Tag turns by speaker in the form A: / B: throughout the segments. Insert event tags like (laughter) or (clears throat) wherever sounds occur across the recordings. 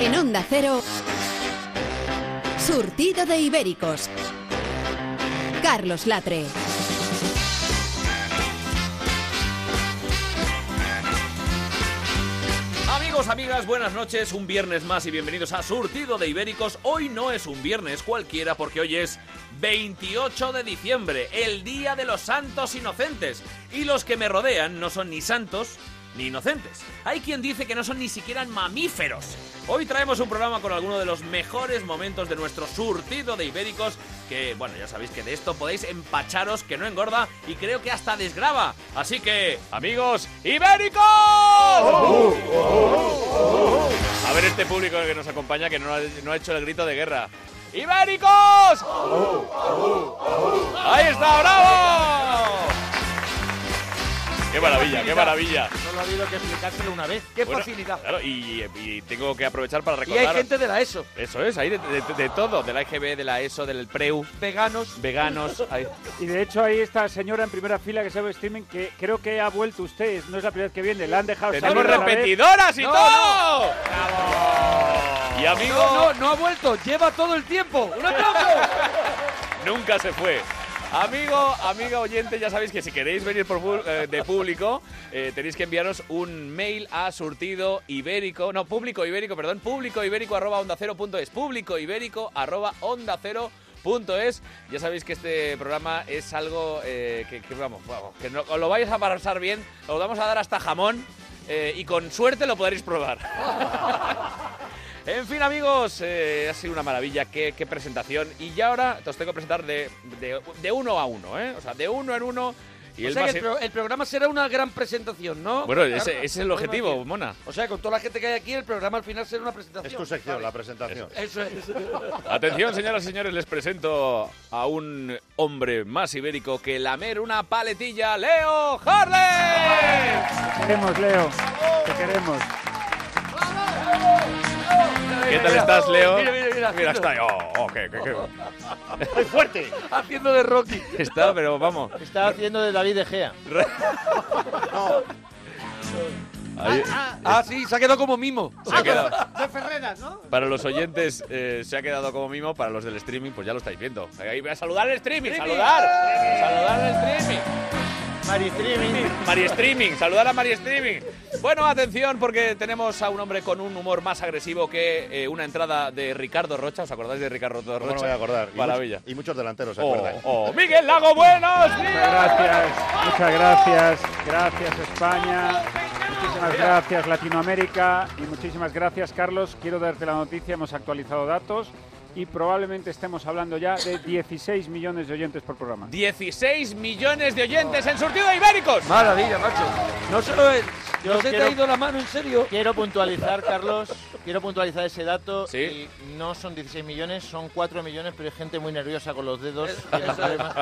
A: En Onda Cero, surtido de ibéricos. Carlos Latre.
B: Amigos, amigas, buenas noches, un viernes más y bienvenidos a Surtido de Ibéricos. Hoy no es un viernes cualquiera porque hoy es 28 de diciembre, el Día de los Santos Inocentes. Y los que me rodean no son ni santos ni inocentes. Hay quien dice que no son ni siquiera mamíferos. Hoy traemos un programa con alguno de los mejores momentos de nuestro surtido de ibéricos, que bueno, ya sabéis que de esto podéis empacharos, que no engorda y creo que hasta desgraba. Así que, amigos, ibéricos.
C: A ver este público que nos acompaña que no ha, no ha hecho el grito de guerra. ¡Ibéricos! ¡Ahí está, bravo! ¡Qué maravilla, qué maravilla!
D: Solo ha habido que explicárselo una vez. ¡Qué
C: Bueno,
D: facilidad!
C: Claro, y, y tengo que aprovechar para
D: Y
C: recordar...
D: hay gente de la ESO,
C: Eso es, hay de, de- de todo, de la EGB, de la ESO, del PREU,
D: veganos.
C: veganos...
D: (laughs)
C: hay-
E: Y de hecho ahí está la señora en primera fila que sabe streaming que creo que ha vuelto usted, no es la primera vez que viene, la han dejado
C: ¡Tenemos
E: salir otra vez.
C: repetidoras y
D: No,
C: todo! Y
D: No,
C: amigos,
D: no, no ha vuelto. Lleva todo el tiempo. ¡Un aplauso!
C: (laughs) Nunca se fue. Amigo, amiga oyente, ya sabéis que si queréis venir por pu- eh, de público, eh, tenéis que enviaros un mail a surtido ibérico, no, público ibérico, perdón, público ibérico arroba onda cero punto es, público ibérico arroba onda cero punto es. Ya sabéis que este programa es algo eh, que, que, vamos, vamos, que no- os lo vais a pasar bien, os vamos a dar hasta jamón eh, y con suerte lo podréis probar. En fin, amigos, eh, ha sido una maravilla, qué, qué presentación. Y ya ahora te os tengo que presentar de, de- de uno a uno, ¿eh? O sea, de uno en uno. Y
D: O
C: el
D: sea
C: más-
D: que el, pro- el programa será una gran presentación, ¿no?
C: Bueno,
D: Carlos?
C: ese, ese es el
D: Lo
C: objetivo,
D: podemos decir.
C: mona.
D: O sea, con toda la gente que hay aquí, el programa al final será una presentación.
F: Es tu sección, la
D: Vale.
F: presentación.
D: Eso es.
C: Atención, señoras y señores, les presento a un hombre más ibérico que lamer una paletilla, Leo Harley.
E: Te queremos, Leo, te queremos.
C: ¿Qué tal estás, Leo?
D: Mira, mira, mira.
C: Mira, está
D: haciendo-
C: ahí. Oh, oh, qué- qué- qué-
F: ¡Muy fuerte!
D: Haciendo de Rocky.
C: Está, pero vamos.
G: Está haciendo de David Egea.
C: Ahí-
D: Ah, sí, se ha quedado como mimo.
C: se ha quedado.
G: De Ferreras, ¿no?
C: Para los oyentes eh, se ha quedado como mimo, para los del streaming pues ya lo estáis viendo. Ahí voy a saludar al streaming, saludar, saludar al streaming.
G: Maritrivi.
C: Mari Streaming, saludar a Mari Streaming. Bueno, atención porque tenemos a un hombre con un humor más agresivo que eh, una entrada de Ricardo Rocha. ¿Os acordáis de Ricardo Rocha?
F: ¿Cómo no voy a acordar? Y much-
C: Maravilla.
F: Y, muchos delanteros, ¿se
C: Oh,
F: acuerdan?
C: oh, Miguel Lago, buenos días.
E: Muchas gracias, muchas gracias, gracias España, muchísimas gracias Latinoamérica y muchísimas gracias Carlos. Quiero darte la noticia, hemos actualizado datos y probablemente estemos hablando ya de 16 millones de oyentes por programa.
C: 16 millones de oyentes en surtido de ibéricos.
D: Maravilla, macho. No se lo he...
G: Yo
D: no se te
G: quiero-
D: ha ido la mano, en serio.
G: Quiero puntualizar, Carlos, quiero puntualizar ese dato.
C: Sí.
G: Y no son 16 millones, son 4 millones, pero hay gente muy nerviosa con los dedos.
D: (laughs)
G: tiene problemas.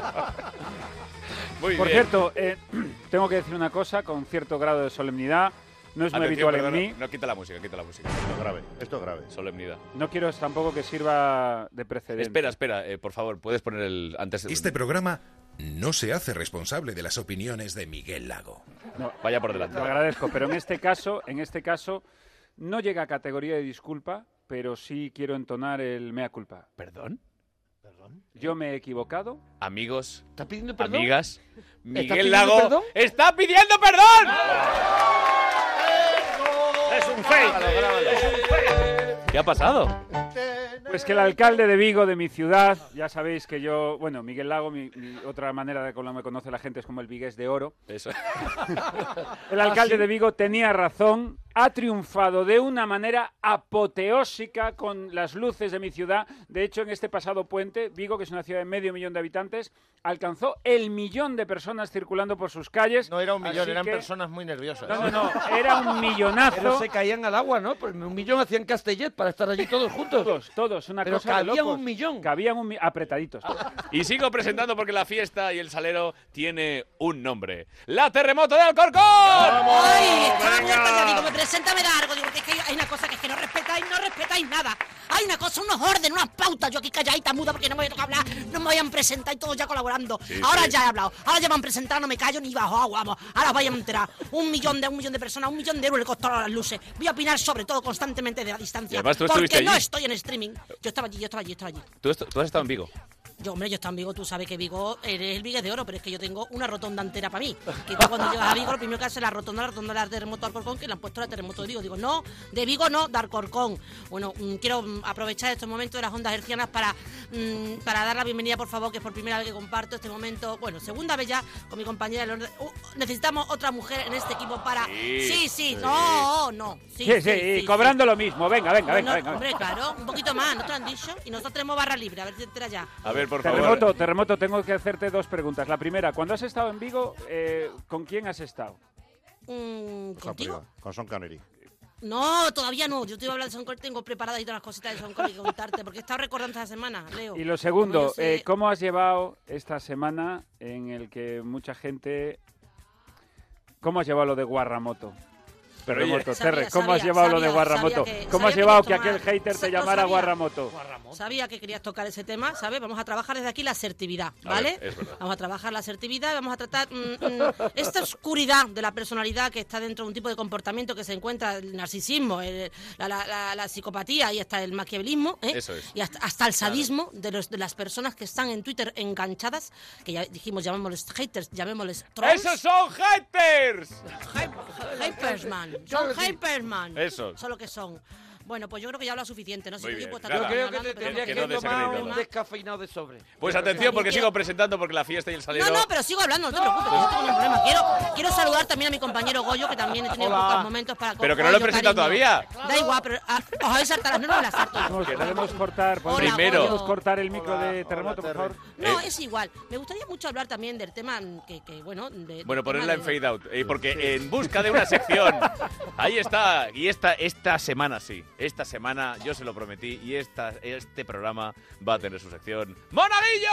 C: Muy
E: Por
C: bien.
E: cierto, eh, (clears throat) tengo que decir una cosa con cierto grado de solemnidad, no es muy
C: Atención,
E: habitual en
C: perdona,
E: mí.
C: No, quita la música, quita la música.
F: Esto es grave, esto es grave.
C: Solemnidad.
E: No quiero tampoco que sirva de precedente.
C: Espera, espera, eh, por favor, puedes poner el antes.
H: Este programa no se hace responsable de las opiniones de Miguel Lago.
C: Vaya por delante.
E: Lo agradezco, pero en este caso, en este caso, no llega a categoría de disculpa, pero sí quiero entonar el mea culpa.
C: ¿Perdón?
E: Yo me he equivocado.
C: Amigos,
D: ¿Estás pidiendo perdón?
C: amigas, Miguel
D: pidiendo
C: Lago
D: perdón?
C: está pidiendo perdón.
F: ¡Es un fake!
C: ¿Qué ha pasado?
E: Pues que el alcalde de Vigo, de mi ciudad, ya sabéis que yo, bueno, Miguel Lago, mi, mi otra manera de cómo me conoce la gente es como el vigués de oro.
C: Eso.
E: (laughs) El alcalde de Vigo tenía razón, ha triunfado de una manera apoteósica con las luces de mi ciudad. De hecho, en este pasado puente, Vigo, que es una ciudad de medio millón de habitantes, alcanzó el millón de personas circulando por sus calles.
G: No era un millón,
E: Así
G: eran
E: que-
G: personas muy nerviosas.
E: No, no, no, era un millonazo.
D: Pero se caían al agua, ¿no? Pues un millón hacían Castellet para estar allí todos juntos.
E: Todos, todos, una
D: Pero
E: cosa de
D: cabían
E: locos.
D: un millón.
E: Cabían un mi- apretaditos.
I: Ah.
C: Y sigo presentando porque la fiesta y el salero tiene un nombre. ¡La terremoto de Alcorcón!
I: ¡Ay! Estaba muerta ya, digo, me preséntame da algo. Digo, que es que hay una cosa que es que no respetáis, no respetáis nada. Hay una cosa, unos órdenes, unas pautas. Yo aquí calladita muda porque no me voy a tocar hablar, no me vayan a presentar y todos ya colaborando. ahora ya he hablado, ahora ya me han presentado, no me callo ni bajo agua, vamos. Ahora os vais a enterar. Un millón de un millón de personas, un millón de euros le costaron las luces. Voy a opinar sobre todo constantemente de la distancia.
C: Y además tú
I: porque
C: estuviste
I: no
C: allí.
I: estoy en streaming. Yo estaba allí, yo estaba allí, yo estaba allí.
C: Tú, est- tú has estado en Vigo.
I: Yo, hombre, yo estaba en Vigo, tú sabes que Vigo eres el Vigo de oro, pero es que yo tengo una rotonda entera para mí. Que tú cuando llegas a Vigo, lo primero que haces es la rotonda, la rotonda de la terremoto de Alcorcón, que le han puesto la terremoto de Vigo. Digo, no, de Vigo no, de Alcorcón. Bueno, mm, quiero mm, aprovechar estos momentos de las ondas hercianas para, mm, para dar la bienvenida, por favor, que es por primera vez que comparto este momento, bueno, segunda vez ya, con mi compañera Leonor. Uh, necesitamos otra mujer en este equipo para... Sí, sí, no, no. Sí,
E: Ah, Sí, sí, y cobrando lo mismo. Venga, venga,
I: No,
E: venga. venga,
I: hombre,
E: venga.
I: claro, un poquito más, no te lo han dicho. Y nosotros tenemos barra libre, a ver si entera ya.
C: A ver, por favor.
E: Terremoto, terremoto, tengo que hacerte dos preguntas. La primera, cuando has estado en Vigo, eh, ¿con quién has estado?
C: Pues
I: Mm,
F: Con
I: ¿Contigo?
F: privado, Con Son Connery.
I: No, todavía no. Yo te iba a hablar de Son Cortés, tengo preparadas ahí todas las cositas de Son Cortés que contarte, porque he estado recordando esta semana, Leo.
E: Y lo segundo,
I: Como yo sé-
E: eh, ¿cómo has llevado esta semana en el que mucha gente... ¿Cómo has llevado lo de Guarramoto?
C: Pero oye,
E: Terremoto,
I: Sabía,
E: Terre, ¿cómo has
I: sabía,
E: llevado lo
I: sabía,
E: de Guarramoto?
I: sabía que-
E: ¿Cómo has
I: sabía que
E: llevado que
I: quería
E: aquel
I: tomar-
E: hater te
I: Exacto,
E: llamara
I: sabía.
E: Guarramoto?
I: Sabía que querías tocar ese tema, ¿sabes? Vamos a trabajar desde aquí la asertividad,
C: A
I: ¿vale?
C: ver, es verdad.
I: vamos a trabajar la asertividad, vamos a tratar mm, mm, esta oscuridad de la personalidad que está dentro de un tipo de comportamiento que se encuentra el narcisismo, el- la, la- la- la psicopatía y hasta el maquiavelismo, ¿eh?
C: Eso es.
I: y hasta, hasta el sadismo de, los, de las personas que están en Twitter enganchadas, que ya dijimos, llamémosles haters, llamémosles trolls.
C: ¡Esos son haters!
I: Hypersman, pues, son Hypersman.
C: Eso.
I: Son lo que son. Bueno, pues yo creo que ya habla suficiente, ¿no? Si
C: Muy
I: tu
C: bien.
I: tiempo está
C: Yo
D: Yo
C: Claro.
D: creo que
I: hablando,
D: te
I: pero
D: tendrías
C: que
D: que,
C: no
D: tomar
C: desacreditado.
D: un descafeinado de sobre.
C: Pues atención, porque
I: Quiero-
C: sigo presentando porque la fiesta y el salero.
I: No, no, pero sigo hablando, no te preocupes, no tengo ningún problema. Quiero, quiero saludar también a mi compañero Goyo, que también he tenido pocos momentos para...
C: Pero que no lo he
I: Goyo,
C: presentado todavía.
I: Da igual, pero ah, os habéis saltado, no, no me las salto. yo.
E: Podemos- Podemos cortar, podemos,
C: Primero.
E: podemos cortar el micro de Terremoto, por favor.
I: No,
C: Eh.
I: es igual. Me gustaría mucho hablar también del tema mm, que, que, bueno... de-
C: Bueno,
I: del
C: ponerla
I: tema
C: en
I: de-
C: fade out, eh, porque en busca de una
D: (laughs)
C: sección. Ahí está, y esta, esta semana sí, esta semana yo se lo prometí y esta, este programa va a tener su sección. ¡Monaguillo!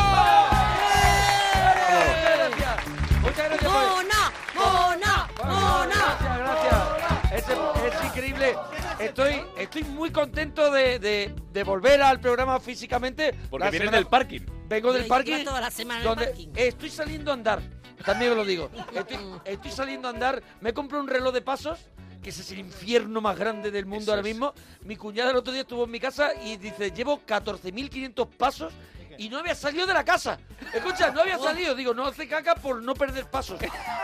D: Muchas gracias. Muchas gracias. por-
I: ¡Mona! ¡Mona! ¡Mona!
D: Gracias, gracias. Es, es increíble. Estoy, estoy muy contento de, de- de volver al programa físicamente.
C: Porque
D: La
C: vienes
D: semana-
C: del parking.
D: Vengo del
I: Yo
D: parking.
I: iba toda la semana en el
D: donde
I: parking.
D: Estoy saliendo a andar. También os
I: (laughs)
D: lo digo. Estoy, estoy saliendo a andar. Me compro un reloj de pasos, que ese es el infierno más grande del mundo
C: Eso
D: ahora
C: es.
D: mismo. Mi cuñada el otro día estuvo en mi casa y dice, llevo 14.500 pasos. Y no había salido de la casa. Escucha,
C: (laughs)
D: no
C: Oh.
D: había salido. Digo, no hace caca por no perder pasos.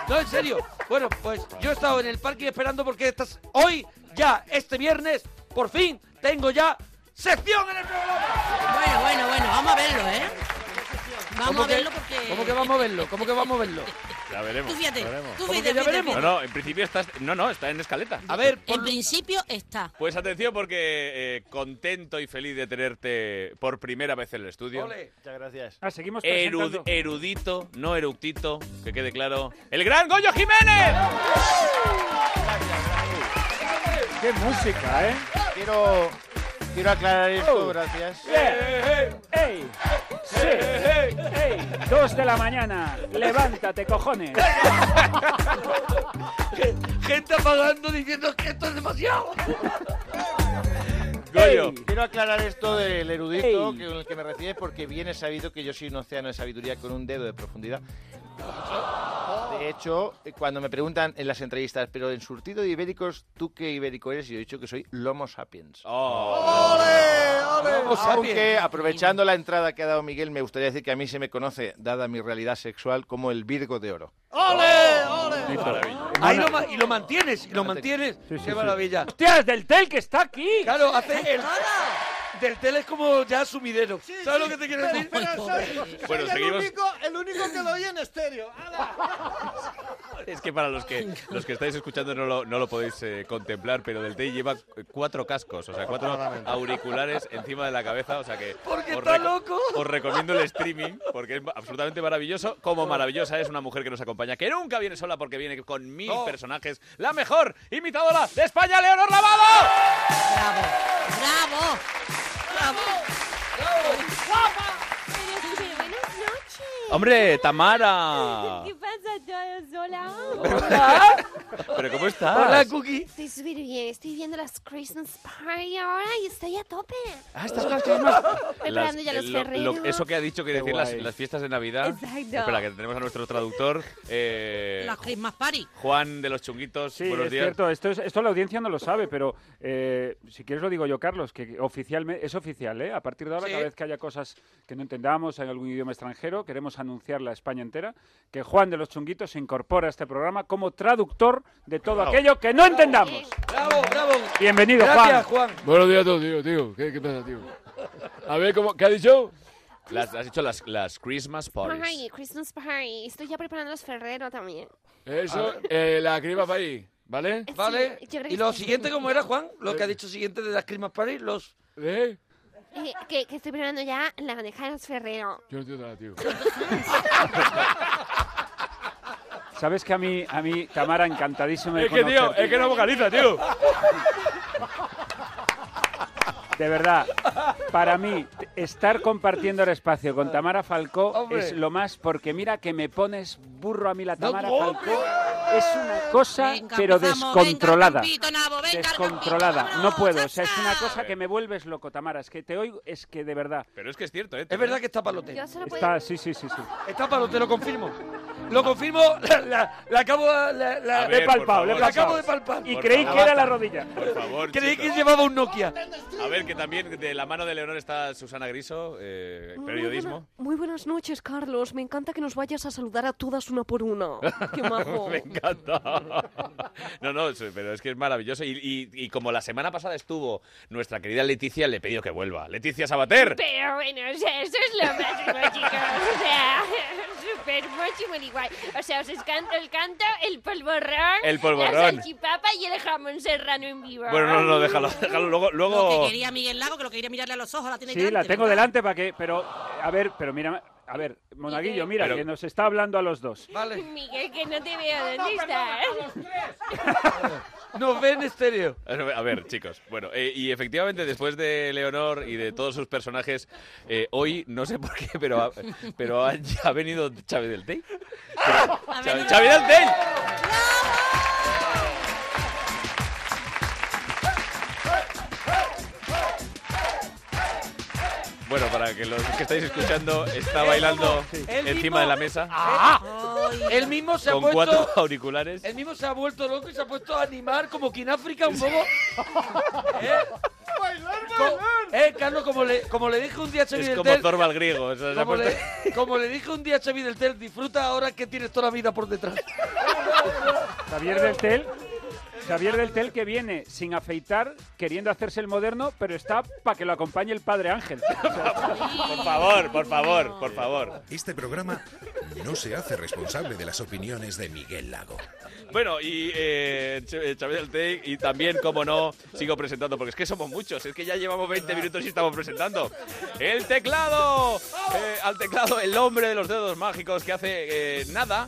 D: No, en serio. Bueno, pues yo he estado en el parking esperando porque estás hoy, ya, este viernes, por fin, tengo ya sección en el programa.
I: Bueno, bueno, bueno, vamos a verlo, ¿eh? Vamos
D: ¿Cómo
I: a
D: que-
I: verlo porque...
D: ¿Cómo que vamos a verlo? ¿Cómo que vamos a verlo?
C: Ya
I: Tú
C: veremos.
I: fíjate,
F: Veremos.
I: tú
D: ¿Cómo
I: fíjate,
D: que ya
I: fíjate,
D: veremos?
I: fíjate.
C: No, no, en principio estás. No, no, está en escaleta.
D: A ver,
I: En
D: por,
I: principio está.
C: Pues atención, porque eh, contento y feliz de tenerte por primera vez en el estudio.
D: Ole.
G: Muchas gracias.
E: Ah, seguimos
C: Erud-
E: presentando.
C: erudito, no eructito, que quede claro. ¡El gran Goyo Jiménez!
E: ¡Qué música, eh! Oh.
G: Quiero, quiero aclarar esto, gracias.
E: ¡Ey! ¡Sí! ¡Ey! ¡Dos de la mañana! ¡Levántate, cojones!
D: (laughs) gente apagando diciendo que esto es demasiado.
C: Goyo.
G: Quiero aclarar esto del erudito
E: Ey.
G: que, el que me recibes porque bien es sabido que yo soy un océano de sabiduría con un dedo de profundidad. De hecho, eh, cuando me preguntan en las entrevistas, pero en surtido de ibéricos, ¿tú qué ibérico eres? Yo he dicho que soy Lomo sapiens.
C: Oh,
E: Ah,
D: Vamos a
G: Aunque, aprovechando la entrada que ha dado Miguel, me gustaría decir que a mí se me conoce, dada mi realidad sexual, como el Virgo de Oro.
C: maravilla.
D: (laughs) Ahí lo, ma- y lo mantienes, y lo mantienes.
E: sí, sí.
D: Qué maravilla.
E: ¡Hostias, del tel que está aquí!
D: Claro, hace el... Del tele es como ya sumidero. ¿Sabes lo que te quiero decir? Pues,
C: Bueno, seguimos.
J: el único que lo oye en estéreo. ¡Hala!
C: Es que para los que los que estáis escuchando no lo, no lo podéis eh, contemplar, pero del TEI lleva cuatro cascos, o sea, cuatro auriculares encima de la cabeza, o sea que...
D: Porque
C: os
D: está
C: reco-
D: loco.
C: Os recomiendo el streaming, porque es absolutamente maravilloso, como maravillosa es una mujer que nos acompaña, que nunca viene sola porque viene con mil
D: No.
C: personajes, la mejor imitadora de España, Leonor Lavado.
I: Bravo, bravo, bravo.
J: Buenas noches.
C: Hombre, Tamara.
K: ¿Qué pasa, todos? Hola.
C: ¿Pero cómo estás?
K: Cookie. Estoy súper bien. Estoy viendo las Christmas Party ahora y estoy a tope.
C: Ah, estas son las Christmas.
K: Preparando ya
C: Las- eh,
K: los
C: lo- lo-
K: ferreros.
C: eso que ha dicho quiere
K: Qué
C: decir las,
K: guay.
C: las fiestas de Navidad.
K: Exacto.
C: Espera, que tenemos a nuestro traductor. eh,
I: Las Christmas Party.
C: Juan de los Chunguitos.
E: Sí,
C: buenos
E: es
C: días.
E: cierto. Esto, es- esto la audiencia no lo sabe, pero eh, si quieres lo digo yo, Carlos, que oficialmente es oficial, ¿eh? A partir de ahora,
C: Sí.
E: cada vez que haya cosas que no entendamos en algún idioma extranjero, queremos anunciarla a España entera, que Juan de los Chunguitos se incorpora a este programa como traductor de todo
C: Bravo.
E: aquello que no entendamos.
D: Bravo, bravo.
E: Bienvenido,
D: Gracias,
E: Juan.
L: Buenos días a todos, tío, tío. ¿Qué, qué pasa, tío? A ver, ¿cómo, ¿qué ha dicho?
C: Las, has dicho las, las Christmas parties.
K: Party, Christmas Party. Estoy ya preparando los ferreros también.
L: Eso, eh, la criba para ahí,
I: Eh,
L: ¿vale?
D: Vale.
K: Sí, yo creo
D: ¿Y
K: que
D: lo
K: sí.
D: siguiente cómo era, Juan? Lo
C: Eh.
D: que ha dicho siguiente de las Christmas Party, los...
L: ¿Eh?
K: Eh, que, que estoy preparando ya la bandeja de los ferreros.
L: Yo no entiendo nada, tío.
E: (laughs) Sabes que a mí, a mí, Tamara, encantadísima de
L: Es que, tío,
E: conocerte.
L: es que no vocaliza, tío.
E: De verdad, para mí, t- estar compartiendo el espacio con Tamara Falcó
L: Hombre.
E: es lo más, porque mira que me pones burro a mí la Tamara
L: no.
E: Falcó. Es una cosa,
L: Venga,
E: pero
L: empezamos.
E: descontrolada.
L: Venga, Campito
E: descontrolada. No puedo. O sea, es una cosa que me vuelves loco, Tamara. Es que te oigo, es que de verdad.
C: Pero es que es cierto, ¿eh?
D: Es verdad que está palote.
E: Está, sí, sí, sí, sí.
D: Está palo, te lo confirmo. Lo confirmo, la, la- la acabo la, la,
E: A ver, Le he por palpado, le he
D: la
E: palpado.
D: acabo de palpar.
E: Y Por creí favor. que era la rodilla.
C: Por favor,
D: Creí
C: chicos.
D: que llevaba un Nokia.
C: A ver, que también de la mano de Leonor está Susana Griso, eh,
M: Muy
C: periodismo.
M: buena- Muy buenas noches, Carlos. Me encanta que nos vayas a saludar a todas una por una. Qué majo.
C: (laughs)
K: (laughs)
C: Me encanta. No, no, es- pero es que es maravilloso. Y, y- y como la semana pasada estuvo nuestra querida Leticia, le he pedido que vuelva. Leticia Sabater.
K: Pero bueno, o sea, esto es lo máximo, chicos. O sea, (laughs) súper máximo el igual. O sea, os canto el canto, el polvorrón,
C: El polvorrón.
K: la salchipapa y el jamón serrano en vivo.
C: Bueno, no, no, déjalo, déjalo. Luego,
I: Lo
C: luego.
I: que quería Miguel Lago, que lo quería mirarle a los ojos, la tiene
E: Sí,
I: delante,
E: la tengo
I: ¿verdad?
E: delante para que. Pero, a ver, pero mira, a ver, Monaguillo, mira,
C: Pero-
E: que nos está hablando a los dos.
N: (laughs)
K: Miguel, que no te veo. ¿Dónde estás?
D: Nos ven estéreo.
C: A ver, chicos. Bueno, eh, y efectivamente, después de Leonor y de todos sus personajes, eh, hoy, no sé por qué, pero ha, pero ha, ha venido Xavi
M: (laughs)
C: del Tey. Pero- Xavi, ¡Xavi del Tey! Bueno, para que los que estáis escuchando, está bailando
D: Él
C: encima
D: mismo-
C: de la mesa
D: ¡Ah! Él mismo se ha
C: con
D: puesto...
C: cuatro auriculares.
D: Él mismo se ha vuelto loco y se ha puesto a animar como que en África un
C: (laughs)
D: poco. ¿Eh? Co- eh, Carlos, como le, como le dije un día a Xavi
C: Es
D: del
C: como
D: Tel-
C: Zorba el griego. o sea, se ha
D: como,
C: puesto-
D: le, (laughs) como le dije un día a Xavi del Tel, disfruta ahora que tienes toda la vida por detrás.
E: Javier del Tel. Javier del Tel que viene sin afeitar, queriendo hacerse el moderno, pero está para que lo acompañe el padre
C: (laughs)
E: Ángel.
C: Por favor, por favor, por favor.
H: Este programa no se hace responsable de las opiniones de Miguel Lago.
C: Bueno, y eh, Ch- eh, Chávez del Tec, y también, como no, sigo presentando, porque es que somos muchos, es que ya llevamos 20 minutos y estamos presentando. ¡El teclado! Eh, al teclado, el hombre de los dedos mágicos que hace eh, nada, a-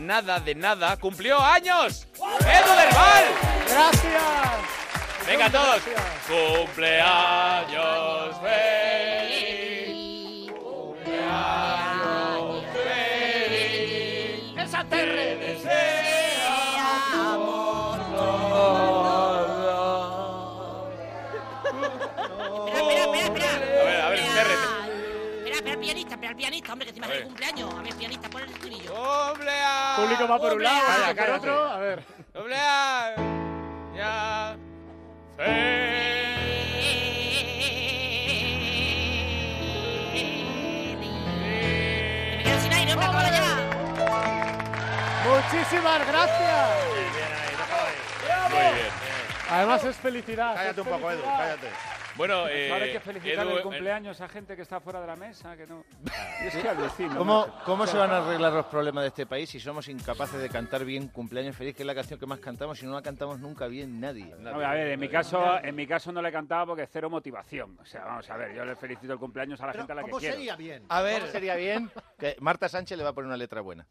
C: nada de nada, cumplió años. ¡Edu Derval!
J: Gracias.
C: Venga, todos. ¡Cumpleaños feliz!
J: Esa terre.
C: A ver, a ver, espérate.
I: Espera, espera, pianista, espera, el pianista, hombre, que encima
C: A
I: es el
C: ver.
I: cumpleaños. A ver, pianista, pon el estribillo.
C: ¡Cumpleaños!
J: Público va por un lado,
C: Calla,
J: por
C: cállate.
J: otro. A ver.
C: ¡Cumpleaños! Ya.
I: Que me quedo sin aire, hombre, acábalo ya.
J: Muchísimas gracias.
C: Muy bien.
J: Además es felicidad.
F: Cállate un poco, Edu, cállate.
C: Bueno, eh,
E: Pues Ahora hay que felicitar
C: Edu,
E: el
C: eh,
E: cumpleaños a gente que está fuera de la mesa, que no. Y es que alucino,
G: ¿Cómo,
E: macho.
G: ¿Cómo
E: O sea,
G: se van a arreglar los problemas de este país si somos incapaces de cantar bien Cumpleaños Feliz, que es la canción que más cantamos y no la cantamos nunca bien nadie?
E: No, a ver, en mi caso, en mi caso no le cantaba porque cero motivación. O sea, vamos a ver, yo le felicito el cumpleaños a la gente a la que quiero.
G: bien?
D: A ver.
E: (laughs)
G: sería bien? Que Marta Sánchez le va a poner una letra buena.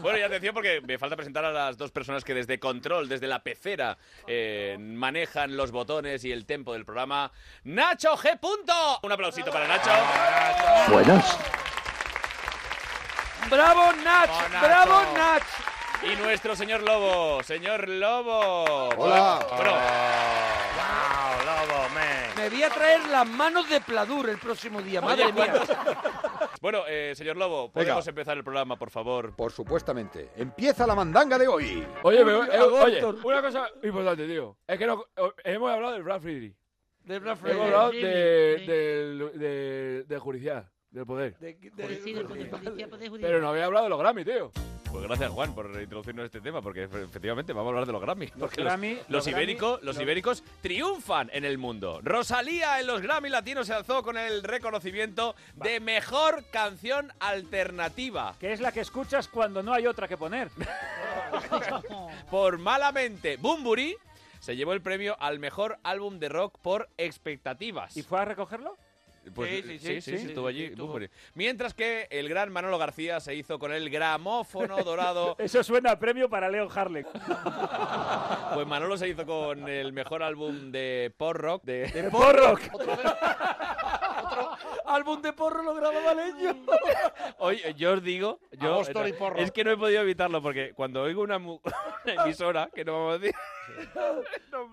C: Bueno, y atención porque me falta presentar a las dos personas que desde control, desde la pecera, eh, manejan los botones y el tempo del programa. ¡Nacho G. Punto! Un aplausito para Nacho.
O: Buenas.
D: ¡Bravo, Nach! ¡Bravo, Nach!
C: Y nuestro señor Lobo, señor Lobo.
D: Hola.
C: Bueno,
D: ¡Wow, lobo, Me voy a traer las manos de Pladur el próximo día, madre
C: Oye,
D: mía.
C: bueno eh, señor Lobo, podemos empezar el programa, por favor.
O: Por supuestamente. Empieza la mandanga de hoy.
L: Oye, pero, eh, oye, una cosa importante, tío. Es que no- o- hemos hablado del Brad Friedrich.
D: De Brad
L: Hemos hablado de, del- de- del judicial, del poder. Pero no había hablado de los Grammy, tío.
C: Pues gracias, Juan, por introducirnos este tema, porque efe- efectivamente vamos a hablar de los Grammy. Porque los,
E: Grammy,
C: los
E: los Grammy,
C: ibéricos, los
E: los-
C: ibéricos triunfan en el mundo. Rosalía en los Grammy latinos se alzó con el reconocimiento de mejor canción alternativa
E: Que es la que escuchas cuando no hay otra que poner.
C: (laughs) por Malamente. Bumburi se llevó el premio al mejor álbum de rock por expectativas. ¿Y
E: fue a recogerlo?
C: Pues, sí, sí, sí,
E: sí,
C: estuvo
E: sí,
C: allí.
E: estuvo.
C: Bunbury. Mientras que el gran Manolo García se hizo con el gramófono
E: (laughs)
C: dorado
E: Eso suena a premio para Leo Harley.
C: Pues Manolo se hizo con el mejor álbum de pop rock. De,
E: pop rock. (laughs)
D: Álbum de porro lo
L: (laughs)
D: grababa Leño.
C: (laughs) Oye, yo os digo, yo-
D: Apóstol y porro.
C: es que no he podido evitarlo porque cuando oigo una, mu- (laughs) una emisora que no vamos a decir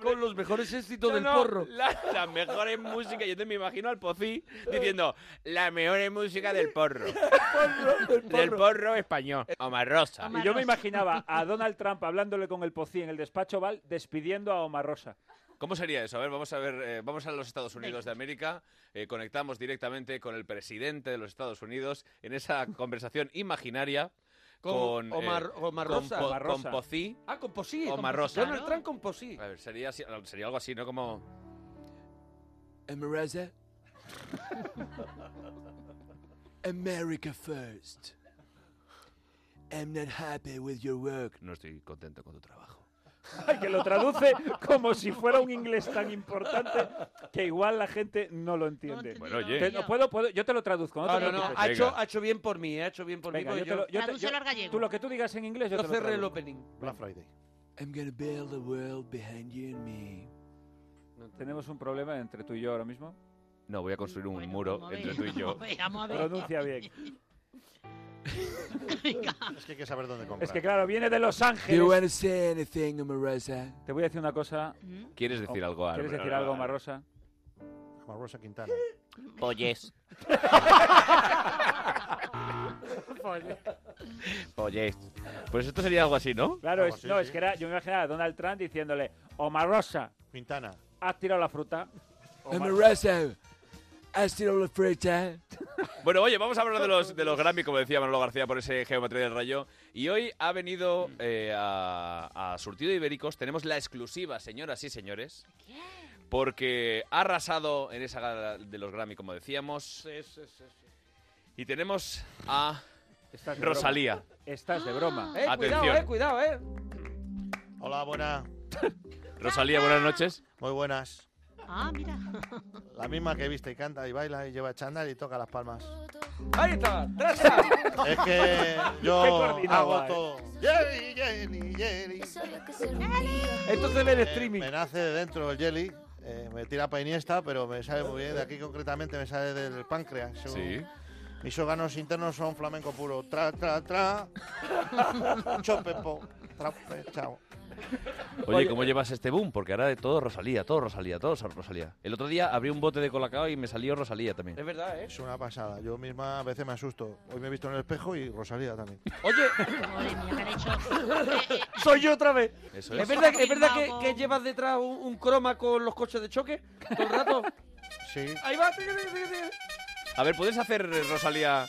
D: Con los mejores éxitos
C: No,
D: del
C: no,
D: porro.
C: la- las mejores músicas, yo te me imagino al Pocí diciendo la mejor música del porro,
D: (laughs)
C: del porro español, Omar Rosa.
E: Y yo me imaginaba a Donald Trump hablándole con el pocí en el despacho Val despidiendo a Omar Rosa.
C: ¿Cómo sería eso? A ver, vamos a ver, eh, vamos a los Estados Unidos de América, eh, conectamos directamente con el presidente de los Estados Unidos en
D: (laughs)
C: esa conversación imaginaria con,
D: Con Omar-
C: eh,
D: Omar
C: con
D: Rosa.
C: Po-
D: Omar
C: con
D: Rosa.
C: Pocí.
D: Ah, con Posí.
C: Omar Rosa.
D: Donald Trump con Posí.
C: A ver, sería, así- sería algo así, ¿no? Como
L: Emerasa. America first. I'm not happy with your work.
C: no estoy contento con tu trabajo.
E: Ay, que lo traduce como si fuera un inglés tan importante que igual la gente no lo entiende.
C: Bueno, oye.
E: Te- no, puedo, puedo- yo te lo traduzco. No,
D: Ah,
E: te
D: no, no,
E: preocupes.
D: ha hecho, ha hecho bien por mí, eh, ha hecho bien por
E: Venga,
D: mí.
E: yo
D: porque
E: te lo- yo te-
D: yo-
E: yo- Tú lo que tú digas en inglés, yo,
D: Yo
E: te lo
D: cerré el
E: traduzco.
D: opening.
F: Black Friday.
L: I'm gonna build a world behind you and me.
E: Tenemos un problema entre tú y yo ahora mismo.
C: No, voy a construir un muro entre tú y (laughs) yo.
E: Pronuncia
D: (laughs)
E: bien.
F: Es que hay que saber dónde comprar.
E: Es que claro, viene de Los
L: Do you
E: Ángeles.
L: wanna say anything, Emerasa?
E: Te voy a decir una cosa.
C: ¿Quieres decir
E: Oh,
C: algo,
E: ¿Quieres
C: Álvaro?
E: decir algo, Omar Rosa?
F: Omar Rosa Quintana.
C: Polles. Polles. Pues esto sería algo así, ¿no?
E: Claro,
F: Algo
E: es-
F: así,
E: no,
F: sí.
E: es que era, yo me imaginaba a Donald Trump diciéndole, Omar Rosa,
F: Quintana.
E: has tirado la fruta.
L: Emerasa. I still all the free time.
C: Bueno, oye, vamos a hablar de los, de los Grammy, como decía Manolo García por ese Geometría del Rayo. Y hoy ha venido eh, a, a Surtido de Ibéricos. Tenemos la exclusiva, señoras y señores. Porque ha arrasado en esa gala de los Grammy, como decíamos.
D: Sí, sí, sí, sí.
C: Y tenemos a
E: Estás de
C: Rosalía.
E: broma. Estás de broma.
D: Eh, cuidado,
C: Atención.
D: eh, cuidado, eh.
F: Hola, buenas.
C: Rosalía, buenas noches.
F: Muy buenas.
I: Ah, mira.
F: La misma que viste y canta y baila y lleva chándal y toca las palmas.
D: Ahí está, traza.
F: Es que
D: Qué
F: yo
D: coordinado,
F: hago
D: eh.
F: todo. Jerry, Jerry, Jerry.
D: Esto se ve en streaming.
F: Eh, Me nace de dentro el jelly. eh, me tira para Iniesta, pero me sale muy bien. De aquí concretamente me sale del páncreas. Yo-
C: Sí.
F: Mis órganos internos son flamenco puro. Tra, tra,
D: (laughs)
F: tra. Chopepo. Trape, chao.
C: Oye, ¿cómo llevas este boom? Porque ahora de todo Rosalía, todo Rosalía, todo Rosalía. El otro día abrí un bote de colacao y me salió Rosalía también.
D: Es verdad, eh.
F: Es una pasada. Yo misma a veces me asusto. Hoy me he visto en el espejo y Rosalía también.
D: Oye,
I: Madre mía, me han hecho. Eh,
D: soy yo otra vez.
C: Eso
D: ¿Es
C: es.
D: verdad, es verdad que, que llevas detrás un, un croma con los coches de choque todo el rato?
F: Sí.
D: Ahí va. tigre, tigre, tigre.
C: A ver, ¿puedes hacer, eh, Rosalía,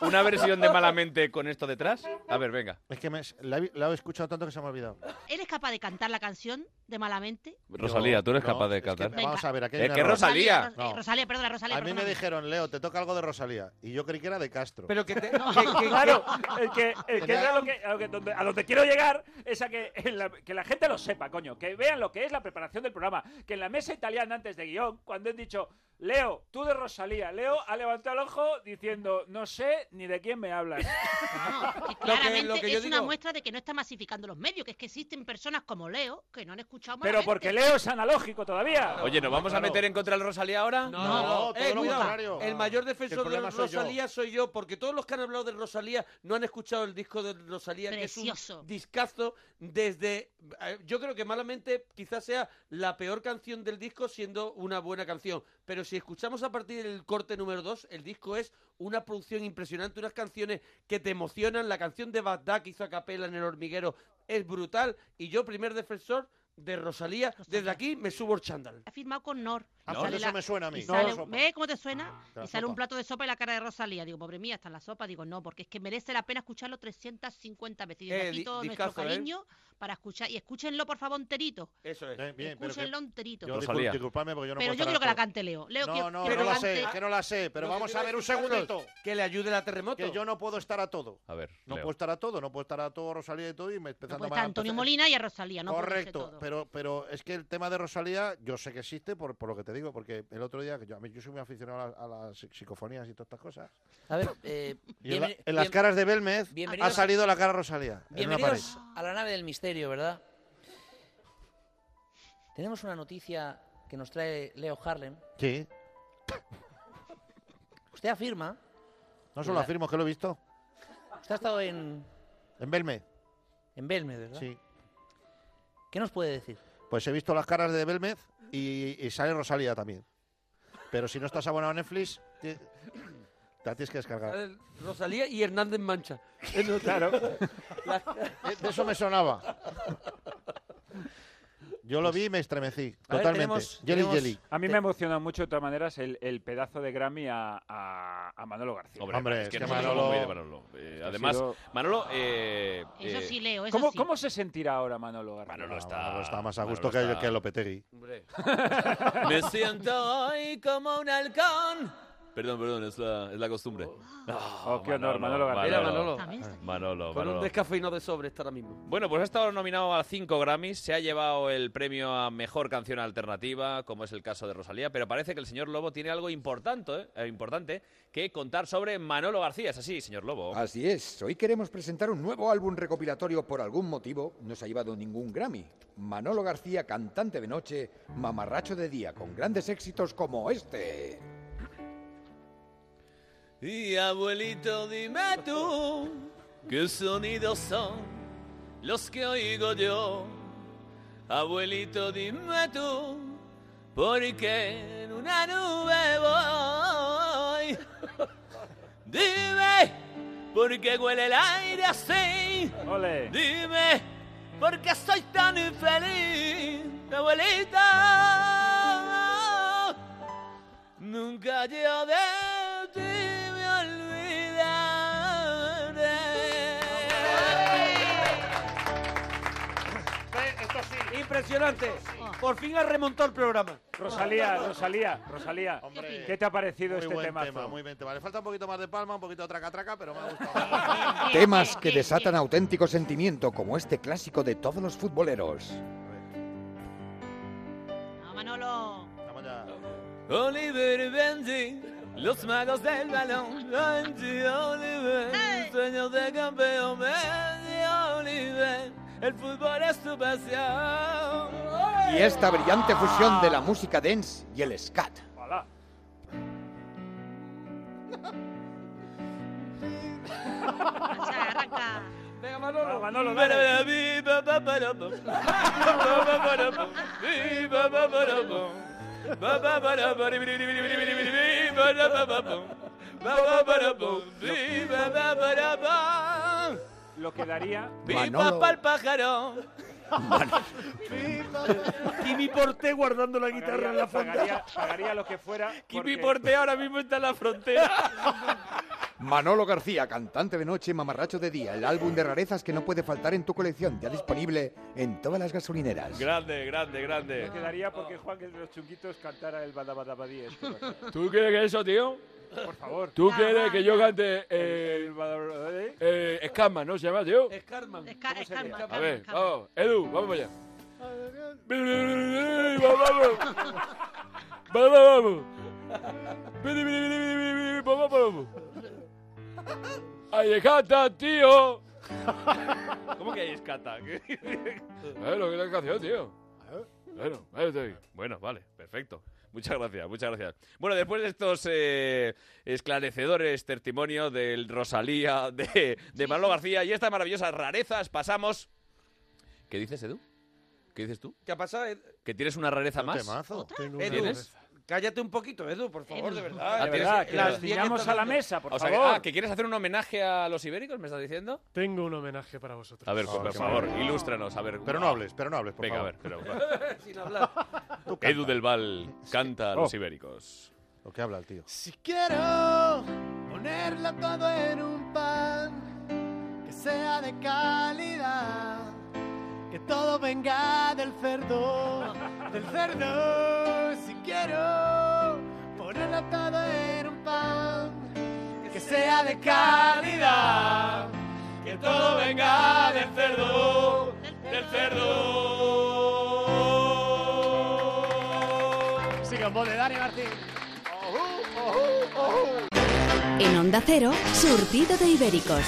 C: una versión de Malamente con esto detrás? A ver, venga.
F: Es que me, la, he, la he escuchado tanto que se me ha olvidado.
I: (laughs) ¿Eres capaz de cantar la canción de Malamente?
C: Rosalía, tú eres
F: No,
C: capaz de
F: es que-
C: cantar.
F: vamos a ver, aquí hay
C: Es
F: un
C: que
F: error.
C: Rosalía.
I: Ros- eh, Rosalía, perdona, Rosalía,
F: A mí me
I: perdóname.
F: dijeron, Leo, te toca algo de Rosalía. Y yo creí que era de Castro.
D: Pero
F: (laughs)
D: que te. que- que-
E: Claro, el que, el que es a lo que, a lo que- donde, a donde quiero llegar es a que, en la, que la gente lo sepa, coño, que vean lo que es la preparación del programa, que en la mesa italiana antes de guión, cuando han dicho, Leo, tú de Rosalía, Leo ha levantado el ojo diciendo, no sé ni de quién me hablas.
I: No, que
D: lo
I: claramente
D: que yo
I: es una
D: digo-
I: muestra de que no está masificando los medios, que es que existen personas como Leo que no han escuchado más.
E: Pero porque Leo es analógico todavía.
C: Oye, ¿nos vamos a
E: Claro.
C: meter en contra del Rosalía ahora?
D: No, no, no, eh, cuidado, El mayor
C: El
D: defensor de
C: problema soy yo.
D: Rosalía soy yo, porque todos los que han hablado de Rosalía no han escuchado el disco de Rosalía, que es
I: Precioso.
D: un discazo desde. eh, Yo creo que malamente quizás sea la peor canción del disco, siendo una buena canción. Pero si escuchamos a partir del corte número 2, el disco es una producción impresionante, unas canciones que te emocionan. La canción de Bagdad que hizo a capela en El Hormiguero es brutal. Y yo, primer defensor de Rosalía, desde aquí me subo el chándal.
I: Ha firmado con Nor.
D: Ah,
I: Y
D: pues eso
I: la-
D: me suena a mí.
I: y
D: No,
I: sale-
D: sopa.
I: ¿Ves cómo te suena?
D: la
I: y sale
D: sopa.
I: un plato de sopa y la cara de Rosalía. Digo, pobre mía, está en la sopa. Digo, no, porque es que merece la pena escucharlo 350 veces. Y
D: Eh,
I: desde aquí
D: di-
I: todo nuestro
D: discazo, ¿eh?
I: cariño para escuchar. Y escúchenlo, por favor, enterito.
D: Eso es.
I: Eh, Escúchenlo enterito.
F: Yo, discul-
D: Rosalía.
F: disculpadme porque yo no
I: pero
F: puedo
I: yo
F: estar
I: quiero que la
F: harto.
I: cante Leo. Leo
F: No,
I: quiero-
F: no,
I: quiero
F: no
I: que
F: la
I: la
F: sé,
I: cante.
F: que no la sé, pero
I: No,
F: vamos
I: yo
F: a
I: iba
F: ver
I: a
F: un
I: decir, Carlos,
F: segundito.
D: Que le ayude la terremoto.
F: Que yo no puedo estar a todo.
C: A ver,
F: No
C: Leo.
F: puedo estar a todo, no puedo estar a todo, Rosalía y todo, y me empezando
I: Pues
F: mal.
I: está Antonio Molina y a Rosalía, ¿no? puede ser
F: Correcto,
I: todo.
F: pero, pero es que el tema de Rosalía yo sé que existe por, por lo que te digo, porque el otro día, que yo, a mí- yo soy muy aficionado a, la- a las psi- psicofonías y todas estas cosas.
D: A ver,
F: Y en, la- en las caras de Belmez ha
P: eh, bienvenidos-
F: salido la cara Rosalía. en una pared.
P: Bienvenidos a la nave del misterio, ¿verdad? Tenemos una noticia que nos trae Leo Harlem.
F: Sí,
P: Usted afirma,
F: no solo
P: La-
F: afirmo que lo he visto.
P: usted ha estado en,
F: En Belmez,
P: en Belmed, ¿verdad?
F: sí.
P: ¿Qué nos puede decir?
F: Pues he visto las caras de Belmez y, y sale Rosalía también. Pero si no estás abonado a Netflix, ti- te la tienes que descargar.
D: Sale Rosalía y Hernández Mancha. Es lo- (laughs)
F: Claro. De eso me sonaba. Yo lo vi y me estremecí. Totalmente. Jelly Jelly.
E: A mí me ha emocionado mucho, de todas maneras, el, el pedazo de Grammy a, a- a Manolo García.
C: Hombre, es que nosotros somos muy de Manolo. Eh,
E: Esto ha
C: además,
E: sido-
C: Manolo. eh, eh,
I: Leo, eso
E: ¿Cómo,
I: sí.
E: ¿Cómo se sentirá ahora Manolo García?
C: Manolo está,
F: Está más a
C: Manolo
F: gusto
C: está-
F: que, que Lopetegui.
C: (laughs) Me siento hoy como un halcón. Perdón, perdón, es la, es la costumbre.
E: Oh, qué honor, Manolo García.
D: Mira,
C: Manolo.
D: Manolo.
C: Manolo, Manolo.
D: Con un descafeinado de sobre estará mismo.
C: Bueno, pues ha estado nominado a cinco Grammys, se ha llevado el premio a Mejor Canción Alternativa, como es el caso de Rosalía, pero parece que el señor Lobo tiene algo importante, eh, importante que contar sobre Manolo García. ¿Es así, señor Lobo?
Q: Así es, hoy queremos presentar un nuevo álbum recopilatorio por algún motivo, no se ha llevado ningún Grammy. Manolo García, cantante de noche, mamarracho de día, con grandes éxitos como este.
C: Y abuelito, dime tú, ¿qué sonidos son los que oigo yo? Abuelito, dime tú, porque en una nube voy. Dime, ¿por qué huele el aire así? Dime, ¿por qué soy tan infeliz, abuelita? Nunca yo de ti me olvidaré.
D: Impresionante. Por fin ha remontado el programa.
E: Rosalía, Rosalía, Rosalía.
F: Hombre,
E: ¿Qué te ha parecido
F: muy
E: este
F: buen
E: temazo?
F: tema, muy buen tema. Le falta un poquito más de palma, un poquito de traca-traca, pero me ha gustado.
R: (laughs)
Q: Temas que desatan auténtico sentimiento, como este clásico de todos los futboleros.
I: No, Manolo.
C: Oliver Benji, los magos del balón. Benji, Oliver, sueños de campeón. Benji, Oliver, el fútbol es tu pasión.
Q: Y esta brillante fusión de la música dance y el scat.
D: Venga, Manolo.
E: Manolo, Lo que daría...
C: Viva pa'l (laughs) pájaro.
D: Kimi Porté guardando la guitarra en la
E: Pagaría, pagaría lo que fuera.
C: Kimi Porte ahora mismo está en la frontera.
Q: Manolo García, cantante de noche, mamarracho de día, el álbum de rarezas que no puede faltar en tu colección, ya disponible en todas las gasolineras.
C: Grande, grande,
E: Me
C: grande.
E: quedaría porque Juan de los Chunguitos cantara el badabadabadí. este,
I: (laughs)
E: por
L: ¿Tú quieres que eso, tío?
E: favor.
L: ¿Tú quieres que yo cante
E: El-
L: eh,
E: el badabadabadí?
L: eh, Scatman, no se llama, tío?
D: (laughs) Escarman.
L: A ver, vamos, Edu, vamos allá. Vamos, vamos. Vamos, vamos. Vamos, vamos. Ahí escata, tío.
C: ¿Cómo que hay escata?
L: Eh, lo que es la canción, tío.
C: Bueno, ahí estoy. Bueno, vale, perfecto. Muchas gracias, muchas gracias. Bueno, después de estos eh, esclarecedores testimonios del Rosalía, (laughs) de, de Manolo García y estas maravillosas rarezas, pasamos. ¿Qué dices, Edu? ¿Qué dices tú?
D: ¿Qué ha pasado, Ed-
C: ¿Que tienes una rareza más?
D: Edu?
C: ¿Tienes?
D: Cállate un poquito, Edu, por favor, de verdad.
C: Ah,
D: de
C: ¿tienes-
D: verdad,
C: eh,
D: que
C: las diez
D: las diez
C: que
D: están dando.
C: O sea, que- ah, que quieres hacer un homenaje a los ibéricos, ¿me estás diciendo?
H: Tengo un homenaje para vosotros.
C: A ver,
F: Ah,
C: por
F: qué
C: favor,
F: maravilla.
C: ilústranos. A ver,
F: Pero no hables, pero no hables, por
C: Venga,
F: favor.
C: a ver, pero- (laughs)
D: Sin hablar.
C: Edu del Val canta a los
F: Oh.
C: ibéricos.
F: Lo que habla el tío.
J: Quiero ponerlo todo en un pan que sea de calidad, que todo venga del cerdo, del cerdo. Si quiero ponerlo todo en un pan que sea de calidad, que todo venga del cerdo, del cerdo. Sigue en voz de Dani Martín.
S: En Onda Cero, surtido de ibéricos.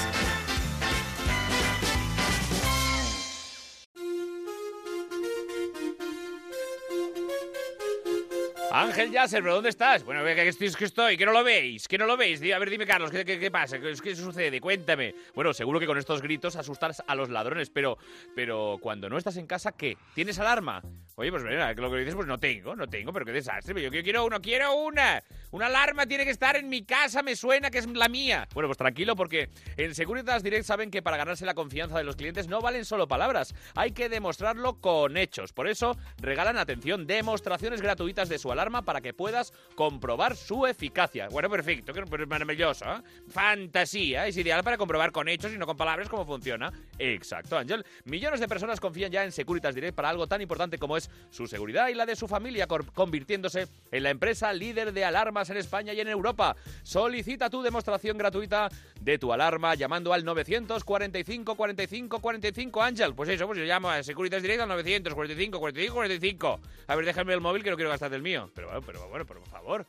C: Ángel Yasser, ¿pero dónde estás? Bueno, que, que estoy, que estoy, que no lo veis, que no lo veis. Di- A ver, dime, Carlos, ¿qué, qué- qué pasa? ¿Qué, qué sucede? Cuéntame. Bueno, seguro que con estos gritos asustas a los ladrones, pero, pero cuando no estás en casa, ¿qué? ¿Tienes alarma? Oye, pues mira, lo que dices, pues no tengo, no tengo, pero qué desastre. Yo, yo quiero uno, quiero una. Una alarma tiene que estar en mi casa, me suena que es la mía. Bueno, pues tranquilo, porque en Securitas Direct saben que para ganarse la confianza de los clientes no valen solo palabras, hay que demostrarlo con hechos. Por eso regalan, atención, demostraciones gratuitas de su alarma para que puedas comprobar su eficacia. Bueno, perfecto, que pero es maravilloso, ¿eh? Fantasía, es ideal para comprobar con hechos y no con palabras cómo funciona. Exacto, Ángel. Millones de personas confían ya en Securitas Direct para algo tan importante como es su seguridad y la de su familia, cor- convirtiéndose en la empresa líder de alarmas en España y en Europa. Solicita tu demostración gratuita de tu alarma llamando al 945 45 45 Ángel. Pues eso, pues yo llamo a Securitas Direct al 945 45 45. A ver, déjame el móvil que no quiero gastar el mío. Pero bueno, pero bueno, por favor.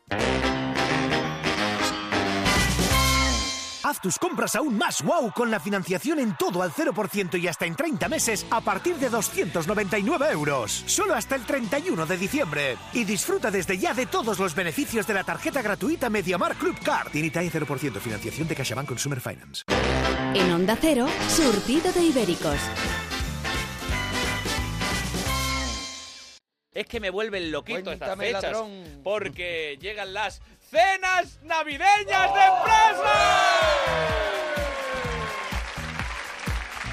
A: Haz tus compras aún más wow con la financiación en todo al 0% y hasta en 30 meses a partir de 299 euros. Solo hasta el 31 de diciembre. Y disfruta desde ya de todos los beneficios de la tarjeta gratuita MediaMar Club Card. Initae 0% financiación de CaixaBank Consumer Finance.
S: En Onda Cero, surtido de ibéricos.
C: Es que me vuelven loquito estas
D: Cuéntame,
C: fechas.
D: ladrón.
C: Porque llegan las cenas navideñas de empresa.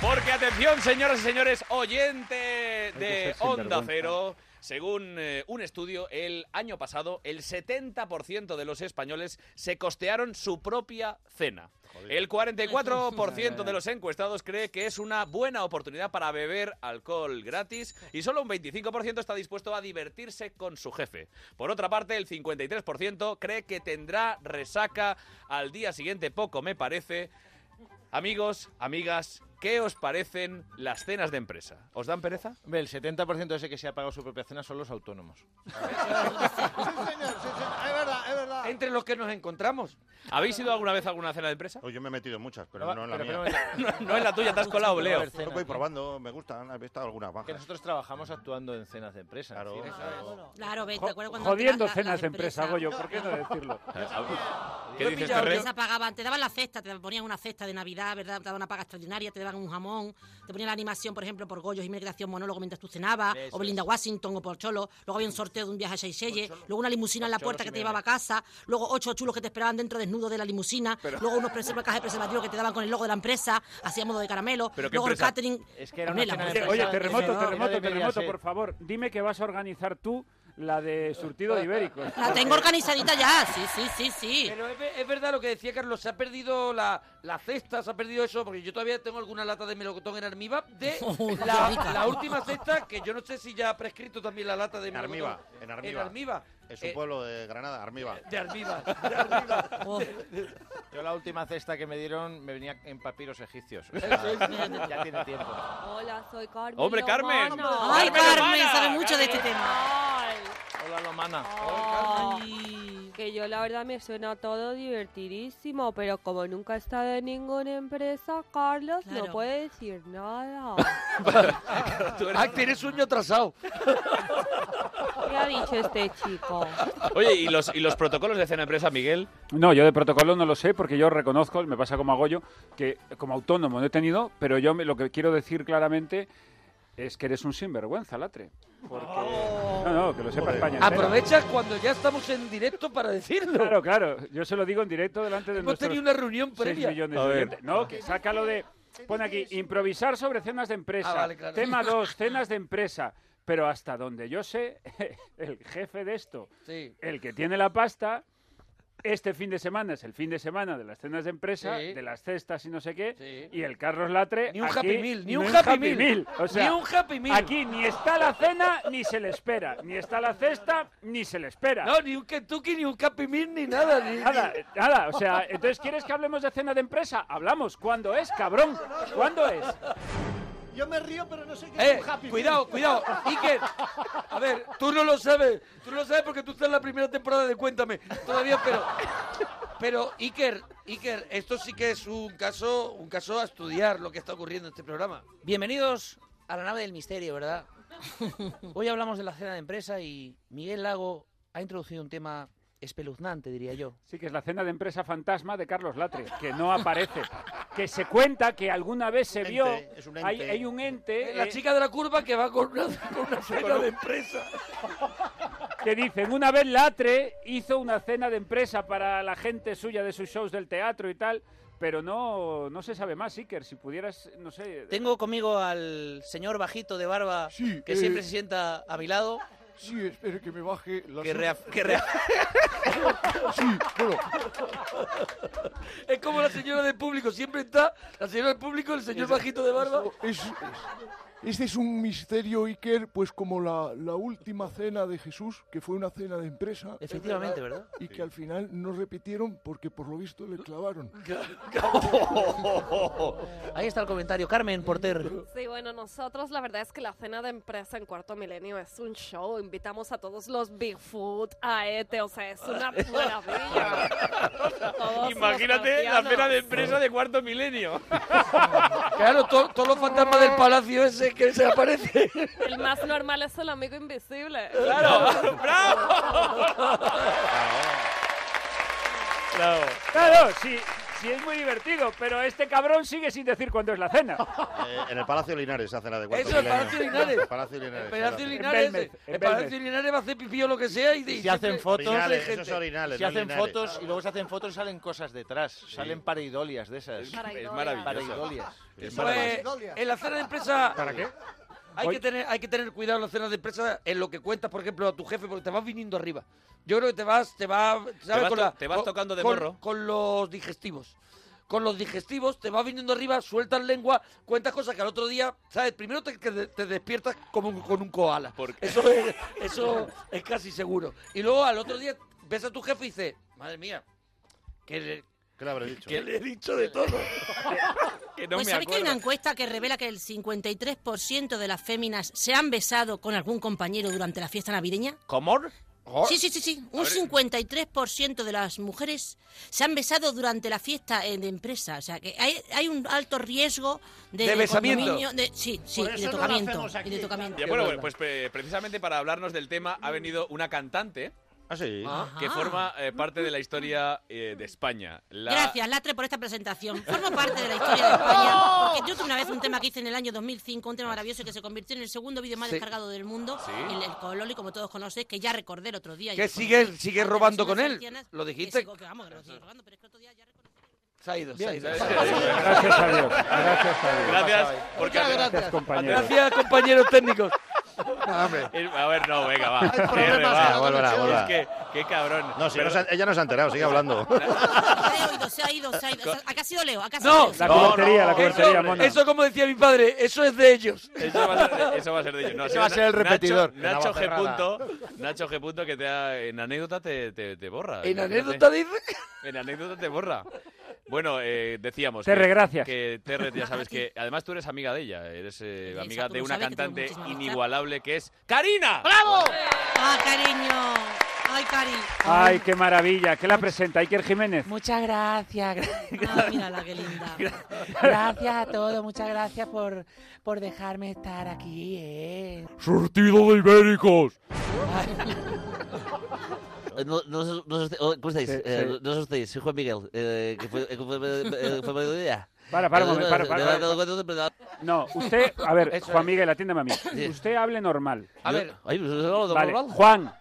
C: Porque atención, señoras y señores, oyente de
T: ser
C: Onda
T: sinvergüenza.
C: Cero. Según eh, un estudio, el año pasado el 70% de los españoles se costearon su propia cena. El 44% de los encuestados cree que es una buena oportunidad para beber alcohol gratis y solo un 25% está dispuesto a divertirse con su jefe. Por otra parte, el 53% cree que tendrá resaca al día siguiente, poco me parece. Amigos, amigas, ¿qué os parecen las cenas de empresa? ¿Os dan pereza?
R: Hombre, El 70% de ese que se ha pagado su propia cena son los autónomos.
D: Es verdad, es verdad. Entre los que nos encontramos.
C: ¿Habéis ido alguna vez a alguna cena de empresa?
F: yo me he metido en muchas, pero
R: No,
F: no, en la
R: pero-
F: mía.
R: pero- (laughs) No- no en la tuya, te has colado, Leo.
F: (laughs) Yo voy probando, me gustan, he estado algunas
R: Que
F: bajas.
R: nosotros trabajamos actuando en cenas de empresa. Claro.
I: Claro, ¿ves? ¿Te acuerdas cuando
E: Jodiendo
I: antes la- la-
E: cenas
I: las
E: de empresa, Goyo,
I: empresas-
E: ¿por qué no decirlo?
C: ¿Qué
I: Yo he
C: dices,
I: pillado
C: Ferrer?
I: que se pagaban, te daban la cesta, te ponían una cesta de Navidad, ¿verdad? Te daban una paga extraordinaria, te daban un jamón, te ponían la animación, por ejemplo, por Goyo Jiménez Creación Monólogo mientras tú cenabas,
U: Eso
I: o Belinda
U: es.
I: Washington o por Cholo, luego había un sorteo de un viaje a Seychelles, luego una limusina en la
U: Por
I: puerta
U: Cholo
I: que te
U: Jiménez.
I: llevaba a casa, luego ocho chulos que te esperaban dentro desnudo de la limusina, luego unos preserv- una caja de preservativos que te daban con el logo de la empresa, hacía modo de caramelo,
C: ¿Pero qué
I: luego el
C: empresa?
I: catering...
R: Es
I: Pamela,
E: Oye, oye, terremoto, terremoto,
I: debería
E: terremoto,
I: ser.
E: por favor. Dime que vas a organizar tú la de surtido de ibéricos.
I: La tengo organizadita ya, sí, sí, sí, sí.
D: Pero es, ve- es verdad lo que decía Carlos, se ha perdido la, la cesta, se ha perdido eso, porque yo todavía tengo alguna lata de melocotón en armiva
I: (laughs)
D: de
I: qué
D: la,
I: rica.
D: la última cesta, que yo no sé si ya ha prescrito también la lata de
F: En
D: melocotón.
F: Armiva, en Armiva.
D: En armiva.
F: Es un (laughs)
D: Eh,
F: pueblo de Granada, Armiva.
D: De Armiva.
F: (laughs)
R: Yo la última cesta que me dieron me venía en papiros egipcios. O sea, (laughs) ya tiene tiempo.
V: Hola, soy Carmen.
R: Hombre, Carmen.
V: Lomano.
R: Ay, Carmen Carmen, Lomana. sabe mucho de este
V: Ay,
D: Oh.
R: Hola, Lomana.
V: ay,
N: que yo la verdad me suena todo divertidísimo, pero como nunca he estado en ninguna empresa, Carlos no
D: Claro.
N: puede decir
R: (laughs)
N: nada.
D: Ah, tiene
I: (laughs)
D: sueño atrasado.
N: ¿Qué ha dicho este chico?
C: (laughs) Oye, ¿y los, ¿y los protocolos de cena empresa, Miguel?
E: No, yo de protocolo no lo sé porque yo reconozco, me pasa como a Goyo, que como autónomo no he tenido, pero yo me- lo que quiero decir claramente es que eres un sinvergüenza, Latre. Porque... No, no, que lo sepa España. ¿eh? entera.
D: Aprovecha cuando ya estamos en directo para decirlo.
E: Claro, claro. Yo se lo digo en directo delante de
D: Hemos
E: nuestros
D: tenido una reunión
E: seis
D: previa.
E: millones
D: A
E: de
D: ver.
E: oyentes. No, que saca lo de... Pone aquí, improvisar sobre cenas de empresa.
D: Ah, vale, claro. (laughs)
E: Tema 2, cenas de empresa. Pero hasta donde yo sé, (laughs) el jefe de esto,
D: Sí.
E: el que tiene la pasta, este fin de semana es el fin de semana de las cenas de empresa,
D: Sí.
E: de las cestas y no sé qué, y el Carlos Latre...
D: Ni un
E: aquí,
D: Happy Meal, ni
E: no
D: un
E: es
D: Happy Meal.
E: O sea,
D: Ni un Happy Meal.
E: Aquí ni está la cena, ni se le espera. Ni está la cesta, ni se le espera.
D: No, ni un Kentucky, ni un Happy Meal, ni nada. Ni,
E: Nada, nada, o sea, entonces ¿quieres que hablemos de cena de empresa? Hablamos, ¿cuándo es, cabrón? ¿Cuándo es?
W: Yo me río, pero no sé qué
D: Eh,
W: es un happy meal.
D: cuidado, cuidado. Iker, a ver, tú no lo sabes. Tú no lo sabes porque tú estás en la primera temporada de Cuéntame. Todavía, pero... Pero, Iker, Iker, esto sí que es un caso, un caso a estudiar lo que está ocurriendo en este programa.
P: Bienvenidos a la nave del misterio, ¿verdad? Hoy hablamos de la cena de empresa y Miguel Lago ha introducido un tema espeluznante, diría yo.
E: Sí, que es la cena de empresa fantasma de Carlos Latre, que no aparece. Que se cuenta que alguna vez se vio...
D: es
E: un Hay, hay un ente...
D: La
E: eh,
D: chica de la curva que va con una, con una cena de empresa.
E: que dicen, una vez Latre hizo una cena de empresa para la gente suya de sus shows del teatro y tal, pero no, no se sabe más, Iker, si pudieras, no sé...
P: Tengo conmigo al señor bajito de barba que
E: eh.
P: siempre se sienta a mi lado.
O: Sí, espere que me baje la...
P: Que rea- que rea-
O: (laughs) Sí, bueno,
D: Es como la señora del público, siempre está la señora del público, el señor bajito de barba.
O: es- es- este es un misterio, Iker, pues como la, la última cena de Jesús, que fue una cena de empresa.
P: Efectivamente, ¿verdad?
O: Y que al final no repitieron porque por lo visto le clavaron.
P: Ahí está el comentario. Carmen Porter.
V: Sí, bueno, nosotros la verdad es que la cena de empresa en Cuarto Milenio es un show. Invitamos a todos los Bigfoot, a ETE, o sea, es una maravilla. Todos
C: Imagínate
V: los
C: la cena de
V: marcianos.
C: empresa de cuarto milenio.
D: (laughs) Claro, to- todos los fantasmas del palacio ese que se
O: (laughs)
D: aparece.
V: El más normal es el amigo invisible. (laughs)
D: Claro,
E: Claro, claro sí, sí es muy divertido, pero este cabrón sigue sin decir cuándo es la cena.
P: (laughs)
F: Eh, en el Palacio Linares se hace la de cuarto
D: Eso, el
F: milenio.
D: Palacio Linares.
F: El Palacio Linares. se hace.
D: El Palacio Linares, ese. el Palacio Linares va a hacer pipí o lo que sea y, y
G: Si hacen
D: siempre-
G: fotos,
F: Orinales, esos orinales,
G: si
F: no
G: hacen
F: linares.
G: fotos y luego se hacen fotos salen cosas detrás, salen pareidolias de esas.
F: Es- es maravilloso.
G: Pareidolias.
F: Es
D: Eso es, en la cena de empresa.
F: ¿Para qué?
D: Hay que, tener, hay que tener cuidado en las cenas de empresa en lo que cuentas, por ejemplo, a tu jefe, porque te vas viniendo arriba. Yo creo que te vas, te va, ¿sabes?
C: vas
D: Con
C: to-
D: la-
C: te vas
D: con-
C: tocando de
D: con-
C: morro.
D: Con los digestivos. Con los digestivos te vas viniendo arriba, sueltas lengua, cuentas cosas que al otro día, ¿sabes? Primero te, que te despiertas como un- con un koala. Eso es, eso es casi seguro. Y luego al otro día ves a tu jefe y dices, madre mía, que le,
F: ¿Qué le habré dicho?
D: que le he dicho de todo.
C: Que
I: pues sabes que hay una encuesta que revela que el 53% de las féminas se han besado con algún compañero durante la fiesta navideña.
G: ¿Cómo?
D: Oh.
I: Sí, sí, sí, sí. Un 53% de las mujeres se han besado durante la fiesta eh, de empresa. O sea, que hay, hay un alto riesgo de,
C: De besamiento.
I: condominio, de- sí, sí,
C: Por
I: y de
C: eso no lo
I: tocamiento.
C: hacemos aquí,
I: y de tocamiento.
C: Ya, bueno, pues pre- precisamente para hablarnos del tema ha venido una cantante
F: Ah, sí.
C: que
I: Ajá.
C: forma eh, parte de la historia eh, de España. La-
I: Gracias, Latre, por esta presentación. Formo parte de la historia de
D: (laughs)
I: España.
D: ¡Oh!
I: Porque yo tuve una vez un tema que hice en el año 2005, un tema maravilloso que se convirtió en el segundo vídeo más
D: Sí. Ah,
I: descargado del mundo,
D: Sí.
I: el, el Cololi, como todos conocéis, que ya recordé el otro día.
D: Que
I: Yo-
D: sigue, sigue robando con él.
I: Cristianas,
D: Lo
I: que
D: dijiste.
I: sigo- que vamos, que lo sigo robando, pero es que el otro día ya
D: Se ha ido, se ha ido.
E: Gracias a Dios, gracias a Dios.
C: Gracias, porque-
D: Muchas gracias.
E: Gracias, compañeros.
D: Gracias, compañeros técnicos.
C: Eh, (laughs) A ver, no, venga, va.
D: Hay
C: Cierre,
F: problemas
C: va.
F: con la Vuelva, conexión. vuelva.
C: Es que, qué cabrón.
F: No, si no
C: Pero-
F: se ha- ella no se ha enterado, sigue
D: (laughs)
F: hablando.
I: se ha ido, se ha ido, se ha ido. O sea, acá ha sido Leo, acá ha sido
D: No,
I: Leo.
F: cubertería, la
D: cubertería, eso,
F: mona.
D: Eso, como decía mi padre, eso es de ellos.
C: Eso va a ser de, eso va a ser de ellos. No, ha
D: Ese
C: sido
D: va a ser el
C: Nacho-
D: repetidor.
C: Nacho, G.
D: Navacerrada.
C: punto- Nacho G. punto que te ha- en anécdota te, te- te borra.
D: ¿En
C: Imagínate.
D: anécdota dice?
C: En anécdota te borra. Bueno, eh, decíamos.
E: Terre,
C: que,
E: gracias.
C: Que Terre, ya sabes que. Además, tú eres amiga de ella. Eres eh,
I: Oye,
C: amiga
I: esa tú
C: de
I: lo
C: una
I: sabes, que tengo
C: cantante
I: muchísima amistad.
C: inigualable que es. ¡Karina!
I: ¡Bravo! ¡Ah, cariño! Ay, Cari.
E: Ay, qué maravilla. ¿Qué la presenta? Iker Jiménez.
P: Muchas gracias. gra-
J: (laughs)
I: Ay, mírala, qué linda.
P: Gracias a todos, muchas gracias por, por dejarme estar aquí. ¿eh?
L: Surtido de ibéricos.
C: Eh, No, no, os- no os asuste- oh, ¿Cómo estáis?
E: Sí,
C: Eh,
E: sí.
C: No os asustéis, soy Juan Miguel. eh, que fue, eh,
E: (laughs)
C: que fue, eh, fue mediodía.
E: Para, para,
C: Eh,
E: un momento, para, para,
C: me he
E: para.
C: dado cuenta de- pero-
E: No, usted, a ver,
C: Eso
E: Juan
C: es.
E: Miguel, atiéndame a mí. Usted hable normal.
C: A ver. Ay, pues, ¿no lo
E: Vale,
C: normal?
E: Juan.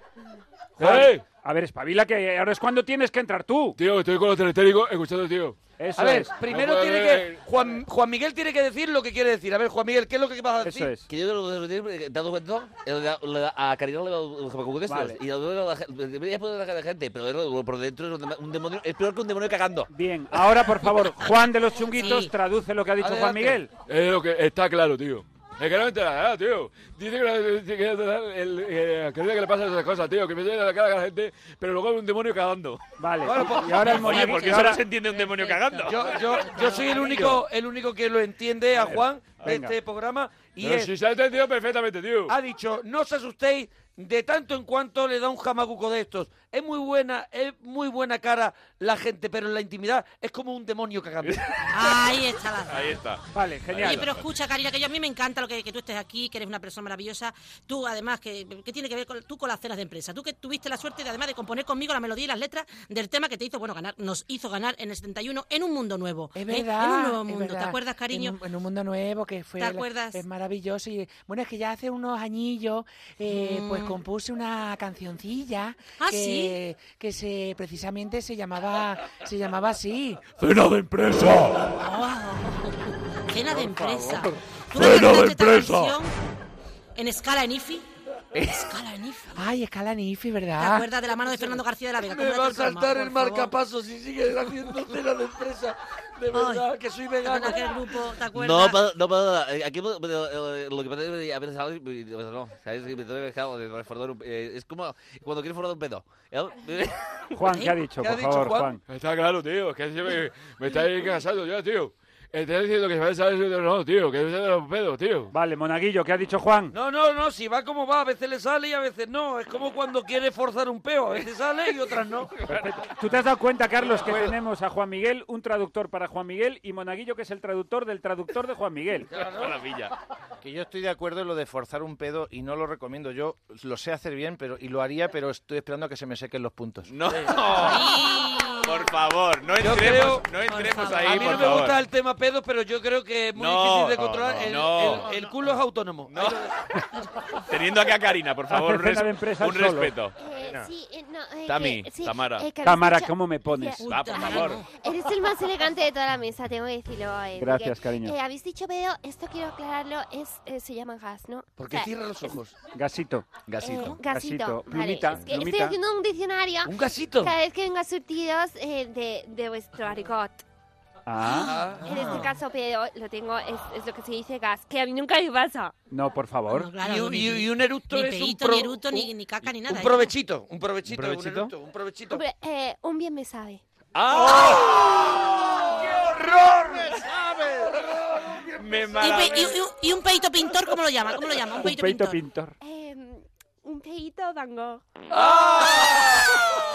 E: Juan,
L: ¡Eh!
E: A ver, espabila que ahora es cuando tienes que entrar tú.
L: Tío, estoy con los telestéricos escuchando, tío.
E: Eso
D: A ver,
E: es.
D: primero
L: No puedo
D: tiene
L: ver,
D: que. Juan, Juan Miguel tiene que decir lo que quiere decir. A ver, Juan Miguel, ¿qué es lo que vas a decir?
C: Que yo creo que lo que tiene- ¿Te has dado cuenta? Eh, le- le- A Karina le da un japacuco de estos.
E: Vale.
C: Y le duele a la gente. Debería poder dejar a la gente, pero era- por dentro es un dem- un demonio. Es peor que un demonio cagando.
E: Bien, ahora por favor, Juan de los Chunguitos,
C: Sí.
E: traduce lo que ha dicho Juan
C: Adelante.
E: Miguel.
L: Es lo que está claro, tío. Es que no me enterará, tío. Dice que, la- que, el- eh, que dice que le pasan esas cosas, tío. Que me llena la cara a la gente, pero luego es un demonio cagando. pues,
E: Vale.
L: porque
J: Oye, porque solo se entiende un demonio cagando.
D: Yo, yo, yo soy el único, el único que lo entiende a Juan de
J: venga.
D: este programa. Y
L: Pero
D: es-
L: si se ha entendido perfectamente, tío.
D: ha dicho, no os asustéis de tanto en cuanto le da un jamaguco de estos. Es muy buena, es muy buena cara la gente, pero en la intimidad es como un demonio cagando. Ah.
I: Ahí está la
J: Ahí está.
E: Vale,
I: Oye, pero escucha, Karina, que yo a mí me encanta lo que, que tú estés aquí, que eres una persona maravillosa. Tú, además, que, que tiene que ver con, tú con las cenas de empresa. Tú que tuviste la suerte, de, además, de componer conmigo la melodía y las letras del tema que te hizo, bueno, ganar, nos hizo ganar en el 71 en un mundo nuevo.
P: Es
I: ¿eh?
P: verdad.
I: En un nuevo
P: es
I: mundo.
P: verdad.
I: ¿Te acuerdas,
P: En
I: cariño?
P: un, en un mundo nuevo que fue
I: ¿Te
P: la-
I: acuerdas?
P: es maravilloso. Y bueno, es que ya hace unos añillos eh, pues
I: Mm.
P: compuse una cancioncilla
I: Ah,
P: que, que se precisamente se llamaba se llamaba así.
L: ¡Cena de empresa!
I: Oh. Cena de empresa. ¿Tú no
L: ¡Cena de
I: cantaste esta
L: empresa!
I: canción en escala en IFI?
P: Eh.
I: Escala en IFI.
P: Ay, escala Nifi, ¿verdad?
I: ¿Te acuerdas de la mano de Fernando García de la Vega?
D: Me
I: Cómprate
D: va a
I: el programa,
D: saltar
I: por
D: el
I: favor.
D: marcapaso si sigues haciendo cena de empresa. De verdad, que soy vegano.
I: Con aquel grupo, ¿te acuerdas?
C: No, pa- no pasa nada. Eh, Aquí pero, eh, lo que pasa es que a veces algo y- y- pues, no, ¿sabes? Me tengo que dejar de forrar un- eh, Es como cuando quieres forrar un pedo. ¿eh?
E: Juan, ¿qué ha dicho, por favor, Juan?
L: Está claro, tío. Es que se me, me está ahí cansando ya, tío. Está diciendo que se va a salir de no, tío. Que se de los pedos, tío.
E: Vale, Monaguillo, ¿qué ha dicho Juan?
D: No, no, no, si va como va, a veces le sale y a veces no. Es como cuando quiere forzar un peo, a veces sale y otras no.
E: ¿Tú te has dado cuenta, Carlos, que tenemos a Juan Miguel, un traductor para Juan Miguel y Monaguillo, que es el traductor del traductor de Juan Miguel?
R: Maravilla. Que yo estoy de acuerdo en lo de forzar un pedo y no lo recomiendo. Yo lo sé hacer bien pero y lo haría, pero estoy esperando a que se me sequen los puntos.
J: No. Por favor, no
R: Yo
J: entremos,
R: creo-
J: no entremos ahí,
D: a mí
J: por
D: no me
J: favor.
D: gusta el tema pedos, pero yo creo que es muy
J: No,
D: difícil de
J: no,
D: controlar.
J: no,
D: el,
J: no.
D: el- el culo es autónomo.
J: (laughs)
D: Ahí lo-
J: Teniendo aquí a Karina, por favor, un,
E: Hace cena
J: res-
E: de empresa
J: un
E: solo.
J: respeto.
E: Eh,
K: Sí, eh, no, eh,
J: Tami,
K: que- sí,
J: Tamara.
K: eh, Carlos,
E: Tamara,
K: escucha-
E: ¿cómo me pones?
K: Mira,
J: Va, por favor.
K: Eres el más elegante de toda la mesa, tengo que decirlo. eh,
E: Gracias,
K: Miguel.
E: cariño.
K: Eh, Habéis dicho pedo, esto quiero aclararlo, es, eh, se llama gas, ¿no?
E: Porque
K: O sea,
E: cierra los
K: es-
E: ojos. Gasito.
K: eh, gasito. vale.
E: Plumita,
K: Es que estoy
E: plumita.
K: haciendo un diccionario.
E: ¿Un gasito?
K: Cada vez que venga surtidos eh, de, de vuestro argot.
E: Ah.
K: En este caso, pedo, lo tengo, es, es lo que se dice gas, que a mí nunca me pasa.
E: No, por favor.
D: y, y- y un eructo
I: Ni
D: es un
I: peíto,
D: pro-
I: ni eruto, ni,
D: un-
I: ni caca, ni nada.
D: un
I: ¿eh?
D: provechito, un provechito,
I: ¿Un
D: un,
I: provechito?
D: eructo, un provechito.
K: Hombre, eh, un bien me sabe.
J: Ah.
D: ¡Horror!
J: Me
I: Y, pe- y- y- y un peito pintor, ¿cómo lo llama? ¿Cómo lo llama? Un
E: Un
I: peito
E: peito
I: pintor.
E: pintor.
K: Em, un pedito dango.
D: Ah.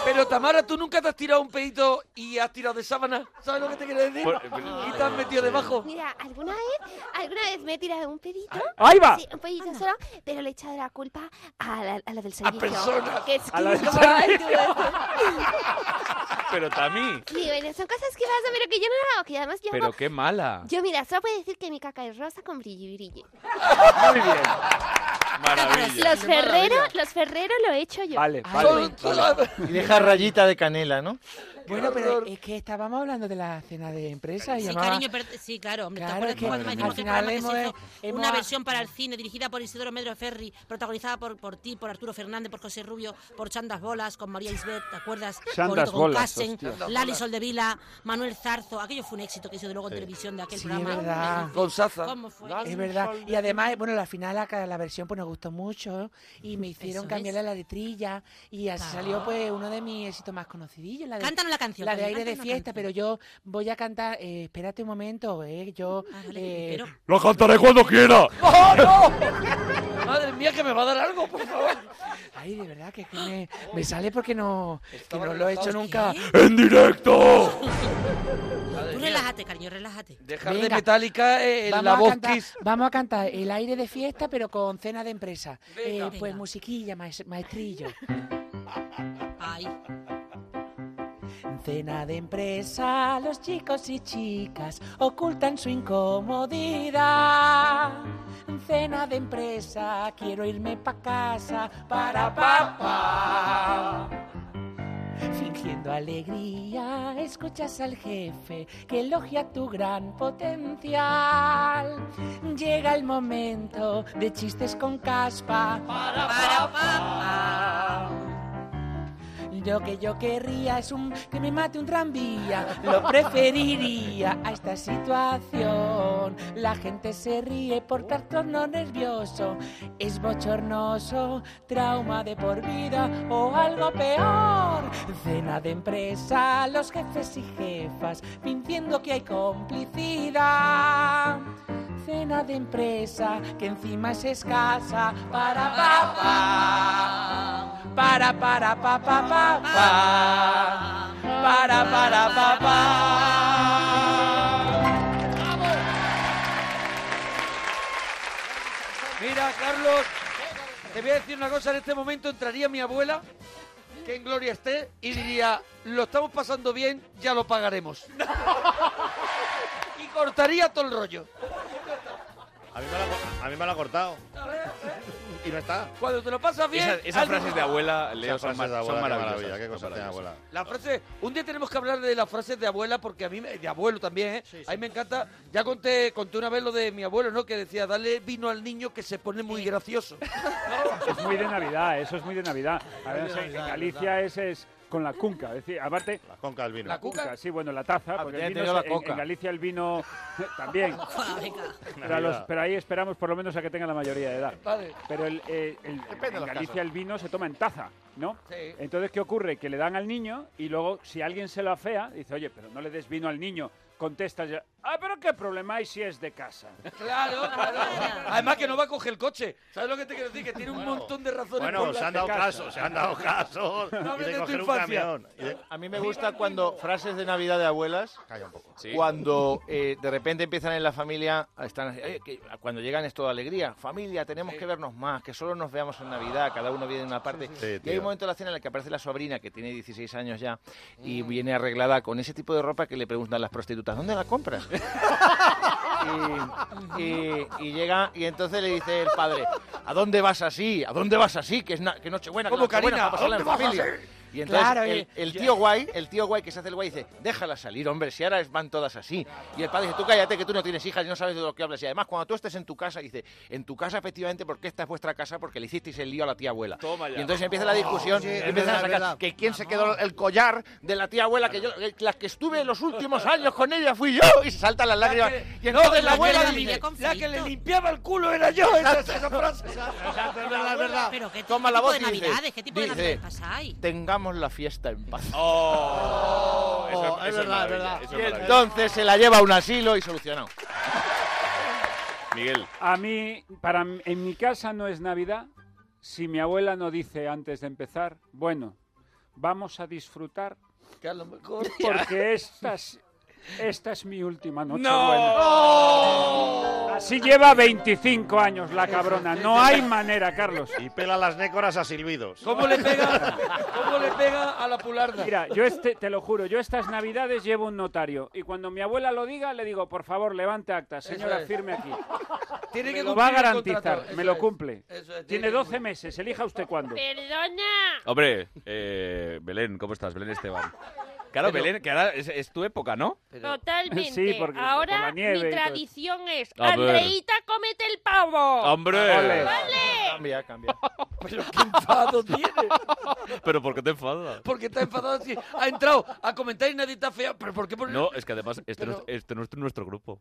D: Pero Tamara, ¿tú nunca te has tirado un pedito y has tirado de sábana? ¿Sabes lo que te quiero decir?
K: Por-
D: y te has metido debajo.
K: Mira, alguna vez, alguna vez me he tirado un pedito.
D: ¡Ahí va!
K: Sí, un pedito solo, pero le he echado la culpa a la, a la del servicio.
J: personas.
K: Que es
J: A la
K: que-
J: del
K: como-
J: servicio. Pero Tami,
K: Sí, bueno, son cosas que pasan, pero que yo no lo hago, que además yo...
J: pero qué mala.
K: Yo, mira, solo puedo decir que mi caca es rosa con brillo y brillo.
E: Muy bien.
J: Maravilla.
K: Los Ferrero, los Ferrero lo he hecho yo.
E: Vale,
R: Y deja rayita de canela, ¿no?
P: Bueno, pero es que estábamos hablando de la cena de empresa y
I: Sí,
P: llamaba-
I: cariño, pero- sí, claro, hombre,
P: Claro,
I: ¿te
P: es que
I: acuerdas
P: al
I: cuando hicimos el
P: final
I: programa que se
P: hemos-
I: hizo
P: hemos-
I: una versión para el cine dirigida por Isidoro Medro Ferri, protagonizada por, por ti, por Arturo Fernández, por José Rubio, por Chandas Bolas, con María Isbeth, ¿te acuerdas?
P: Chandas
I: Con Lito con
P: Bolas,
I: Cassen,
P: hostia. Chandas
I: Lali
P: Bolas.
I: Soldevila, Manuel Zarzo, aquello fue un éxito que hizo de luego en televisión de aquel
P: Sí,
I: programa.
P: es verdad.
D: Con Saza.
I: ¿Cómo fue?
P: Es verdad. Y además, bueno, la final, la, la versión, pues nos gustó mucho y me hicieron
I: Eso
P: cambiarle la letrilla y así
I: Claro.
P: salió, pues, uno de mis éxitos más conocidillos. La de,
I: Cántanos la canción,
P: La de
I: cariño,
P: aire de
I: cántanos la
P: fiesta, pero yo voy a cantar, eh, espérate un momento, eh, yo...
I: Ah,
P: eh,
L: Lo cantaré cuando quiera.
D: ¡Oh, no! Madre mía, que me va a dar algo, por favor.
P: Ay, de verdad que, es que me, me sale porque no, que
X: Estaba
P: no lo he hecho
X: relajado.
P: nunca.
X: ¿Qué? ¡En directo!
I: Tú relájate, cariño, relájate.
D: Dejar de
P: Venga.
D: Metallica eh,
P: Vamos
D: la
P: a
D: voz
P: cantar-
D: Kiss.
P: Vamos a cantar el aire de fiesta, pero con cena de empresa.
I: Venga.
P: Eh, pues musiquilla, maes- maestrillo.
I: Ay.
P: Cena de empresa, los chicos y chicas ocultan su incomodidad. Cena de empresa, quiero irme pa' casa, para papá. Fingiendo alegría, escuchas al jefe que elogia tu gran potencial. Llega el momento de chistes con caspa. Para, papá. Lo que yo querría es un que me mate un tranvía. Lo preferiría a esta situación. La gente se ríe por trastorno nervioso. Es bochornoso, trauma de por vida o algo peor. Cena de empresa, los jefes y jefas mintiendo que hay complicidad. Cena de empresa que encima es escasa para papá. Para para papá papá. Para para papá.
D: Mira, Carlos, te voy a decir una cosa. En este momento entraría mi abuela, que en gloria esté, y diría, lo estamos pasando bien, ya lo pagaremos. y cortaría todo el rollo.
F: A mí me la, co- a mí me la ha
D: (laughs)
F: cortado. y no está.
D: Cuando te lo pasas bien...
C: Esas- esas
D: alguien-
C: frases de abuela, Leo,
F: Esas
C: son,
F: frases
C: mar-
F: de abuela,
C: son
F: qué
C: maravillosas.
F: maravilla, qué
C: son
F: cosas tiene
C: maravillosas.
D: La frase, un día tenemos que hablar de las frases de abuela, porque a mí, me- de abuelo también, ¿eh? A mí me encanta, ya conté, conté una vez lo de mi abuelo, ¿no? Que decía, dale vino al niño que se pone muy gracioso.
E: Es muy de Navidad, eso es muy de Navidad. Además,
D: Navidad,
E: en
D: es
E: Galicia ese es con la cunca, es decir, aparte... La
F: conca, el vino.
E: La cuca, sí, bueno, la taza, porque
F: ya
E: el vino
F: te
E: se-
F: digo la
E: en,
F: coca.
E: en Galicia el vino (laughs)
W: (laughs)
E: también. Pero, a los- pero ahí esperamos por lo menos a que tenga la mayoría de edad.
D: Vale.
E: Pero el, eh, el-
D: Depende de
E: en
D: los
E: Galicia
D: casos.
E: el vino se toma en taza, ¿no?
D: Sí.
E: Entonces, ¿qué ocurre? Que le dan al niño y luego, si alguien se lo afea, dice, oye, pero no le des vino al niño, contesta ya, ah, pero ¿qué problema hay si es de casa?
D: Claro, claro. Además que no va a coger el coche. ¿Sabes lo que te quiero decir? Que tiene un montón de razones.
F: Bueno,
D: por
F: se
D: las
F: han dado
D: que casa.
F: casos, se han dado casos.
D: No
F: y
D: hables
F: de
D: de tu
F: coger un
D: infancia.
F: camión. Y de-
R: A mí me gusta cuando frases de Navidad de abuelas,
F: Calla un poco.
R: cuando eh, de repente empiezan en la familia, están, así, "Oye, que- cuando llegan es toda alegría, familia, tenemos que vernos más, que solo nos veamos en Navidad, cada uno viene de una parte. y hay
F: tío.
R: un momento de la cena en el que aparece la sobrina, que tiene 16 años ya, y
D: Mm.
R: viene arreglada con ese tipo de ropa que le preguntan las prostitutas, ¿dónde la
D: (laughs)
R: compras? y, y- y llega, y entonces le dice el padre, ¿a dónde vas así? ¿A dónde vas así? Que es na- que Nochebuena, que
D: ¿Cómo,
R: Nochebuena, para
D: Karina?
R: pasarla
D: ¿A
R: en
D: dónde vas
R: familia".
D: así?
R: Y entonces
D: Claro,
R: el,
D: y-
R: el tío guay, el tío guay que se hace el guay dice, déjala salir, hombre, si ahora van todas así. Y el padre dice, tú cállate que tú no tienes hijas y no sabes de lo que hablas. Y además, cuando tú estés en tu casa, dice, en tu casa efectivamente, porque esta es vuestra casa, porque le hicisteis el lío a la tía abuela.
C: Toma ya.
R: Y entonces empieza la discusión,
C: Oye,
R: y
C: es
R: empiezan
C: verdad,
R: a
C: es verdad.
R: sacar que quién se quedó el collar de la tía abuela, que yo, que la que estuve los últimos años con ella fui yo, y se saltan las lágrimas. Y
D: No,
R: entonces
D: de
R: la abuela
D: dice,
R: dice,
D: la que le limpiaba el culo era yo. Esa, esa frase.
I: (laughs)
R: es verdad, es verdad.
I: Pero ¿qué,
R: Toma
I: qué
R: la
I: tipo
R: voz
I: de
R: y dice,
I: navidades? ¿Qué tipo de
R: dice,
I: navidades pasáis?
R: tengamos la fiesta en paz.
C: Oh, eso-
R: Oh,
C: eso es
R: verdad, es
C: maravilla,
R: verdad.
C: eso es
R: Y
C: maravilla.
R: entonces se la lleva a un asilo y solucionado.
C: Miguel.
E: A mí, para, m- en mi casa no es Navidad si mi abuela no dice antes de empezar, bueno, vamos a disfrutar
D: Que a
I: (laughs)
D: lo (laughs) mejor...
E: porque esta es, esta es mi última noche.
D: ¡No!
E: buena. Así lleva 25 años la cabrona. No hay manera, Carlos.
F: Y pela las nécoras a silbidos.
D: ¿Cómo le pega? ¿Cómo le pega a la pularda?
E: Mira, yo este, te lo juro, yo estas navidades llevo un notario y cuando mi abuela
D: (laughs)
E: lo diga le digo, por favor, levante acta, señora,
D: Eso es.
E: firme aquí.
D: Tiene
E: Me
D: que
E: lo
D: cumplir
E: va a
D: el
E: garantizar,
D: contrato, eso
E: me lo
D: es.
E: cumple.
D: Eso es, tiene
E: Tiene
D: que
E: 12 meses, elija usted cuándo.
K: Perdona.
C: Hombre, eh, Belén, ¿cómo estás? Belén Esteban. Claro,
K: Pero-
C: Belén, que ahora es, es tu época, ¿no?
K: Totalmente.
C: Sí, porque- por la
K: Ahora
C: nieve y todo
K: mi
C: eso.
K: tradición es
C: A ver.
K: Andreita comete el pavo.
C: ¡Hombre! Ole.
K: ¡Vale!
R: Cambia, cambia.
D: Pero qué enfado tiene.
C: (laughs) ¿Pero por qué te enfadas?
D: Ah, Porque está enfadado así. Ha entrado a comentar y nadie está feo. ¿Pero por qué? Por...
C: No, es que además este, no, es- este no es nuestro
V: (laughs)
C: grupo.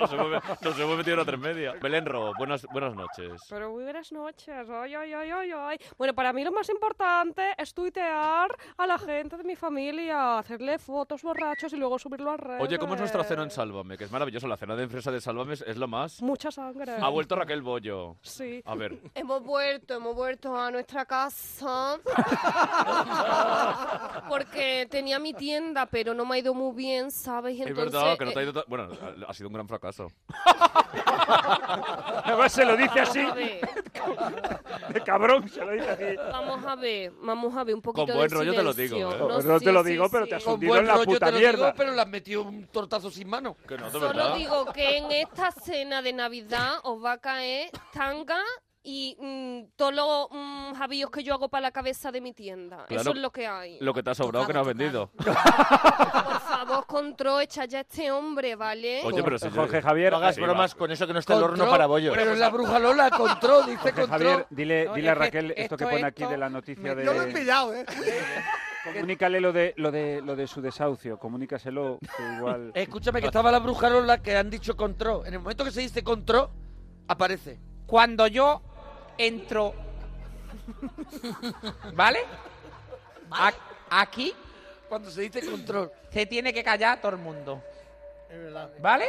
C: Nos hemos, nos hemos metido en la tres media. Belén Robo, buenas, buenas noches.
V: Pero muy buenas noches. Ay, ay, ay, ay, ay. Bueno, para mí lo más importante es tuitear a la gente de mi familia, hacerle fotos borrachos y luego subirlo a redes.
C: Oye, ¿cómo es nuestra cena en Sálvame? Que es maravilloso, la cena de empresa de Sálvame es, es lo más.
V: Mucha sangre.
C: Ha vuelto Raquel Bollo.
V: Sí.
C: A ver.
V: Hemos vuelto, hemos vuelto a nuestra casa. Porque tenía mi tienda, pero no me ha ido muy bien, ¿sabes?
C: Es
V: Entonces,
C: verdad que no te ha
V: eh,
C: ido tan- Bueno, ha- ha sido un gran
V: (laughs)
C: fracaso.
E: Además se lo dice así.
V: Vamos
C: (laughs)
V: a ver.
E: De cabrón, se lo dice así.
V: Vamos a ver, vamos a ver un poquito
C: buen
V: de
C: rollo te lo
V: silencio.
C: digo, ¿eh?
E: Pues no
V: sí,
E: te lo
V: sí,
E: digo, pero
V: sí.
E: te has
D: Con
E: hundido
D: buen
E: en la
D: rollo
E: puta
D: te lo
E: mierda.
D: digo, pero le has metido un tortazo sin mano.
C: Que no,
V: Solo digo que en esta cena de Navidad os va a caer tanga y mm, todos los mm, jabillos que yo hago para la cabeza de mi tienda.
C: Claro,
V: Eso es lo que hay.
C: Lo que te ha sobrado que no has vendido.
V: Por favor, control, echa ya a este hombre, ¿vale?
C: Oye, pero si yo-
E: Jorge Javier,
G: No hagas
E: sí,
G: bromas
C: va.
G: con eso que no está el horno para bollos.
D: Pero la bruja Lola contró, dice
E: Jorge
D: contró.
E: Javier, dile,
D: No,
E: dile a
D: es que
E: Raquel esto, que pone aquí
D: esto-
E: de la noticia de.
D: No lo he pillado, ¿eh?
E: Comunícale lo de, lo, de, lo de su desahucio, comunícaselo, que
D: (laughs)
E: igual.
D: Eh, Escúchame, que estaba la bruja Lola que han dicho contró. En el momento que se dice contró, aparece.
P: Cuando yo entro, ¿vale? A- aquí.
D: Cuando se dice control.
P: Se tiene que callar todo el mundo,
W: Es verdad.
P: ¿vale?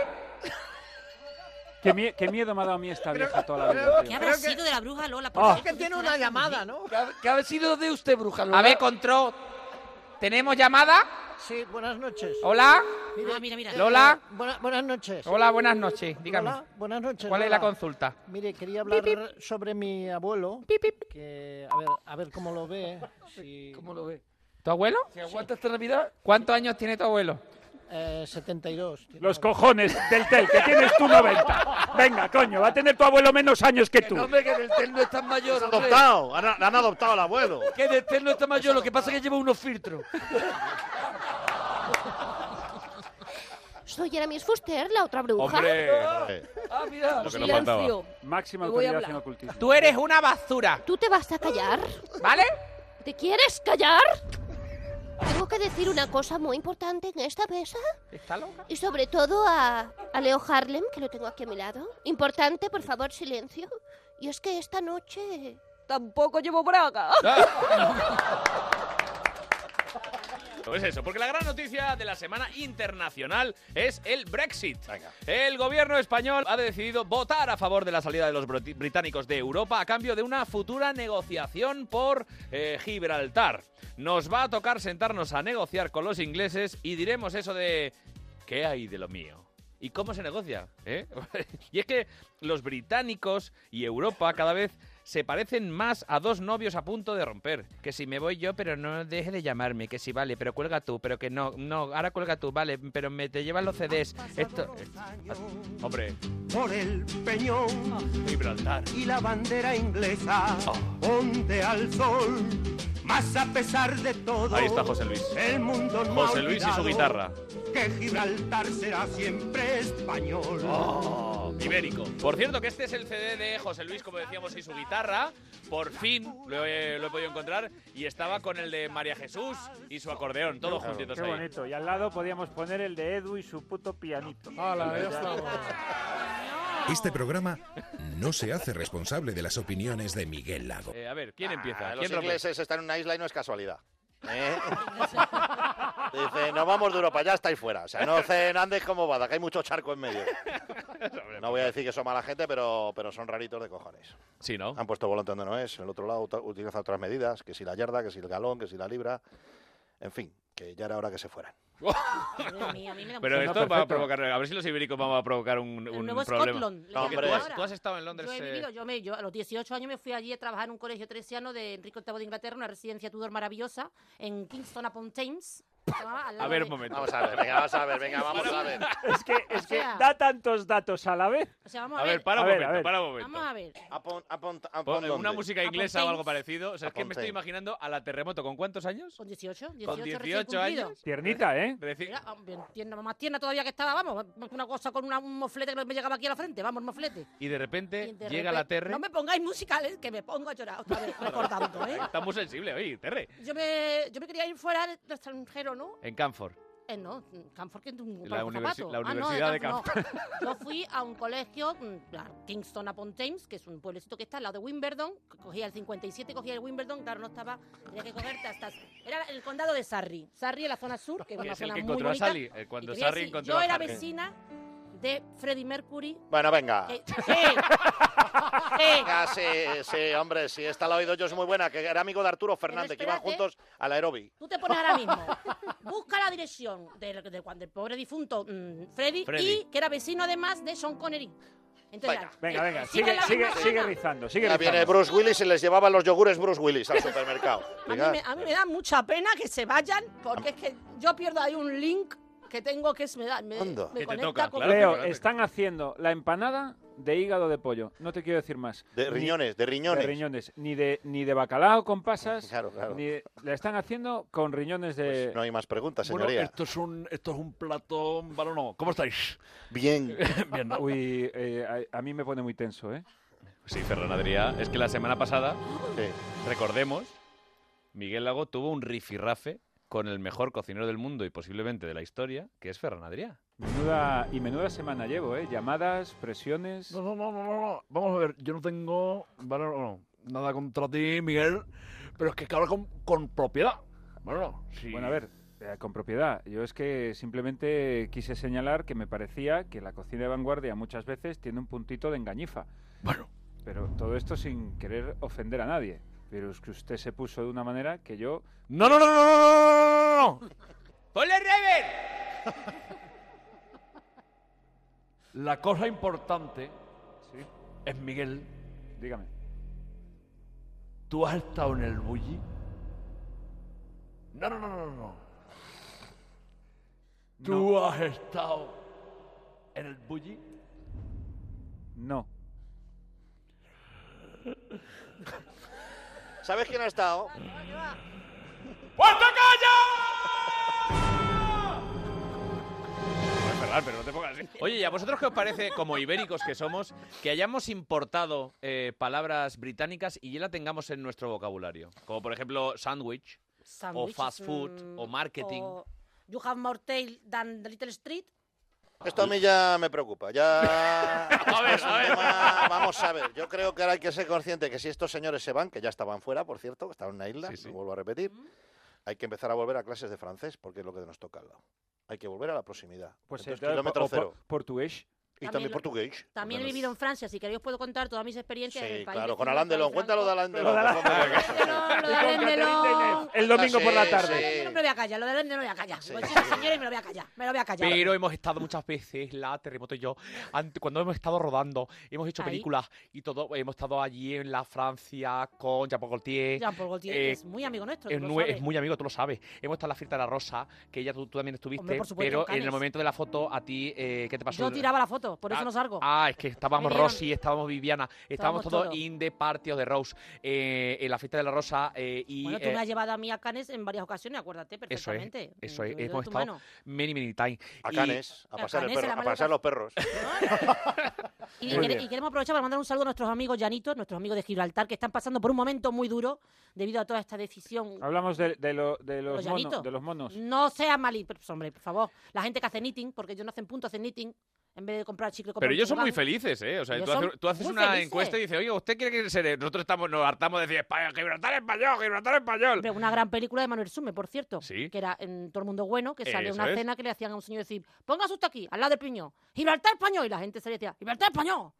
E: ¿Qué, mie- qué miedo me ha dado a mí esta vieja toda la vida.
D: pero-
E: tío.
I: ¿Qué habrá sido de la bruja Lola?
E: Ah.
I: Porque
W: Es que tiene una llamada, ¿no?
D: ¿Qué ha, qué ha sido de usted, bruja Lola?
P: A ver, control. ¿Tenemos llamada?
W: Sí, buenas noches.
P: Hola.
I: Ah, mira, mira.
P: Lola.
W: Eh, buena- buenas noches.
P: Hola, buenas noches. Dígame.
W: Hola, buenas noches.
P: ¿Cuál es la
W: Lola.
P: consulta?
W: Mire, quería hablar sobre mi abuelo. Que, a, ver, a ver cómo lo ve. si-
D: ¿Cómo lo ve?
P: ¿Tu abuelo?
D: ¿Se aguanta esta Navidad?
P: ¿Cuántos años tiene tu abuelo?
W: eh, 72. tiene.
E: Los cojones del tel, que tienes tú 90. Venga, coño, va a tener tu abuelo menos años que tú.
D: No, hombre, que del TEL no es tan mayor, hombre.
F: Adoptado, han, han adoptado al abuelo.
D: (laughs) Que del TEL no es tan mayor, lo que pasa es que lleva unos filtros.
K: Soy Jeremy Fuster, la otra bruja.
C: Hombre.
D: Ah, mira.
C: Lo que nos faltaba.
E: Máxima
K: Te voy
E: autoridad
K: a
E: en
K: hablar.
E: ocultismo.
P: Tú eres una basura,
K: ¿Tú te vas a callar?
P: ¿vale?
K: ¿Te quieres callar? Tengo que decir una cosa muy importante en esta mesa
P: ¿Está loca?
K: y sobre todo a, a Leo Harlem, que lo tengo aquí a mi lado. Importante, por favor, silencio. Y es que esta noche
V: Tampoco llevo braga.
K: (laughs)
C: Pues eso, porque la gran noticia de la semana internacional es el Brexit. El gobierno español ha decidido votar a favor de la salida de los broti- británicos de Europa a cambio de una futura negociación por eh, Gibraltar. Nos va a tocar sentarnos a negociar con los ingleses y diremos eso de ¿qué hay de lo mío? ¿Y cómo se negocia? eh? (laughs) y es que los británicos y Europa cada vez se parecen más a dos novios a punto de romper.
P: Que si me voy yo, pero no deje de llamarme. Que si vale, pero cuelga tú. Pero que no, no, ahora cuelga tú, vale. Pero me te llevan los CDs. Esto.
C: Hombre,
H: por el peñón
W: Ah.
C: Gibraltar.
H: y la bandera inglesa onde al sol. Más a pesar de todo,
C: Ahí está José Luis.
H: el mundo no ha
C: José Luis y su
H: olvidado
C: guitarra.
H: Que Gibraltar será siempre español.
J: Oh.
C: Ibérico. Por cierto, que este es el CD de José Luis, como decíamos, y su guitarra. Por fin lo he, lo he podido encontrar. Y estaba con el de María Jesús y su acordeón, todos juntitos
E: Qué
C: ahí.
E: bonito. Y al lado podíamos poner el de Edu y su puto pianito.
O: Hala, ya
M: Este programa no se hace responsable de las opiniones de Miguel Lago.
C: Eh, a ver, ¿quién empieza?
F: Ah,
C: ¿Quién
F: los
C: rompe?
F: ingleses están en una isla y no es casualidad. ¿eh? Dice, no vamos de Europa, ya estáis fuera. O sea, no andes como Bada, que hay mucho charco en medio. No voy a decir que son mala gente, pero, pero son raritos de cojones.
C: Sí, ¿no?
F: Han puesto volante donde no es, en el otro lado utilizan otras medidas, que si la yarda, que si el galón, que si la libra. En fin, que ya era hora que se fueran.
I: Dios mío, a mí me da
C: (laughs) Pero
I: mucho-
C: esto va a provocar, a ver si los ibéricos vamos a provocar un, un
I: nuevo
C: problema.
I: Scotland, le
C: No,
I: llaman
C: hombre. tú, has,
I: ahora.
C: tú has estado en Londres.
I: Yo he
C: eh,
I: vivido, yo, me, yo a los 18 años me fui allí a trabajar en un colegio teresiano de Enrique VIII de Inglaterra, una residencia Tudor maravillosa, en Kingston upon Thames. se llamaba, al
C: A
I: lado
C: ver,
I: de-
C: un momento.
F: Vamos a ver, venga, vamos a ver, venga, vamos a ver.
E: Es que, es que
I: sea-
E: da tantos datos a la vez.
I: O sea, vamos a,
C: A ver,
I: ver.
C: para
E: A
C: un
E: ver, a
C: momento,
E: ver.
C: para un momento.
I: Vamos a ver.
F: Apon- apon- apon-
C: Pon
F: ¿dónde?
C: una música inglesa o algo parecido. O sea, es que me estoy
F: Aponte.
C: imaginando a la terremoto. ¿Con cuántos años?
I: Con 18, 18,
C: Con
I: recién
C: 18
I: cumplido.
C: años.
E: Tiernita, ¿eh?
C: Reci-
I: Era, ah, bien tierna, más tierna todavía que estaba, vamos, una cosa con una- un moflete que me llegaba aquí a la frente, vamos, el moflete.
C: Y de repente
I: Y de
C: llega la
I: repente-
C: Terre.
I: No me pongáis musicales, que me pongo a llorar otra
C: (laughs)
I: vez, recordando, ¿eh?
C: Está muy sensible hoy, Terre.
I: Yo me, yo me quería ir fuera del extranjero, ¿no?
C: En Canfor.
I: Eh, no, Canford que es un
C: La
I: para los
C: universi-
I: zapatos.
C: la
I: Ah, no,
C: Universidad de
I: no. (laughs) Yo fui a un colegio, mm, a Kingston upon Thames, que es un pueblecito que está al lado de Wimbledon. que Cogía el 57, cogía el Wimbledon, claro, no estaba, tenía que cogerte hasta... Era el condado de Surrey. Surrey es la zona sur, que es
C: Que
I: una
C: es el
I: zona
C: que
I: muy
C: encontró a
I: bonita.
C: Sally, eh, cuando
I: Y te voy a
C: Surrey
I: decir,
C: encontró
I: Yo
C: a
I: era
C: Sally. Ah.
F: (laughs)
I: vecina de Freddie Mercury.
F: Bueno, venga.
I: que- sí,
F: Ah, sí, sí, hombre, sí, esta la he oído yo, es muy buena, que era amigo de Arturo Fernández, que iban
I: espérate.
F: juntos al aerobic.
I: Tú te pones ahora mismo, busca la dirección del, del- del pobre difunto mm, Freddy,
E: Freddy.
I: y que era vecino además de Sean Connery. Entonces, claro,
E: Venga,
I: eh,
E: venga,
I: sigue
E: sigue,
I: la
E: sigue,
I: misma
E: sigue
I: gana.
E: rizando, sigue
F: Ya
E: rizando.
F: viene Bruce Willis y les llevaba los yogures Bruce Willis al supermercado.
I: (laughs) A mí, me, a mí me da mucha pena que se vayan, porque es que yo pierdo ahí un link que tengo que es- me, da, Eh, me,
E: Anda.
I: me conecta con...
E: Leo, están haciendo la empanada de hígado de pollo. No te quiero decir más.
F: De
E: Ni-
F: riñones, de riñones.
E: De riñones. Ni de, ni de bacalao con pasas.
F: Claro, claro. Pues
E: ni de- la están haciendo con riñones de...
F: no hay más preguntas,
E: Bueno, señoría.
L: esto es un, esto es un plato, bueno, no, ¿cómo estáis?
E: (laughs)
F: Bien.
L: Bien, ¿no?
E: Uy, eh, a, a mí me pone muy tenso, ¿eh?
C: Sí, Ferran Adrià. Es que la semana pasada, recordemos, Miguel Lago tuvo un rifirrafe con el mejor cocinero del mundo y posiblemente de la historia, que es Ferran Adrià.
E: Menuda, y menuda semana llevo, ¿eh? Llamadas, presiones...
L: No, no, no, no, no, no. Vamos a ver, yo no tengo vale, no, nada contra ti, Miguel, pero es que hay que hablar con, con propiedad. Bueno, sí.
E: Bueno, a ver, eh, con propiedad. Yo es que simplemente quise señalar que me parecía que la cocina de vanguardia muchas veces tiene un puntito de engañifa.
L: Bueno.
E: Pero todo esto sin querer ofender a nadie. Pero es que usted se puso de una manera que yo...
L: No, no, no, no, no, no, no.
J: ¡Ponle rever!
L: La cosa importante es, Miguel,
E: dígame,
L: ¿tú has estado en el bulli? No, no, no, no, no. ¿Tú has estado en el bulli?
E: No.
F: ¿Sabes quién ha estado?
J: ¡Puerto
C: Pues, pero no te pongas así.
B: Oye,
C: Oye, ¿y a vosotros qué os parece, como ibéricos que somos, que hayamos importado eh, palabras británicas y ya la tengamos en nuestro vocabulario? Como por ejemplo sándwich, o
I: Sándwiches,
C: fast food, o
I: mm,
C: marketing.
I: o you have more tail than the little street.
F: Esto a mí ya me preocupa. Ya.
C: (laughs) a ver, a ver.
F: vamos a ver. Yo creo que ahora hay que ser consciente que si estos señores se van, que ya estaban fuera, por cierto, que estaban en una isla, lo vuelvo a repetir, hay que empezar a volver a clases de francés porque es lo que nos toca al lado. Hay que volver a la proximidad.
E: Pues
F: Entonces,
E: entonces,
F: kilómetro
E: o por-
F: cero.
E: portugués.
F: Y también portugués.
I: También he
F: Bueno,
I: vivido en Francia, si queréis os puedo contar todas mis experiencias en
F: Sí,
I: el país.
F: claro, con
I: vecino,
F: Alain
I: con el
F: Delon. Cuéntalo de Alain Delon. por favor.
I: Lo de Alain Delon.
E: El domingo por la tarde.
I: Yo no me lo voy a callar, lo de Alain Delon me lo voy a callar. Pues sí, señores, me lo voy a callar, me lo voy a callar.
Q: Pero hemos estado muchas veces, la terremoto y yo, ante- cuando hemos estado rodando, hemos hecho
I: Ahí.
Q: películas y todo, hemos estado allí en la Francia con Jean-Paul Gaultier.
I: Jean-Paul Gaultier
Q: eh,
I: es muy amigo nuestro, tú
Q: Es,
I: lo
Q: nue-
I: sabes.
Q: es muy amigo, tú lo sabes. Hemos estado en la fiesta de la Rosa, que ella tú, tú también estuviste,
I: Hombre, por supuesto, en
Q: pero en
I: Cannes.
Q: el momento de la foto, a ti, eh, ¿qué te pasó?
I: Yo tiraba la foto, por eso
Q: Ah,
I: no salgo.
Q: Ah, es que estábamos
I: Me dieron-
Q: Rosy, estábamos Viviana,
I: Estábamos
Q: estábamos, todos
I: todos.
Q: in the party of the Rose, eh, en la fiesta de la Rosa. eh, y,
I: Bueno, tú
Q: eh,
I: me has llevado a mí a Canes en varias ocasiones, acuérdate
Q: eso es,
I: perfectamente. Mm, eh,
Q: eso es,
I: Yo- yo de
Q: hemos
I: tu
Q: estado
I: mano.
Q: many, many times.
F: A Cannes, a pasar el perro- a pasar los
I: (laughs)
F: perros.
I: Y,
Q: Muy
I: quere-
Q: bien.
I: y queremos aprovechar para mandar un saludo a nuestros amigos llanitos, nuestros amigos de Gibraltar, que están pasando por un momento muy duro debido a toda esta decisión.
E: Hablamos de, de lo- de
I: Los
E: los, monos,
I: llanitos.
E: de los monos.
I: No seas malí, pero, hombre, por favor. La gente que hace knitting, porque ellos no hacen punto, hacen knitting. En vez de comprar chicle, compran
C: Pero ellos son muy
I: chungán.
C: felices, ¿eh? O sea,
I: Ellos
C: tú, haces-
I: son
C: tú haces
I: muy
C: una
I: felices.
C: encuesta y dices, oye, ¿usted quiere que se... Nosotros estamos, nos hartamos de decir, "España, Gibraltar español, Gibraltar español.
I: Hombre, una gran película de Manuel Sume, por cierto.
C: Sí.
I: Que era en Todo el Mundo Bueno, que sale
C: Eso
I: una
C: es.
I: cena que le hacían a un señor decir, póngase usted aquí, al lado del piñón, Gibraltar español. Y la gente salía y decía, Gibraltar
E: (laughs)
I: español.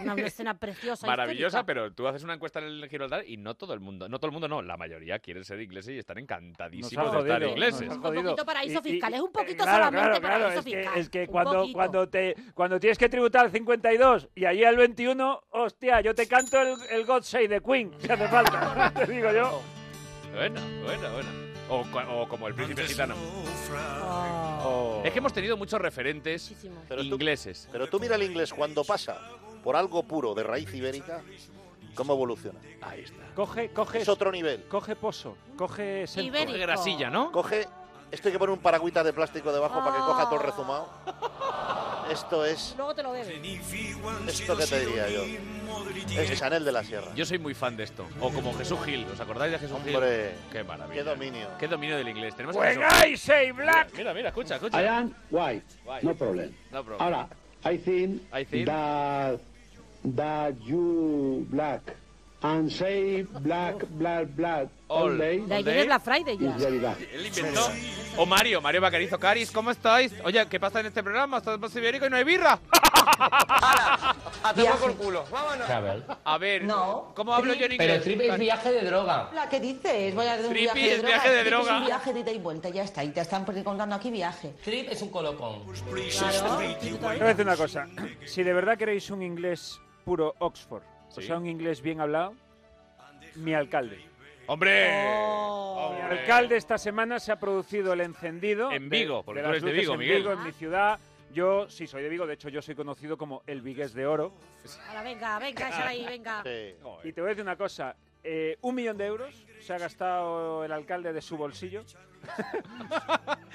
I: Una, una escena preciosa.
C: Maravillosa,
I: histérica.
C: pero tú haces una encuesta en el Gibraltar y no todo el mundo, no todo el mundo, no, la mayoría quieren ser ingleses y están encantadísimos
E: Nos ha
C: de estar
E: jodido,
C: ingleses.
E: nos ha jodido.
I: Un poquito paraíso
E: Y- y-
I: fiscal, es un poquito
E: Claro, claro,
I: solamente
E: claro.
I: paraíso
E: Es que,
I: fiscal.
E: es que
I: un
E: cuando,
I: poquito.
E: cuando, te, cuando tienes que tributar al 52 y allí al 21, hostia, yo te canto el, el God Save the Queen, si hace falta. (laughs) te digo yo.
C: Buena, buena, buena. O, cua- o como el príncipe gitano.
I: Ah.
C: Es que hemos tenido muchos referentes ingleses.
F: Pero tú mira el inglés cuando pasa por algo puro de raíz ibérica, cómo evoluciona.
C: Ahí está.
E: Coge, coge.
F: Es otro nivel.
E: Coge pozo, coge
F: selva.
E: Ibérico. Coge grasilla,
C: ¿no?
F: Coge. Esto hay que poner un paragüita de plástico debajo para que coja todo el rezumado. Esto es.
I: Luego te lo debe.
F: Esto que te diría yo. Es Chanel de la Sierra.
C: Yo soy muy fan de esto. O como Jesús Gil, ¿os acordáis de Jesús Gil?
F: Hombre,
C: qué maravilla.
F: qué dominio.
C: Qué dominio del inglés. Tenemos a Jesús
E: Juega
C: Gil.
E: y say black.
C: Mira, mira, escucha, escucha.
Y: I am white.
C: White.
Y: No problem.
C: No problem.
Y: Ahora, I think,
C: I think-
Y: that that you black and say black, black, black all,
C: All
Y: day.
I: De ayer es Black Friday ya.
Y: is very bad.
C: Él inventó O Mario, Mario Bacarizo. Caris, ¿cómo estáis? Oye, ¿qué pasa en este programa? Estamos ibérico y no hay birra. ¡Hala!
A: Viaje.
C: por culo. Vámonos.
A: Travel.
C: A ver,
A: No.
C: ¿cómo hablo yo en inglés?
A: Pero Tripi es viaje de droga. La que dices, voy a hacer un
C: Tripi
A: viaje de
C: es
A: droga.
C: viaje de
A: Tripi
C: droga.
A: Es un viaje de ida y vuelta, ya está. Y te están contando aquí viaje. Trip es un colocón.
E: Te voy a decir una cosa. Si de verdad queréis un inglés puro Oxford, o
C: Sí.
E: sea, un inglés bien hablado, mi alcalde.
C: ¡Hombre!
E: Mi
C: ¡Hombre!
E: alcalde esta semana se ha producido el encendido.
C: En Vigo, porque tú
E: las
C: eres de
E: luces
C: Vigo,
E: en
C: Miguel.
E: Vigo, en mi ciudad. Yo sí soy de Vigo, de hecho yo soy conocido como el Vigués de Oro.
I: Ahora, venga, venga, échala ahí, venga.
E: Ah. Y te voy a decir una cosa. eh, un millón de euros se ha gastado el alcalde de su bolsillo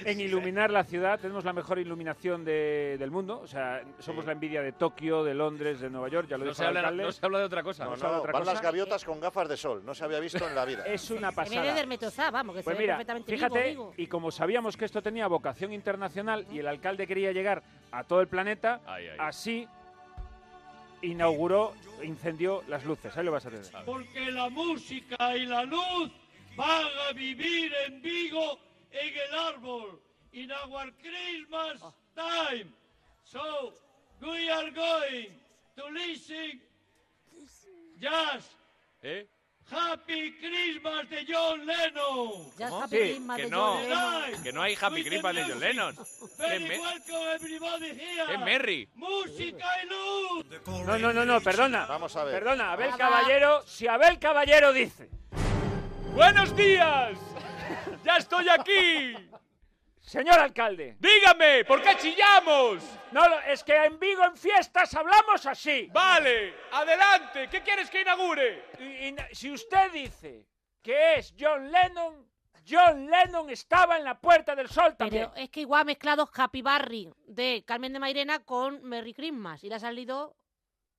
E: en iluminar la ciudad. Tenemos la mejor iluminación de- del mundo. O sea, somos la envidia de Tokio, de Londres, de Nueva York. Ya lo
C: No
E: dijo
C: se,
E: el
C: habla,
E: alcalde.
C: no se habla de otra cosa.
E: No,
F: No,
E: Vamos a
F: no,
E: otra
F: van
E: cosa. Eh.
F: las gaviotas con gafas de sol. No se había visto en la vida.
E: Es una
I: Se ve de
E: pasada.
I: Hermetozá, vamos, que
E: Pues
I: se ve
E: mira,
I: perfectamente
E: fíjate,
I: vivo,
E: y como sabíamos que esto tenía vocación internacional y el alcalde quería llegar a todo el planeta, así inauguró, incendió las luces. Ahí lo vas a tener.
N: Porque la música y la luz van a vivir en Vigo en el árbol. In our Christmas
C: Ah.
N: time. So we are going to listen just
C: ¿Eh?
N: Happy Christmas de John Lennon.
I: Just
C: ¿Cómo? Happy Sí, Christmas que de no. John Lennon. Que no hay Happy Christmas de John Lennon.
N: Very
C: Qué me-
N: welcome everybody here.
C: qué merry.
N: Música y luz.
E: No, no, no, no, perdona.
F: Vamos a ver.
E: Perdona, Abel
N: Ah, va.
E: Caballero, si Abel Caballero dice...
C: ¡Buenos días! ¡Ya estoy aquí!
E: Señor alcalde.
C: ¡Dígame! ¿Por qué chillamos?
E: No, lo- es que en Vigo en fiestas hablamos así.
C: Vale, adelante. ¿Qué quieres que inaugure?
E: Y- y na- si usted dice que es John Lennon, John Lennon estaba en la Puerta del Sol también.
I: Pero es que igual ha mezclado Happy Barry de Carmen de Mairena con Merry Christmas y le ha salido.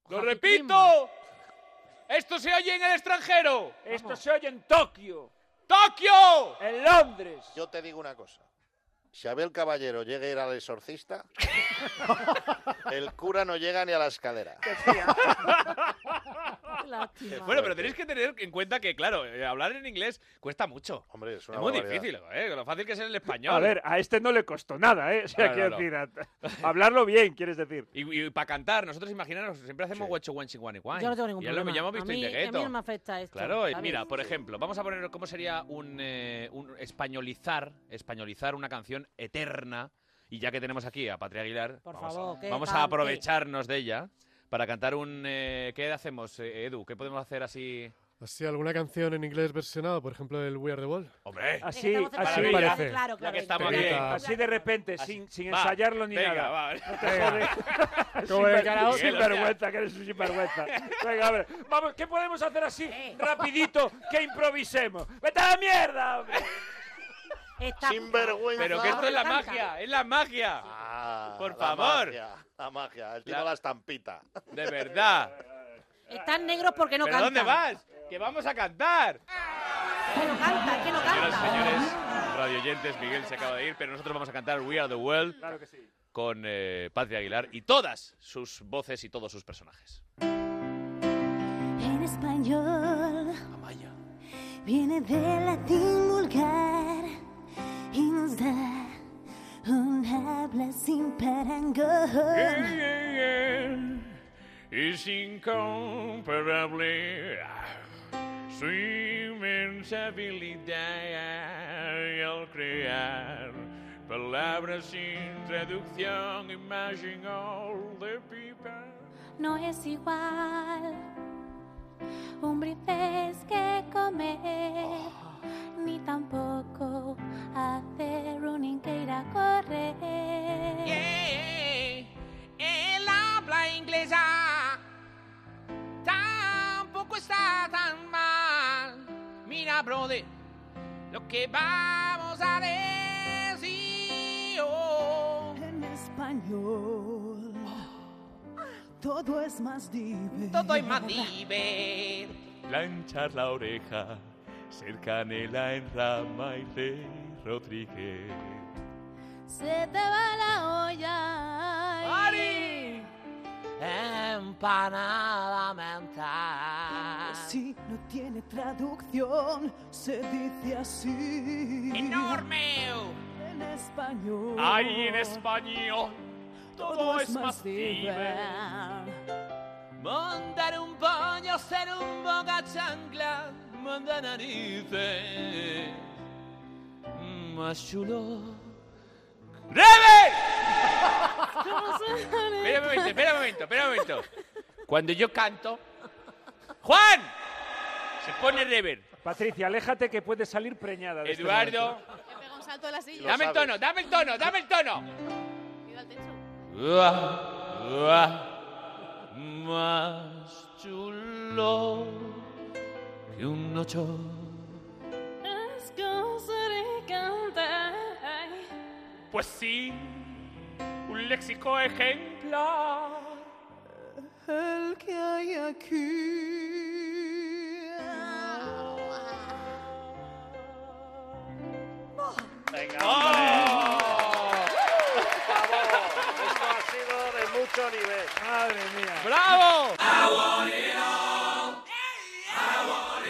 C: ¡Lo
I: Happy
C: repito! ¡Esto se oye en el extranjero!
E: Esto se oye en Tokio.
C: ¡Tokio!
E: En Londres.
F: Yo te digo una cosa. Si Abel Caballero llega a ir al
E: (laughs)
F: exorcista, el cura no llega ni a la escalera. (laughs)
C: Bueno, pero tenéis que tener en cuenta que, claro, eh, hablar en inglés cuesta mucho.
F: Hombre, es
E: una
C: muy
E: barbaridad.
C: difícil, ¿eh? Lo fácil que es el español.
E: A ver, a este no le costó nada, ¿eh? O sea,
C: No, no,
E: quiero
C: no.
E: decir,
C: (laughs)
E: a- hablarlo bien, quieres decir.
C: Y, para cantar, nosotros imaginaros, siempre hacemos guacho guanchi guani guay.
I: Yo no tengo ningún
C: Ya lo
I: problema.
C: ya hemos
I: A
C: visto
I: mí-
C: en
I: a mí
C: Yegueto.
I: no me afecta esto,
C: Claro, y
I: ¿sabes?
C: mira, por ejemplo, vamos a poner cómo sería un, eh, un españolizar, españolizar una canción eterna. Y ya que tenemos aquí a Patria Aguilar,
I: Por
C: vamos, a-
I: favor, que
C: vamos a
I: cante.
C: aprovecharnos de ella para cantar un... eh, ¿Qué hacemos, eh, Edu? ¿Qué podemos hacer así?
Z: Así, alguna canción en inglés versionada, por ejemplo, el We Are the Wall.
C: Hombre,
E: Así, así,
Z: me parece.
C: Ya que estamos aquí.
Z: Venga.
E: así de repente, sin, sin
C: Va,
E: ensayarlo ni
C: venga,
E: nada.
C: va.
E: No te
Z: Venga.
E: jodes. (laughs)
Z: Como el
E: Sin-
Z: karaoke.
E: sin
Z: Miguel, hostia.
E: vergüenza, que eres un sinvergüenza. Venga, a ver, vamos, ¿qué podemos hacer así
Z: Eh.
E: rapidito que improvisemos? ¡Vete a la mierda, hombre!
F: Sinvergüenza.
C: Pero que esto es la magia, es la magia. Por favor.
F: Ah, La magia, la magia, el tiro
C: La-
F: a la estampita.
C: De verdad.
I: Están negros porque no
C: ¿Pero
I: cantan.
C: dónde vas? Que vamos a cantar.
I: Canta, que no
C: Señoras y
I: canta.
C: señores, radioyentes, Miguel se acaba de ir, pero nosotros vamos a cantar We Are the World con eh, Patria Aguilar y todas sus voces y todos sus personajes.
T: En español viene del latín vulgar y nos da un habla sin parangón.
J: Es incomparable ah, su inmensa habilidad y al crear palabras sin traducción, imagine all the people.
T: No es igual un brifez que comer, ni tampoco hacer running que ir a correr.
J: El habla inglesa tampoco está tan mal. Mira, brother, lo que vamos a decir.
T: En español todo es más divertido.
J: Todo es más divertido. Planchar la oreja, ser canela en rama y rey Rodríguez.
T: Se te va la olla. ¡Ari!
J: Empanada mental.
T: Si no tiene traducción, se dice así.
J: ¡Enorme!
T: en español.
J: Ay, en español
T: todo es más divertido.
J: Montar un pollo, ser un boca chancla, mandar narices. Mm, Más chulo.
C: Espera un momento, espera un momento, espera un momento. Cuando yo canto. ¡Juan! Se pone rever.
E: Patricia, aléjate que puedes salir preñada. de este
C: Eduardo.
E: momento.
G: Pega un salto de la silla.
C: Dame el tono, dame el tono, dame el tono.
G: Cuidado al techo.
J: Ua, ua, más chulo que un ocho.
T: Es cosa de cantar.
J: Pues sí, un léxico ejemplar.
T: El que hay aquí.
F: Venga,
J: Oh.
F: hombre. Esto ha sido de mucho nivel.
E: Madre mía.
C: ¡Bravo!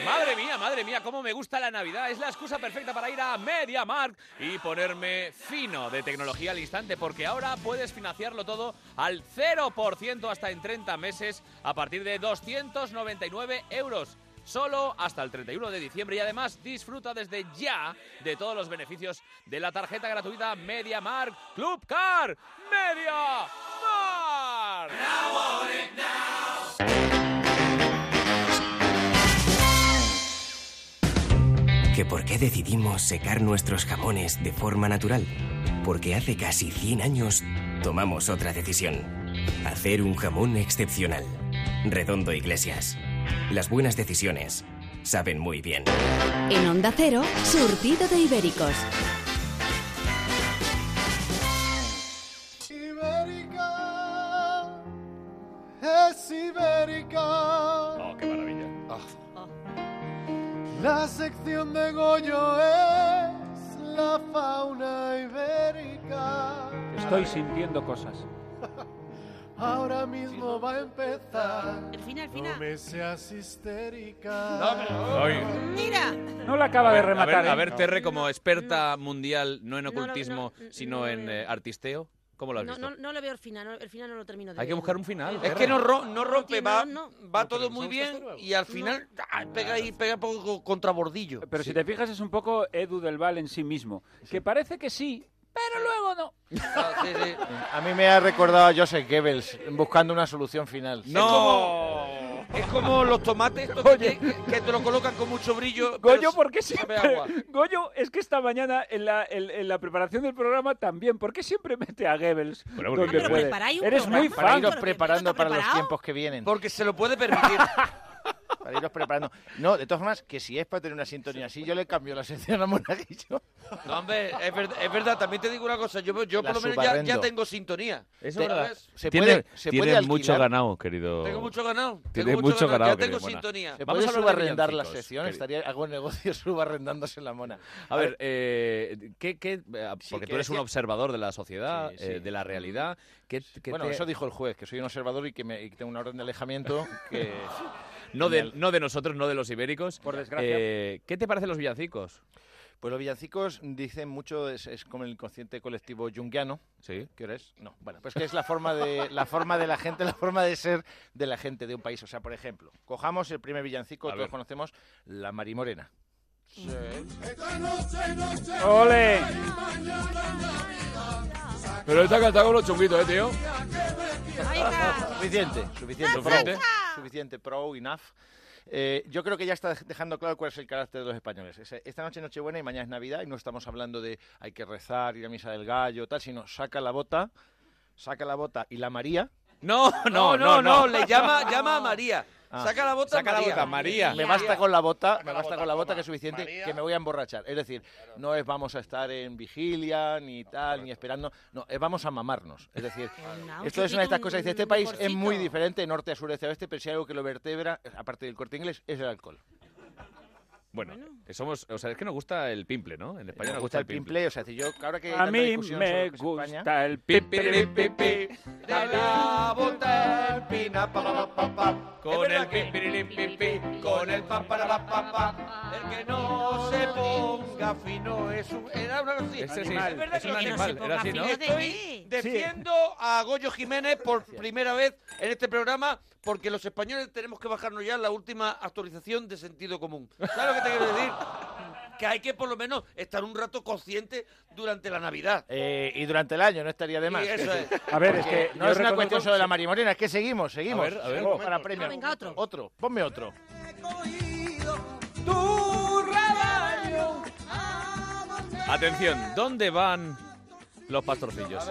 C: Madre mía, madre mía, cómo me gusta la Navidad. Es la excusa perfecta para ir a MediaMarkt y ponerme fino de tecnología al instante, porque ahora puedes financiarlo todo al 0% hasta en 30 meses a partir de 299 euros. Solo hasta el 31 de diciembre y además disfruta desde ya de todos los beneficios de la tarjeta gratuita MediaMarkt Club Car. ¡Media!
W: ¿Que por qué decidimos secar nuestros jamones de forma natural? Porque hace casi 100 años tomamos otra decisión. Hacer un jamón excepcional. Redondo Iglesias. Las buenas decisiones saben muy bien.
S: En Onda Cero, surtido de ibéricos.
H: Ibérica es ibérica. Ah.
C: Oh, qué maravilla.
H: La sección de Goyo es la fauna ibérica.
E: Estoy sintiendo cosas.
H: Ahora mismo va a empezar.
G: El final, el
H: No me seas histérica.
C: Ay.
G: Mira.
E: No la acaba de rematar.
C: A ver, a
E: ¿eh?
C: ver, Terre, como experta mundial, no en ocultismo, sino en eh, artisteo, ¿cómo lo has
G: No,
C: visto?
G: no, no le veo el final, no- el final no lo termino de
C: Hay que
G: ver.
C: buscar un final.
G: Es
C: Terre.
G: que no ro-
D: No rompe, va,
G: No,
D: va todo muy bien y al final ah, pega ahí, pega un poco contra bordillo.
E: Pero si te fijas, es un poco Edu del Val en sí mismo. Que parece que sí, pero luego no.
R: A mí me ha recordado a Joseph Goebbels buscando una solución final.
D: Es como los tomates estos que, que- que te lo colocan con mucho brillo. pero
E: Goyo, ¿por qué
D: sabe
E: siempre?
D: agua.
E: (laughs) Goyo, es que esta mañana en la, en- en la preparación del programa también, ¿por qué siempre mete a Goebbels? donde
R: pero
E: puede?
R: preparáis un
E: Eres
R: programa
E: muy
R: para
E: fan.
R: iros preparando para los tiempos que vienen.
D: Porque se lo puede permitir.
R: (laughs) Para iros preparando. No, de todas formas, que si es para tener una sintonía así, yo le cambio la sección a Monaguillo.
D: No, hombre, es verdad, es verdad, también te digo una cosa, yo, yo
R: La
D: por lo menos ya,
R: subarrendo.
D: ya tengo sintonía.
R: Eso
D: ¿Sabes?
R: es verdad.
D: Se
R: Tiene-
D: puede-
R: se
C: Tiene
R: puede alquilar.
C: mucho ganado, querido.
D: Tengo mucho ganado.
C: Tiene
D: Tengo mucho
C: mucho
D: ganado,
C: ganado.
D: ya tengo
C: querido Mona.
D: sintonía.
R: ¿Se
C: Vamos
R: puede
C: a hablar de
R: subarrendar la
C: villancicos,
R: sección?
C: querido.
R: Estaría algún negocio subarrendándose la mona.
C: A ver, eh, ¿qué, qué- eh, porque
R: que
C: tú eres un
R: decía-
C: observador de la sociedad,
R: Sí, sí.
C: eh, de la realidad. ¿qué- qué
R: bueno,
C: te-
R: eso dijo el juez, que soy un observador y que, me, y que tengo una orden de alejamiento
C: (laughs)
R: que...
C: no, de, no de nosotros, no de los ibéricos. Por
R: desgracia.
C: ¿Qué te parecen los villancicos?
R: Pues los villancicos dicen mucho, es, es como el inconsciente colectivo junguiano.
C: ¿Sí?
R: ¿Qué hora es? No, bueno, pues que es la forma, de, la forma de la gente, la forma de ser de la gente de un país. O sea, por ejemplo, cojamos el primer villancico,
C: A
R: todos
C: ver.
R: conocemos, la Marimorena.
H: Esta noche, noche.
R: ¡Ole!
L: Pero está cantado con los chunguitos, ¿eh, tío?
R: Suficiente, suficiente,
L: ¡Cha, cha,
R: pro, suficiente, pro, enough. Eh, yo creo que ya está dejando claro cuál es el carácter de los españoles. Ese- Esta noche es Nochebuena y mañana es Navidad y no estamos hablando de hay que rezar, ir a misa del gallo, tal, sino saca la bota, saca la bota y la María.
C: No,
D: No, no, no, le llama, llama a María.
R: Ah.
D: Saca la bota,
R: Saca la
D: María.
R: bota, María. Me basta con la bota, me basta con la bota que es suficiente, que me voy a emborrachar. Es decir, no es vamos a estar en vigilia, ni tal, ni esperando, no, es vamos a mamarnos. Es decir,
T: un
R: esto es una de estas
T: chupito,
R: cosas. Dice,
T: un
R: este país es
T: licorcito.
R: muy diferente, norte a sur, este a oeste, pero si hay algo que lo vertebra, aparte del corte inglés, es el alcohol.
C: Bueno, eh, somos, o sea, es que nos gusta el pimple, ¿no? En España
R: Me gusta el pimple, o sea, si yo, ahora que hay
E: A
R: tanta
E: mí
R: discusión sobre
E: me
R: lo que es España-
E: gusta el pipi, pipi, pipi.
R: De la bota, el pina, pa, pa, pa, pa, pa.
C: Con el
D: que-
C: pipirilim, pipi,
D: con el pam para la pam pam. El que no se ponga fino es un. Era una cosa así.
C: Ese sí, Animal.
D: Es verdad
C: es
D: que
C: un
D: lo tenía.
C: animal, era así, ¿no?
D: Estoy defiendo a Goyo Jiménez por primera vez en este programa porque los españoles tenemos que bajarnos ya la última actualización de sentido común. ¿Sabes lo que te quiero decir? Que hay que por lo menos estar un rato consciente durante la Navidad.
R: Eh, y durante el año no estaría de más.
D: Sí, eso es.
R: Porque
D: A ver, es que yo
R: no es una
D: reconozco-
R: cuestión solo de la marimorena, es que seguimos, seguimos.
D: A ver, a ver.
R: Seguimos para premio.
D: Ah, venga,
R: otro. Otro, ponme otro.
D: Tu rebaño.
C: Atención, ¿dónde van los pastorcillos?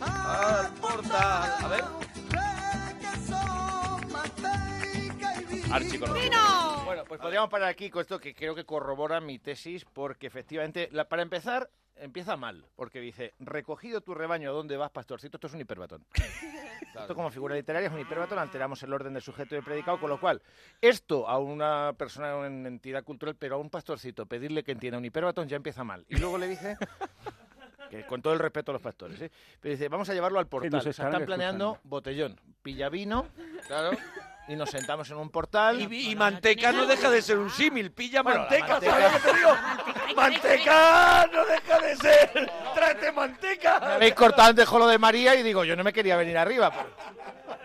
D: Al portal. A
P: (laughs)
D: ver.
C: Archi
R: Bueno, pues podríamos parar aquí con esto que creo que corrobora mi tesis, porque efectivamente, la- para empezar, empieza mal, porque dice, recogido tu rebaño, ¿a dónde vas, pastorcito? Esto es un hiperbatón. Esto como figura literaria es un hiperbatón, alteramos el orden del sujeto y el predicado, con lo cual, esto a una persona, a una entidad cultural, pero a un pastorcito, pedirle que entienda un hiperbatón ya empieza mal. Y luego le (laughs) dice... Que con todo el respeto a los pastores, ¿eh? Pero dice, vamos a llevarlo al portal. nos O sea, estarán están planeando escuchando. botellón, pillavino, claro, y nos sentamos en un portal.
D: Y, y manteca no deja de ser un símil, pilla
R: Bueno, la
D: manteca,
R: manteca-
D: ¿sabes lo que te digo? ¡Manteca no deja de ser! ¡Tráete
R: Me
D: manteca!
R: (laughs) habéis cortado antes con lo de María y digo, yo no me quería venir arriba.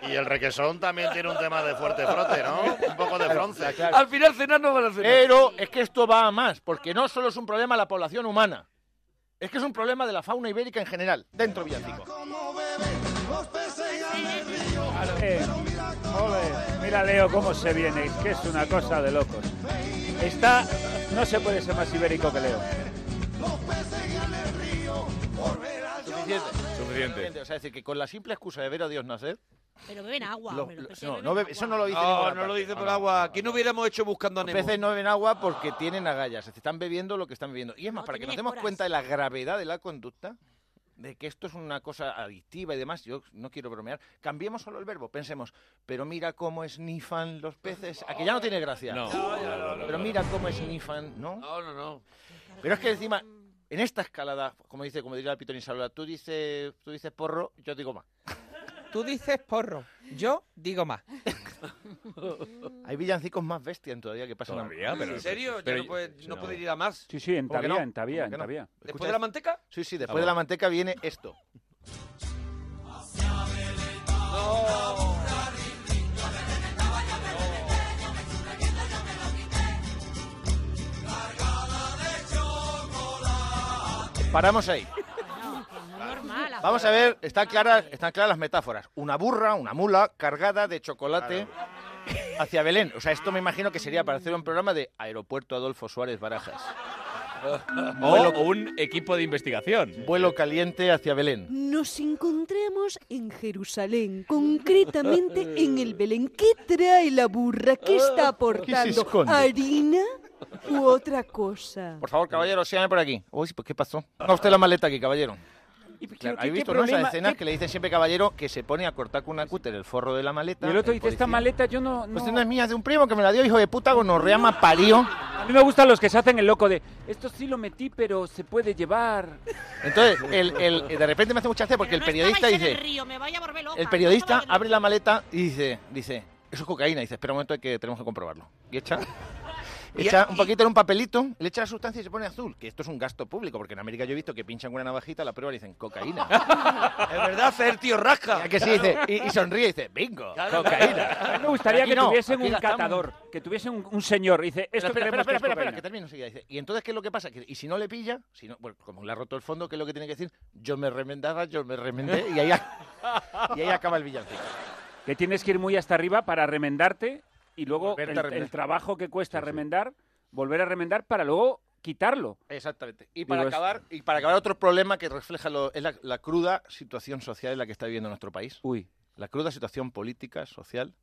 F: Y el requesón también tiene un tema de fuerte frote, ¿no? Un poco de bronce.
D: Al final cenar no van a cenar.
R: Pero es que esto va a más, porque no solo es un problema de la población humana, es que es un problema de la fauna ibérica en general, dentro villancico.
E: Eh, ole. Mira, Leo, cómo se viene, que es una cosa de locos. Está, no se puede ser más ibérico que Leo.
R: Suficiente.
C: Suficiente.
R: O sea, es decir, que con la simple excusa de ver a Dios nacer,
I: Pero beben agua.
R: lo-
I: hombre, los
R: lo-
I: peces
R: no,
I: beben
R: no
I: agua.
R: bebe- eso no lo dice
D: No,
R: ninguna
D: no lo
R: parte.
D: dice por agua. ¿Qué no hubiéramos hecho buscando a
R: Los
D: Nemo?
R: peces no beben agua porque tienen agallas, es decir, están bebiendo lo que están bebiendo. Y es más,
D: No,
R: para que nos
D: tienen
R: demos
D: esporas.
R: cuenta de la gravedad de la conducta, de que esto es una cosa adictiva y demás, yo no quiero bromear, cambiemos solo el verbo, pensemos, pero mira cómo esnifan los peces, a que ya no tiene gracia.
C: No.
R: Pero mira cómo esnifan, ¿no?
D: No, no, no.
R: Pero es que encima, en esta escalada, como dice, como diría Pitón Insalva, tú dices, tú dices porro, yo digo más.
K: Tú dices porro, yo digo más.
R: (laughs) Hay villancicos más bestias todavía que pasan.
C: Todavía,
R: hambre.
C: pero-
D: ¿En serio? ¿Ya no puede, no puede ir a más?
E: Sí, sí, en
R: ¿Cómo que
E: Tavía,
R: no?
E: en Tavía,
R: ¿Cómo que
E: en
R: no?
E: Tavía.
D: ¿Después de la manteca?
R: Sí, sí,
E: Ah,
R: después de la
E: bueno.
R: manteca viene esto. Paramos ahí.
E: Ah,
R: Vamos a ver, están claras, están claras las metáforas. Una burra, una mula cargada de chocolate hacia Belén. O sea, esto me imagino que sería para hacer un programa de Aeropuerto Adolfo Suárez Barajas.
C: (laughs) O un equipo de investigación.
R: Vuelo caliente hacia Belén.
O: Nos encontramos en Jerusalén, concretamente en el Belén. ¿Qué trae la burra? ¿Qué está aportando?
R: esconde?
O: ¿Harina u otra cosa?
R: Por favor, caballero, síganme por aquí. Uy, pues ¿qué pasó? No, usted la maleta aquí, caballero. Claro,
E: qué-
R: ¿Habéis
E: qué
R: visto ¿no? esas
E: problema-
R: escenas
E: qué-
R: que le dicen siempre caballero que se pone a cortar con una cúter el forro de la maleta?
E: Y el otro
R: el
E: dice, esta
R: policía?
E: maleta yo no... no...
R: Pues no es mía, es de un primo que me la dio, hijo de puta, gonorrea, más parió.
E: A mí me gustan los que se hacen el loco de, esto sí lo metí, pero se puede llevar.
R: Entonces, el, el- eh, de repente me hace mucha gracia porque el periodista
I: Estabais en el
R: dice...
I: río, me vaya a volver loca.
R: El periodista abre la maleta y dice, dice, eso es cocaína. Dice, espera un momento que tenemos que comprobarlo. Y echa,
D: (laughs) Y-
R: echa un poquito en un papelito, le echa la sustancia y se pone azul. Que esto es un gasto público, porque en América yo he visto que pinchan con una navajita, la prueba y dicen, cocaína.
D: (laughs) Es verdad, Fer, tío, rasca.
R: Ya que sí, dice, y, y sonríe y dice, bingo,
E: A
R: cocaína.
E: mí me gustaría
R: Aquí
E: que
R: no,
E: tuviesen
R: aquí
E: un
R: gastamos.
E: catador, que tuviesen un, un señor. Dice, esto
R: Pero Eh, espera, espera,
E: creemos que
R: espera,
E: es
R: espera, espera,
E: cocaína".
R: que termino enseguida. Dice, y entonces, ¿qué es lo que pasa? Que- y si no le pilla, si no, bueno, como le ha roto el fondo, ¿qué es lo que tiene que decir? Yo me remendaba, yo me remendé, y ahí, a- y ahí acaba el villancico.
E: Que tienes que ir muy hasta arriba para remendarte y luego
R: Volverte
E: el,
R: a remendar.
E: el trabajo que cuesta remendar, volver a remendar para luego quitarlo.
R: (laughs) Exactamente. Y para,
E: Digo, es-
R: acabar, y para acabar, otro problema que refleja lo- es la, la cruda situación social en la que está viviendo nuestro país.
E: Uy.
R: La cruda situación política, social,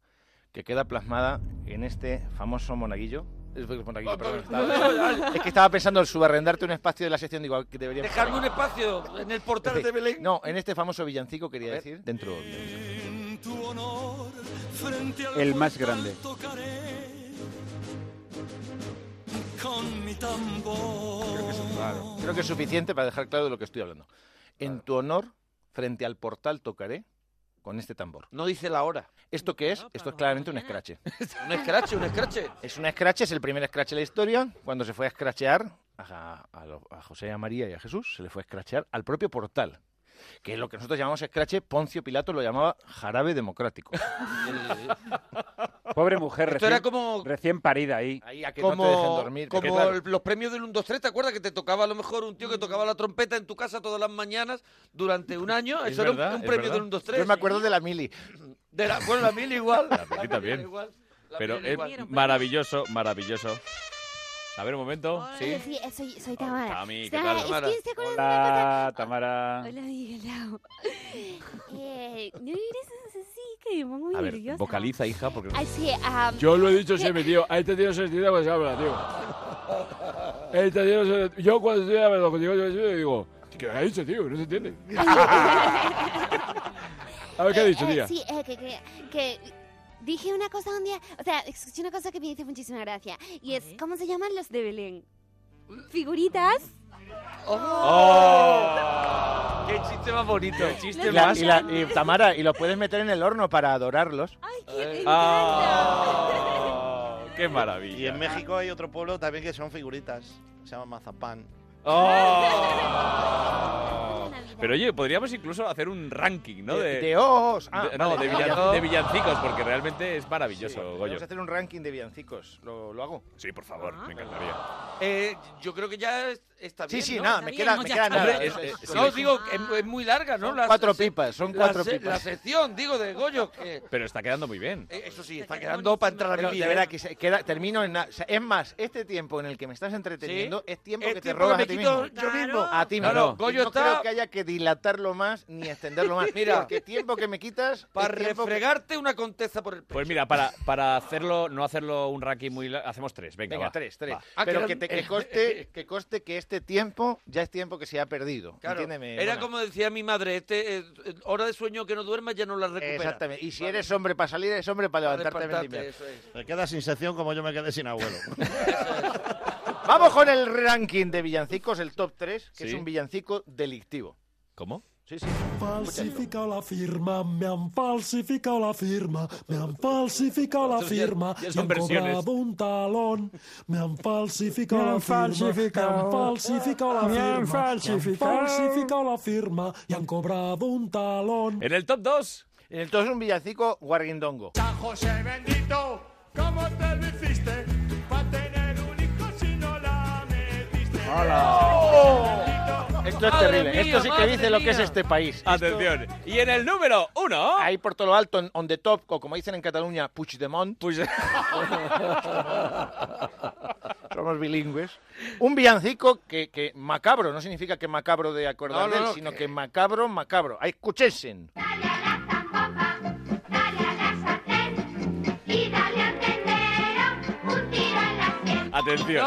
R: que queda plasmada en este famoso monaguillo. Es, monaguillo,
D: (laughs)
R: perdón, estaba- es que estaba pensando en subarrendarte un espacio de la sección, digo, que debería...
D: Dejarme un espacio en el portal de Belén.
R: No, en este famoso villancico quería decir, dentro...
E: El más grande.
P: Con mi tambor.
R: Creo que es suficiente para dejar claro de lo que estoy hablando. En tu honor, frente al portal tocaré con este tambor.
D: No dice la hora.
R: ¿Esto qué es? Esto es claramente un escrache.
D: un escrache, un escrache.
R: Es un escrache, es el primer escrache de la historia. Cuando se fue a escrachear a, a lo- a José, a María y a Jesús, se le fue a escrachear al propio portal. Que es lo que nosotros llamamos escrache, Poncio Pilato lo llamaba jarabe democrático.
E: (laughs)
R: (laughs)
E: Pobre mujer,
R: Esto
E: recién,
R: era
E: recién parida ahí.
R: que no te Como- dejen dormir,
D: como
E: Que claro.
D: el- los premios del 1, 2, 3, ¿te acuerdas que te tocaba a lo mejor un tío que tocaba la trompeta en tu casa todas las mañanas durante un año?
R: Es
D: Eso era un-
R: verdad,
D: un,
R: es
D: premio
R: verdad.
D: del 1, 2, 3.
R: Yo me acuerdo de la mili.
D: De la- bueno, la mil
R: (laughs)
D: igual.
C: Aquí también.
D: igual. La
C: Pero
D: piel
C: es
D: igual. Pero-
C: maravilloso, maravilloso. A ver, un momento. Sí.
B: Soy, soy, soy Tamara.
C: Tami, ¿qué
B: Ah,
C: tal?
B: es que
C: Tamara.
B: ¿se acuerdan de una
E: Hola,
B: cosa?
E: Tamara.
B: Hola, Miguel Lao. (laughs) Eh, no eres así, que me pongo muy
C: A ver,
B: nerviosa.
C: vocaliza, hija, porque...
B: Así, ah,
L: Yo lo he dicho siempre, tío. A este tío se le tira cuando se habla, tío. Este tío se le- Yo cuando estoy hablando contigo, yo yo digo, ¿qué ha dicho, tío? No
B: (laughs)
L: se entiende. A ver, ¿qué ha dicho,
B: eh,
L: tía?
B: Sí, eh, que, que, que dije una cosa un día, o sea, escuché una cosa que me hizo muchísima gracia, y es, ¿cómo se llaman los de Belén? ¿Figuritas?
L: Oh.
C: Oh.
F: Ah.
D: ¡Qué chiste más bonito! ¡Qué chiste
R: Y la-
D: más!
R: y la- y Tamara, y lo puedes meter en el horno para adorarlos.
C: Ah, ¡Qué maravilla!
F: Y en México hay otro pueblo también que son figuritas. Se llama Mazapán.
C: Pero oye, podríamos incluso hacer un ranking, ¿no?
R: De- de ojos. Ah,
C: de- no, de,
R: vale, de
C: villan-
R: villancos.
C: de villancicos, porque realmente es maravilloso, Goyo.
R: Vamos a hacer un ranking de villancicos. ¿Lo, lo hago? Ah.
C: Sí, por favor, me encantaría.
D: Eh, yo creo que ya es- está
R: Sí,
D: bien.
R: sí,
D: ¿no?
R: nada, me queda- me queda nada.
D: Hombre,
R: Es-
D: es-
R: es-
D: no,
R: sí.
D: digo, es, es muy larga, ¿no?
R: Son
D: La-
R: cuatro
D: se-
R: pipas, son
D: la
R: cuatro
D: se- La
R: pipas.
D: sección, digo, de Goyo, que eh,
C: Pero está quedando muy bien.
D: eso sí, está quedando para entrar ¿eh? a
R: Pero
D: mi vida.
R: de
C: ¿eh?
R: verdad que se queda, termino en nada. O sea, es más, este tiempo en el que me estás entreteniendo
D: Sí.
R: es tiempo
D: Es
R: que te
D: tiempo
R: robas
D: que
R: a ti
D: me quito
R: mismo.
D: yo mismo.
R: A ti mismo.
D: Claro, Goyo
R: no
D: está-
R: creo que haya que dilatarlo más ni extenderlo más.
D: (laughs) Mira.
R: Porque tiempo que me quitas...
D: Para
R: es tiempo que-
D: refregarte una conteza por el pecho.
C: Pues mira, para, para hacerlo, no hacerlo un ranking muy largo, hacemos tres, venga,
R: Venga,
C: va,
R: tres, tres.
C: va.
D: Ah,
R: Pero
D: que
R: que,
D: era-
R: te, que,
D: (laughs)
R: coste, que conste que este tiempo ya es tiempo que se ha perdido.
D: Claro,
R: Entiéndeme,
D: era
R: Mona.
D: como decía mi madre, este, eh, eh, hora de sueño que no duermas ya no la recuperas.
R: Exactamente. Y si eres hombre para salir, eres hombre para levantarte a
D: despertarte,
R: limpiar.
D: eso es.
F: Te quedas sin sección como yo me quedé
C: (laughs)
F: sin abuelo.
R: Vamos con el ranking de villancicos, el top 3, que es
F: Sí.
R: un villancico delictivo.
C: ¿Cómo?
R: Sí, sí.
M: Falsificado la firma, me han falsificado la firma, me han falsificado la
R: Eso ya-
M: firma,
R: ya
M: me
R: son
M: han
R: versiones.
M: cobrado un talón, me han falsificado
Q: Me
M: la
Q: han
M: firma,
Q: falsificado.
M: me han falsificado la
Q: Me
M: firma,
Q: han
M: me han
Q: falsificado.
M: falsificado la firma y han cobrado un talón.
C: En el top 2.
R: En el top es un villancico guarindongo.
H: San José bendito, ¿cómo te lo hiciste? Pa' tener un hijo si no la metiste.
R: Esto es terrible. Esto sí que dice lo que es este país.
C: Atención. Y en el número uno.
R: Ahí por todo lo alto, en- on the top, o como dicen en Cataluña, Puigdemont.
C: Pues-
R: (laughs) Somos bilingües. Un villancico que, que macabro, no significa que macabro de acordar
D: No, no,
R: de él,
D: no,
R: sino que... macabro, macabro. Ahí escuchesen.
C: Atención.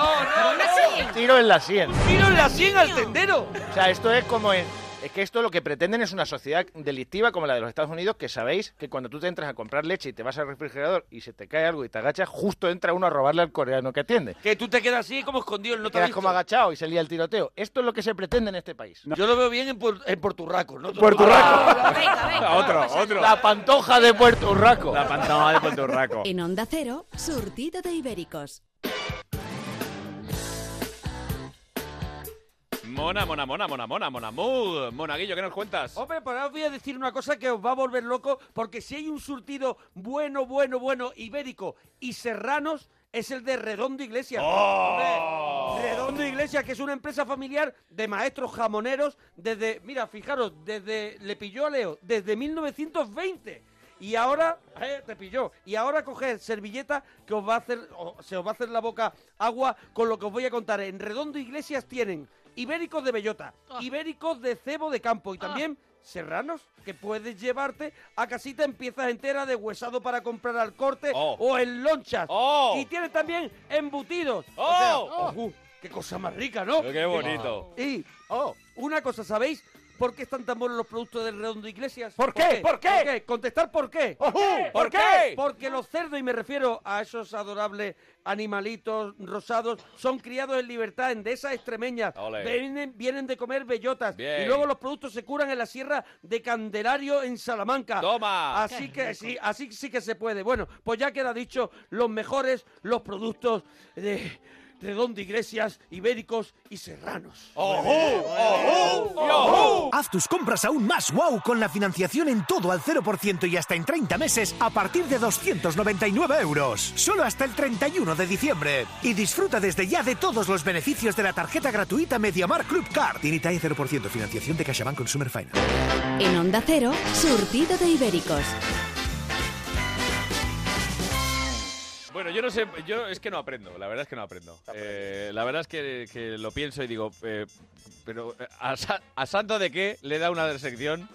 R: Tiro en la sien.
D: Tiro en la sien al tendero.
R: O sea, esto es como en- Es que esto lo que pretenden es una sociedad delictiva como la de los Estados Unidos, que sabéis que cuando tú te entras a comprar leche y te vas al refrigerador y se te cae algo y te agachas, justo entra uno a robarle al coreano que atiende.
D: Que tú te quedas así como escondido, él no te ha
R: Quedas
D: visto.
R: como agachado y se lía el tiroteo. Esto es lo que se pretende en este país.
D: Yo lo veo bien en, Puer- en Porturraco, ¿no?
R: Ah,
D: Ah,
C: otro, otro.
R: La pantoja de Puerto Urraco.
C: La pantoja de Puerto Urraco.
S: En Onda Cero, surtido de ibéricos.
C: Mona, mona, mona, mona, mona, mona, mug. Monaguillo, ¿qué nos cuentas?
D: Hombre, pero ahora os voy a decir una cosa que os va a volver loco, porque si hay un surtido bueno, bueno, bueno, ibérico y serranos, es el de Redondo Iglesias.
R: ¡Oh!
D: Hombre, Redondo Iglesias, que es una empresa familiar de maestros jamoneros desde, mira, fijaros, desde, le pilló a Leo, desde 1920. Y ahora, eh, te pilló, y ahora coged servilleta que os va a hacer, o- se os va a hacer la boca agua con lo que os voy a contar. En Redondo Iglesias tienen ibéricos de bellota, ibéricos de cebo de campo y también serranos que puedes llevarte a casita en piezas enteras de huesado para comprar al corte
C: Oh.
D: o en lonchas. Y tiene también embutidos. O sea,
C: Oh.
D: ojú, ¡Qué cosa más rica, ¿no?
C: Qué bonito.
D: Y, oh, una cosa, ¿sabéis? ¿Por qué están tan buenos los productos del Redondo Iglesias?
R: ¿Por qué? ¿Por qué?
D: Contestar por qué.
R: ¿Por qué? ¿Por qué?
D: Porque los cerdos, y me refiero a esos adorables animalitos rosados, son criados en libertad en dehesas extremeñas.
C: Ole.
D: Vienen, vienen de comer bellotas.
C: Bien.
D: Y luego los productos se curan en la sierra de Candelario, en Salamanca.
C: Toma.
D: Así que sí, así sí que se puede. Bueno, pues ya queda dicho, los mejores, los productos de Redondo Iglesias, Ibéricos y Serranos.
E: Oh,
A: Haz tus compras aún más wow con la financiación en todo al 0% y hasta en 30 meses a partir de 299 euros. Solo hasta el 31 de diciembre. Y disfruta desde ya de todos los beneficios de la tarjeta gratuita MediaMar Club Card. Initae 0% financiación de CaixaBank Consumer Finance.
S: En Onda Cero, surtido de ibéricos.
C: Bueno, yo no sé, yo es que no aprendo, la verdad es que no aprendo. Eh, la verdad es que, que lo pienso y digo, eh, pero eh, ¿a, sa- a santo de qué le da una sección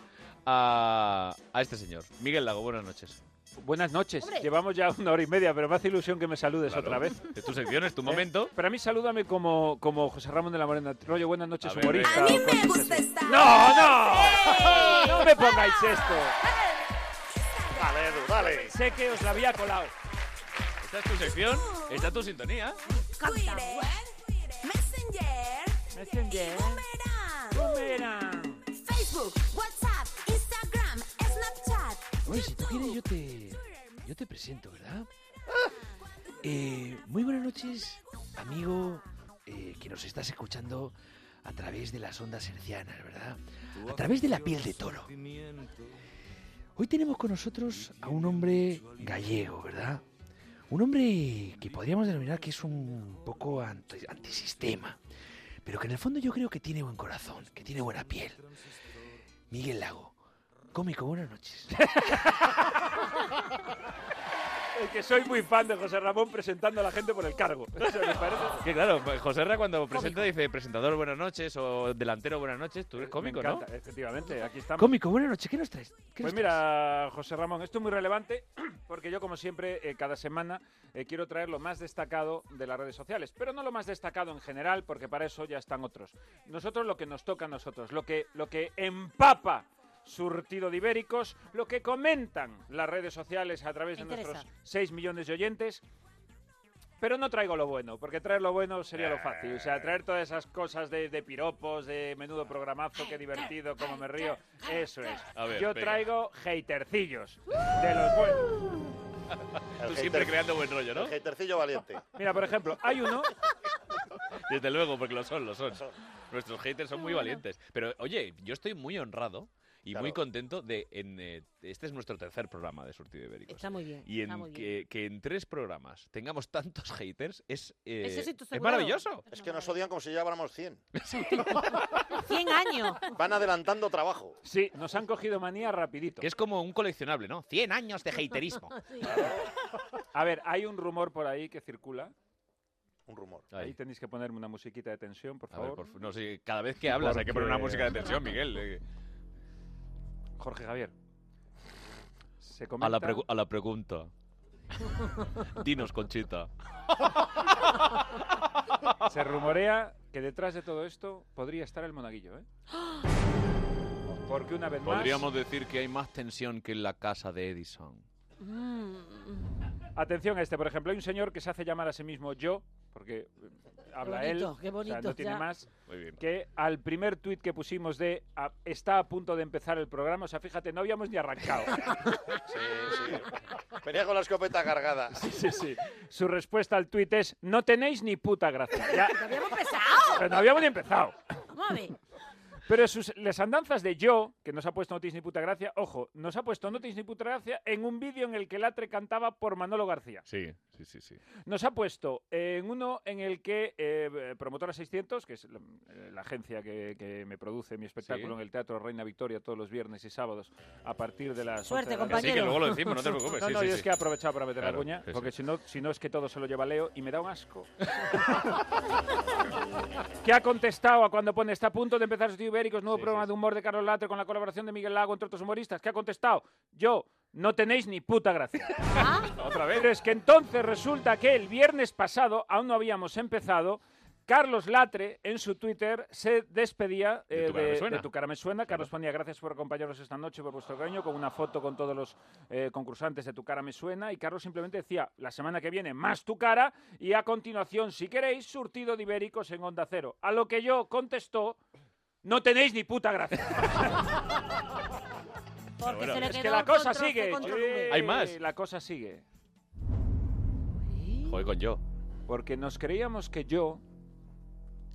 C: a, a este señor? Miguel Lago, buenas noches.
E: Buenas noches. Llevamos ya una hora y media, pero me hace ilusión que me saludes
C: Claro.
E: otra vez. Eh,
C: Es tu sección, es tu momento.
E: Pero a mí salúdame como, como José Ramón de la Morena. Rollo, buenas noches,
C: A ver,
E: humorista.
C: venga. A mí
E: me
S: gusta estar.
E: ¡No, no! (laughs) ¡No me pongáis esto!
F: Dale, Edu, dale.
E: Sé que os la había colado.
C: Esta es tu sección, esta es tu sintonía.
E: Messenger.
Q: Facebook, WhatsApp, Instagram, Snapchat.
D: Oye, si tú quieres, yo te, yo te presento, ¿verdad? Eh, muy buenas noches, amigo eh, que nos estás escuchando a través de las ondas hercianas, ¿verdad? A través de la piel de toro. Hoy tenemos con nosotros a un hombre gallego, ¿verdad? Un hombre que podríamos denominar que es un poco anti- antisistema, pero que en el fondo yo creo que tiene buen corazón, que tiene buena piel.
R: (laughs)
D: Miguel Lago, cómico, buenas noches.
E: Es que soy muy fan de José Ramón presentando a la gente por el cargo. Eso me parece.
C: Que claro, pues, José Ra cuando presenta dice presentador buenas noches o delantero buenas noches, tú eres cómico,
E: me
C: ¿no?
E: encanta, efectivamente. Aquí estamos.
D: Cómico, buenas noches, ¿qué nos traes? ¿Qué
E: Pues
D: nos
E: mira, José Ramón, esto es muy relevante (clears throat) porque yo, como siempre, eh, cada semana eh, quiero traer lo más destacado de las redes sociales, pero no lo más destacado en general, porque para eso ya están otros. Nosotros lo que nos toca a nosotros, lo que, lo que empapa surtido de ibéricos, lo que comentan las redes sociales a través de
Y: Me interesa.
E: nuestros 6 millones de oyentes. Pero no traigo lo bueno, porque traer lo bueno sería lo fácil. O sea, traer todas esas cosas de, de piropos, de menudo programazo, qué divertido, cómo me río. Eso es.
C: A ver,
E: Yo
C: venga.
E: traigo hatercillos de los buenos.
C: Tú siempre creando buen rollo, ¿no?
F: El hatercillo valiente.
E: Mira, por ejemplo, hay uno.
C: Desde luego, porque lo son, lo son. Nuestros haters son muy valientes. Pero oye, yo estoy muy honrado y muy contento de... En, eh, este es nuestro tercer programa de Surtido Ibérico.
Y: Está muy bien,
C: Y
Y: está
C: en
Y: muy
C: que, que en tres programas tengamos tantos haters es, eh,
F: Eso sí, tú
C: es
F: seguro.
C: maravilloso.
F: Es que nos odian como si lleváramos (laughs) 100.
E: 100 años.
F: (laughs) Van adelantando trabajo.
E: Sí, nos han cogido manía rapidito.
C: Que es como un coleccionable, ¿no? 100 años de haterismo.
R: (laughs)
E: A ver, hay un rumor por ahí que circula.
F: Un rumor.
E: Ahí, tenéis que ponerme una musiquita de tensión, por
C: A ver,
E: favor.
C: por fa- no sé, cada vez que hablas hay que poner una
E: Porque-
C: música de tensión, Miguel. eh.
E: Jorge Javier. Se
C: A la,
E: comenta-
C: pregu- a la pregunta. Dinos, Conchita.
E: Se rumorea que detrás de todo esto podría estar el monaguillo, ¿eh? Porque una vez
C: Podríamos decir que hay más tensión que en la casa de Edison.
R: Mm.
E: más. Atención a este, por ejemplo, hay un señor que se hace llamar a sí mismo yo, porque eh, habla
Y: bonito,
E: él.
Y: qué
E: o sea,
Y: bonito,
E: no tiene
Y: ya.
E: más.
C: Muy bien.
E: Que al primer tuit que pusimos de "A- está a punto de empezar el programa, o sea, fíjate, no habíamos ni
C: (laughs)
E: arrancado.
F: Venía con la escopeta cargada.
E: Sí, sí, sí. Su respuesta al tuit es no tenéis ni puta gracia. Ya,
S: habíamos
E: pero no habíamos ni empezado.
S: Vamos a ver.
E: Pero sus, las andanzas de yo, que nos ha puesto Notis ni puta gracia, ojo, nos ha puesto Notis ni puta gracia en un vídeo en el que Latre cantaba por Manolo García.
C: Sí, sí, sí, sí.
E: Nos ha puesto eh, en uno en el que eh, Promotora 600, que es la, eh, la agencia que, que me produce mi espectáculo
C: Sí.
E: en el Teatro Reina Victoria todos los viernes y sábados a partir de las. 11 de
C: Suerte,
E: la noche.
C: compañero. Sí, que luego lo decimos, no
E: (laughs)
C: te preocupes,
E: No,
C: sí,
E: no,
C: sí,
E: yo
C: sí.
E: es que he aprovechado para meter
C: Claro,
E: la cuña,
C: sí, sí.
E: porque si no, si no es que todo se lo lleva Leo y me da un
C: (laughs)
E: asco. (laughs) que ha contestado a cuando pone está a punto de empezar Estudio Ibéricos, nuevo programa de humor de Carlos Latre con la colaboración de Miguel Lago entre otros humoristas. ¿Qué ha contestado? Yo, no tenéis ni puta gracia. Otra vez. Pero es que entonces resulta que el viernes pasado, aún no habíamos empezado, Carlos Latre, en su Twitter, se despedía
C: De
E: eh,
C: Tu cara me
E: de,
C: suena.
E: de Tu cara me suena. Carlos ponía gracias por acompañarnos esta noche, por vuestro cariño, con una foto con todos los eh, concursantes de Tu cara me suena. Y Carlos simplemente decía, la semana que viene, más Tu cara. Y a continuación, si queréis, surtido de ibéricos en Onda Cero. A lo que yo contestó, no tenéis ni puta
C: (laughs)
E: gracia.
C: Porque bueno, se le
E: es que
C: quedó
E: la cosa
C: control C,
E: sigue.
C: control
E: Eh,
C: V. Hay más.
E: La cosa sigue.
C: Joder con yo.
E: Porque nos creíamos que yo.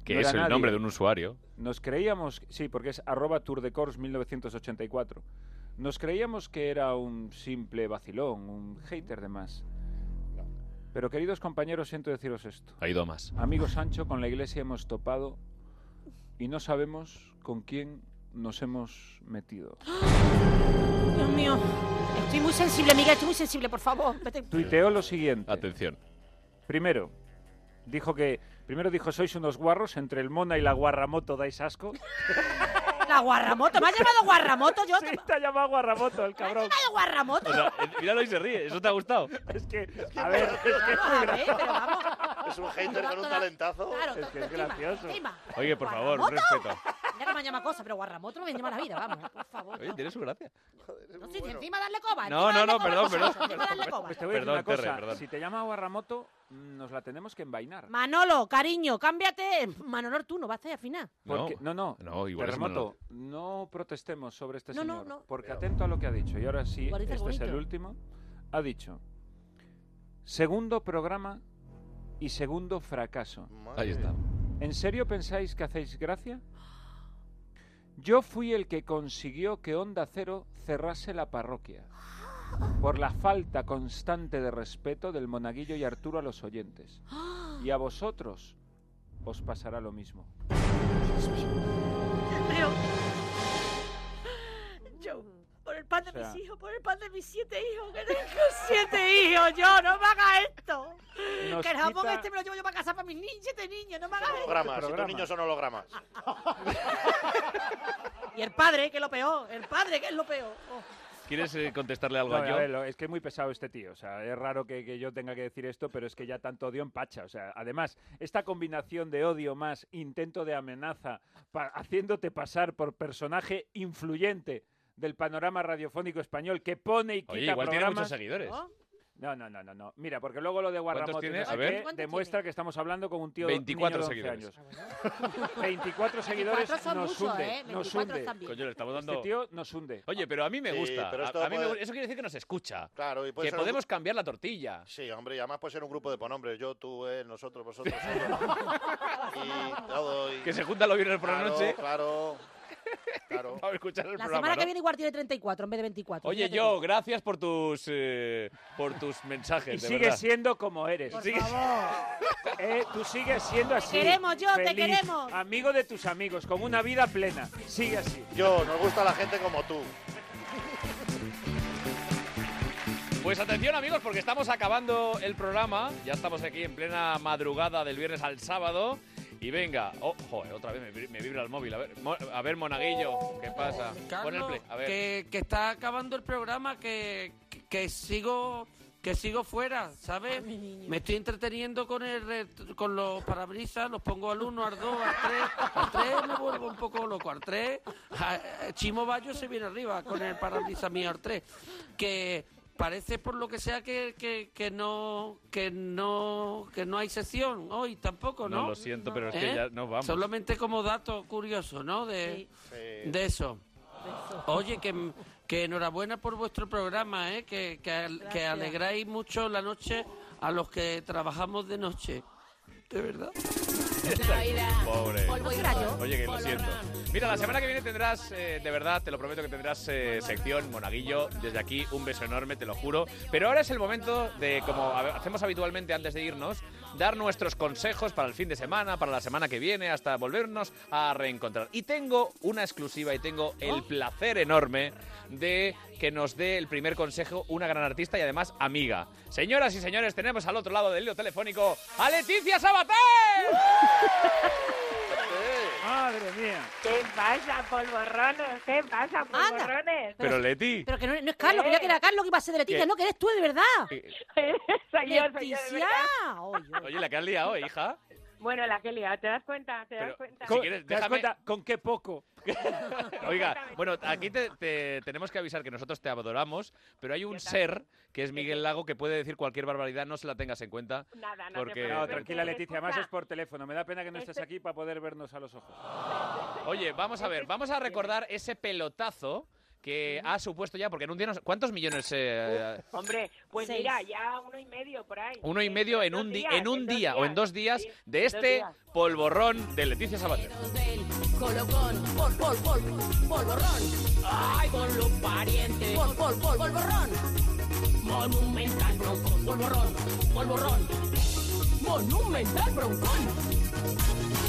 C: Que
E: no era
C: es el
E: nadie.
C: nombre de un usuario.
E: Nos creíamos. Sí, porque es arroba Tour de Cors 1984. Nos creíamos que era un simple vacilón, un hater de más. Pero queridos compañeros, siento deciros esto.
C: Ha ido a más.
E: Amigo Sancho, con la iglesia hemos topado y no sabemos con quién nos hemos
C: (gasps)
E: metido. (gasps)
C: ¡Ah!
I: Dios mío. Estoy muy sensible, amiga, estoy muy sensible, por favor. Vete.
E: tuiteó lo siguiente.
C: Atención.
E: Primero, dijo que. Primero dijo, sois unos guarros, entre el mona y la guarramoto dais
C: (laughs)
E: asco.
I: La guarramoto, me ha llamado guarramoto yo. Sí,
E: te ha llamado guarramoto el cabrón.
I: Me ha llamado guarramoto.
C: O sea, eh, míralo y se ríe. ¿Eso te ha gustado?
E: (laughs) Es que, a ver, es que es
I: ¿Eh?
E: muy gracioso.
F: Es un hater con un talentazo.
I: Claro,
F: es que es
I: gracioso. Prima,
E: ¿eh?
C: Oye, por favor,
I: ¿Guarramoto?
C: respeto.
I: mira que me llama cosa, pero guarramoto no me llama la vida, vamos, eh, por favor.
C: Oye, tiene su gracia.
I: No, sí, encima darle coba.
C: No, no, no,
I: encima darle
C: perdón,
I: coba,
C: perdón,
I: cosa, (laughs) encima darle coba.
E: Pues te voy a decir
C: Perdón,
E: una cosa.
C: Terry, perdón.
E: Si te llama guarramoto, mm, nos la tenemos que envainar.
I: Manolo, cariño, cámbiate. Manolo, tú no vas a hacer al final.
E: Porque- no, no,
C: No, igual es
E: Terremoto, no protestemos sobre este
I: No, no,
E: señor,
I: no.
E: porque atento a lo que ha dicho. Y ahora sí,
I: Igual dice
E: este
I: algo
E: es el
I: bonito.
E: último. Ha dicho, segundo programa y segundo fracaso.
C: Ahí está.
E: ¿En serio pensáis que hacéis gracia? Yo fui el que consiguió que Onda Cero cerrase la parroquia por la falta constante de respeto del monaguillo y Arturo a los
I: (gasps)
E: oyentes. Y a vosotros os pasará lo mismo.
I: Pero. Yo, por el pan de
E: O sea-
I: mis hijos, por el pan de mis siete hijos, que tengo siete hijos, yo, no me hagas esto.
E: Nos
I: que el jamón
E: quita-
I: este me lo llevo yo para casa para mis niños, siete niños, no me hagas esto.
C: Este
F: Hologramas, Este si tus
E: Programa.
F: niños son hologramas.
I: Y el padre, que es lo peor, el padre, que es lo peor. Oh.
C: ¿Quieres eh, contestarle algo
E: No,
C: a
E: a
C: yo?
E: ver, lo- es que es muy pesado este tío. O sea, es raro que, que yo tenga que decir esto, pero es que ya tanto odio empacha. O sea, además, esta combinación de odio más intento de amenaza, pa- haciéndote pasar por personaje influyente del panorama radiofónico español que pone y quita
C: Oye, igual tiene
E: programas.
C: muchos seguidores.
I: ¿No?
E: No, no, no, no, no. Mira, porque luego lo de
C: ¿Cuántos
E: Guarramoto y
C: tiene?
E: no sé
C: A ver.
E: qué
C: ¿Cuántos
E: demuestra que estamos hablando con un tío
C: 24
E: niño de 11
C: seguidores.
E: años. (laughs) 24 seguidores
I: 24 son
E: nos
I: muchos,
E: hunde,
I: ¿eh?
E: nos
I: 24
E: hunde.
I: están bien.
C: Coño, le estamos dando...
E: Este tío nos hunde.
C: Oye, pero a mí me
F: Sí,
C: gusta.
F: pero
C: A-
F: esto
C: a mí me
F: puede-
C: gu- Eso quiere decir que nos escucha.
F: Claro, y puede
C: Que
F: ser un
C: podemos cambiar la tortilla.
F: Sí, hombre, y además puede ser un grupo de pronombres. Yo, tú, él, nosotros, vosotros. nosotros.
C: (laughs)
F: y todo. y-
C: Que se juntan los viernes por la
F: Claro,
C: noche.
F: Claro,
C: (laughs)
F: claro.
C: Para escuchar el
I: La
C: programa,
I: semana que
C: ¿no?
I: viene igual tiene 34 en vez de 24.
C: Oye,
I: fíjate
C: yo, gracias por tus eh, por tus mensajes,
E: Y
C: de
E: sigue
C: verdad.
E: siendo como eres.
I: Por
E: Sigue-
I: favor.
E: Eh, tú sigues siendo así.
I: queremos, yo, te
E: feliz,
I: queremos.
E: Amigo de tus amigos, con una vida plena. Sigue así.
F: Yo, nos gusta la gente como tú.
C: Pues atención amigos, porque estamos acabando el programa. Ya estamos aquí en plena madrugada del viernes al sábado. Y venga, oh, joder, otra vez me, vi- me vibra el móvil. A ver, mo- a ver monaguillo, ¿qué pasa? Pon el
D: Carlos,
C: play, a ver.
D: que, que está acabando el programa, que, que, que sigo que sigo fuera, ¿sabes? Me estoy entreteniendo con el ret- con los parabrisas, los pongo al 1, al 2, al 3, al 3 me vuelvo un poco loco, al 3, Chimo Bayo se viene arriba con el parabrisas mío al 3, que parece por lo que sea que, que, que no que no que no hay sesión hoy tampoco, ¿no?
C: No, lo siento, pero es que
D: ¿Eh?
C: ya nos vamos.
D: Solamente como dato curioso, ¿no? De, de eso. Oye, que, que enhorabuena por vuestro programa, ¿eh? que, que, al- que
K: Gracias.
D: alegráis mucho la noche a los que trabajamos de noche. De verdad.
C: Pobre.
D: Polvo y rayo.
C: Oye, que lo siento. Mira, la semana que viene tendrás, eh, de verdad, te lo prometo que tendrás eh, sección Monaguillo. Desde aquí, un beso enorme, te lo juro. Pero ahora es el momento de, como ha- hacemos habitualmente antes de irnos, dar nuestros consejos para el fin de semana, para la semana que viene, hasta volvernos a reencontrar. Y tengo una exclusiva y tengo el
D: Oh.
C: placer enorme de que nos dé el primer consejo una gran artista y además amiga. Señoras y señores, tenemos al otro lado del hilo telefónico a Leticia Sabater.
E: Madre mía.
Y: ¿Qué pasa, polvorrones? ¿Qué pasa, polvorrones?
C: Pero Leti. (laughs)
I: Pero que no, no es Carlos, que ya que era Carlos que iba a ser de Leticia,
C: ¿Qué?
Y: (laughs)
I: no, que eres tú de verdad.
C: Eh,
Y: Soy yo, soy yo, de
I: Leticia.
Y: verdad.
W: Ah,
I: Oye,
C: Oye, la que has liado, ¿eh, hija.
Y: Bueno, la que liado, ¿te das cuenta? ¿Te das cuenta?
E: Con- ¿te das cuenta con qué poco?
C: (laughs) Oiga, bueno, aquí te, te- tenemos que avisar que nosotros te adoramos, pero hay un ser que es Miguel Lago que puede decir cualquier barbaridad, no se la tengas en cuenta.
Y: Nada, no te
C: porque...
E: No, tranquila, Leticia, además es por teléfono. Me da pena que no
Y: Este-
E: estés aquí para poder vernos a los ojos.
C: Oye, vamos a ver, vamos a recordar ese pelotazo que ha supuesto ya, porque en un día... nos- ¿Cuántos millones? eh,
Y: Hombre, pues
J: Seis.
Y: mira, ya uno y medio por ahí.
C: uno y medio en un, di-
Y: días,
C: en un
Y: en dos
C: día o en dos días de
Y: en dos
C: este
Y: días.
C: polvorrón de Leticia Sabater.
J: Colocón, pol, pol, pol, polvorrón. Ay, con los parientes. Pol, pol, pol, polvorrón. Monumental broncón, polvorrón, polvorrón. Monumental broncón.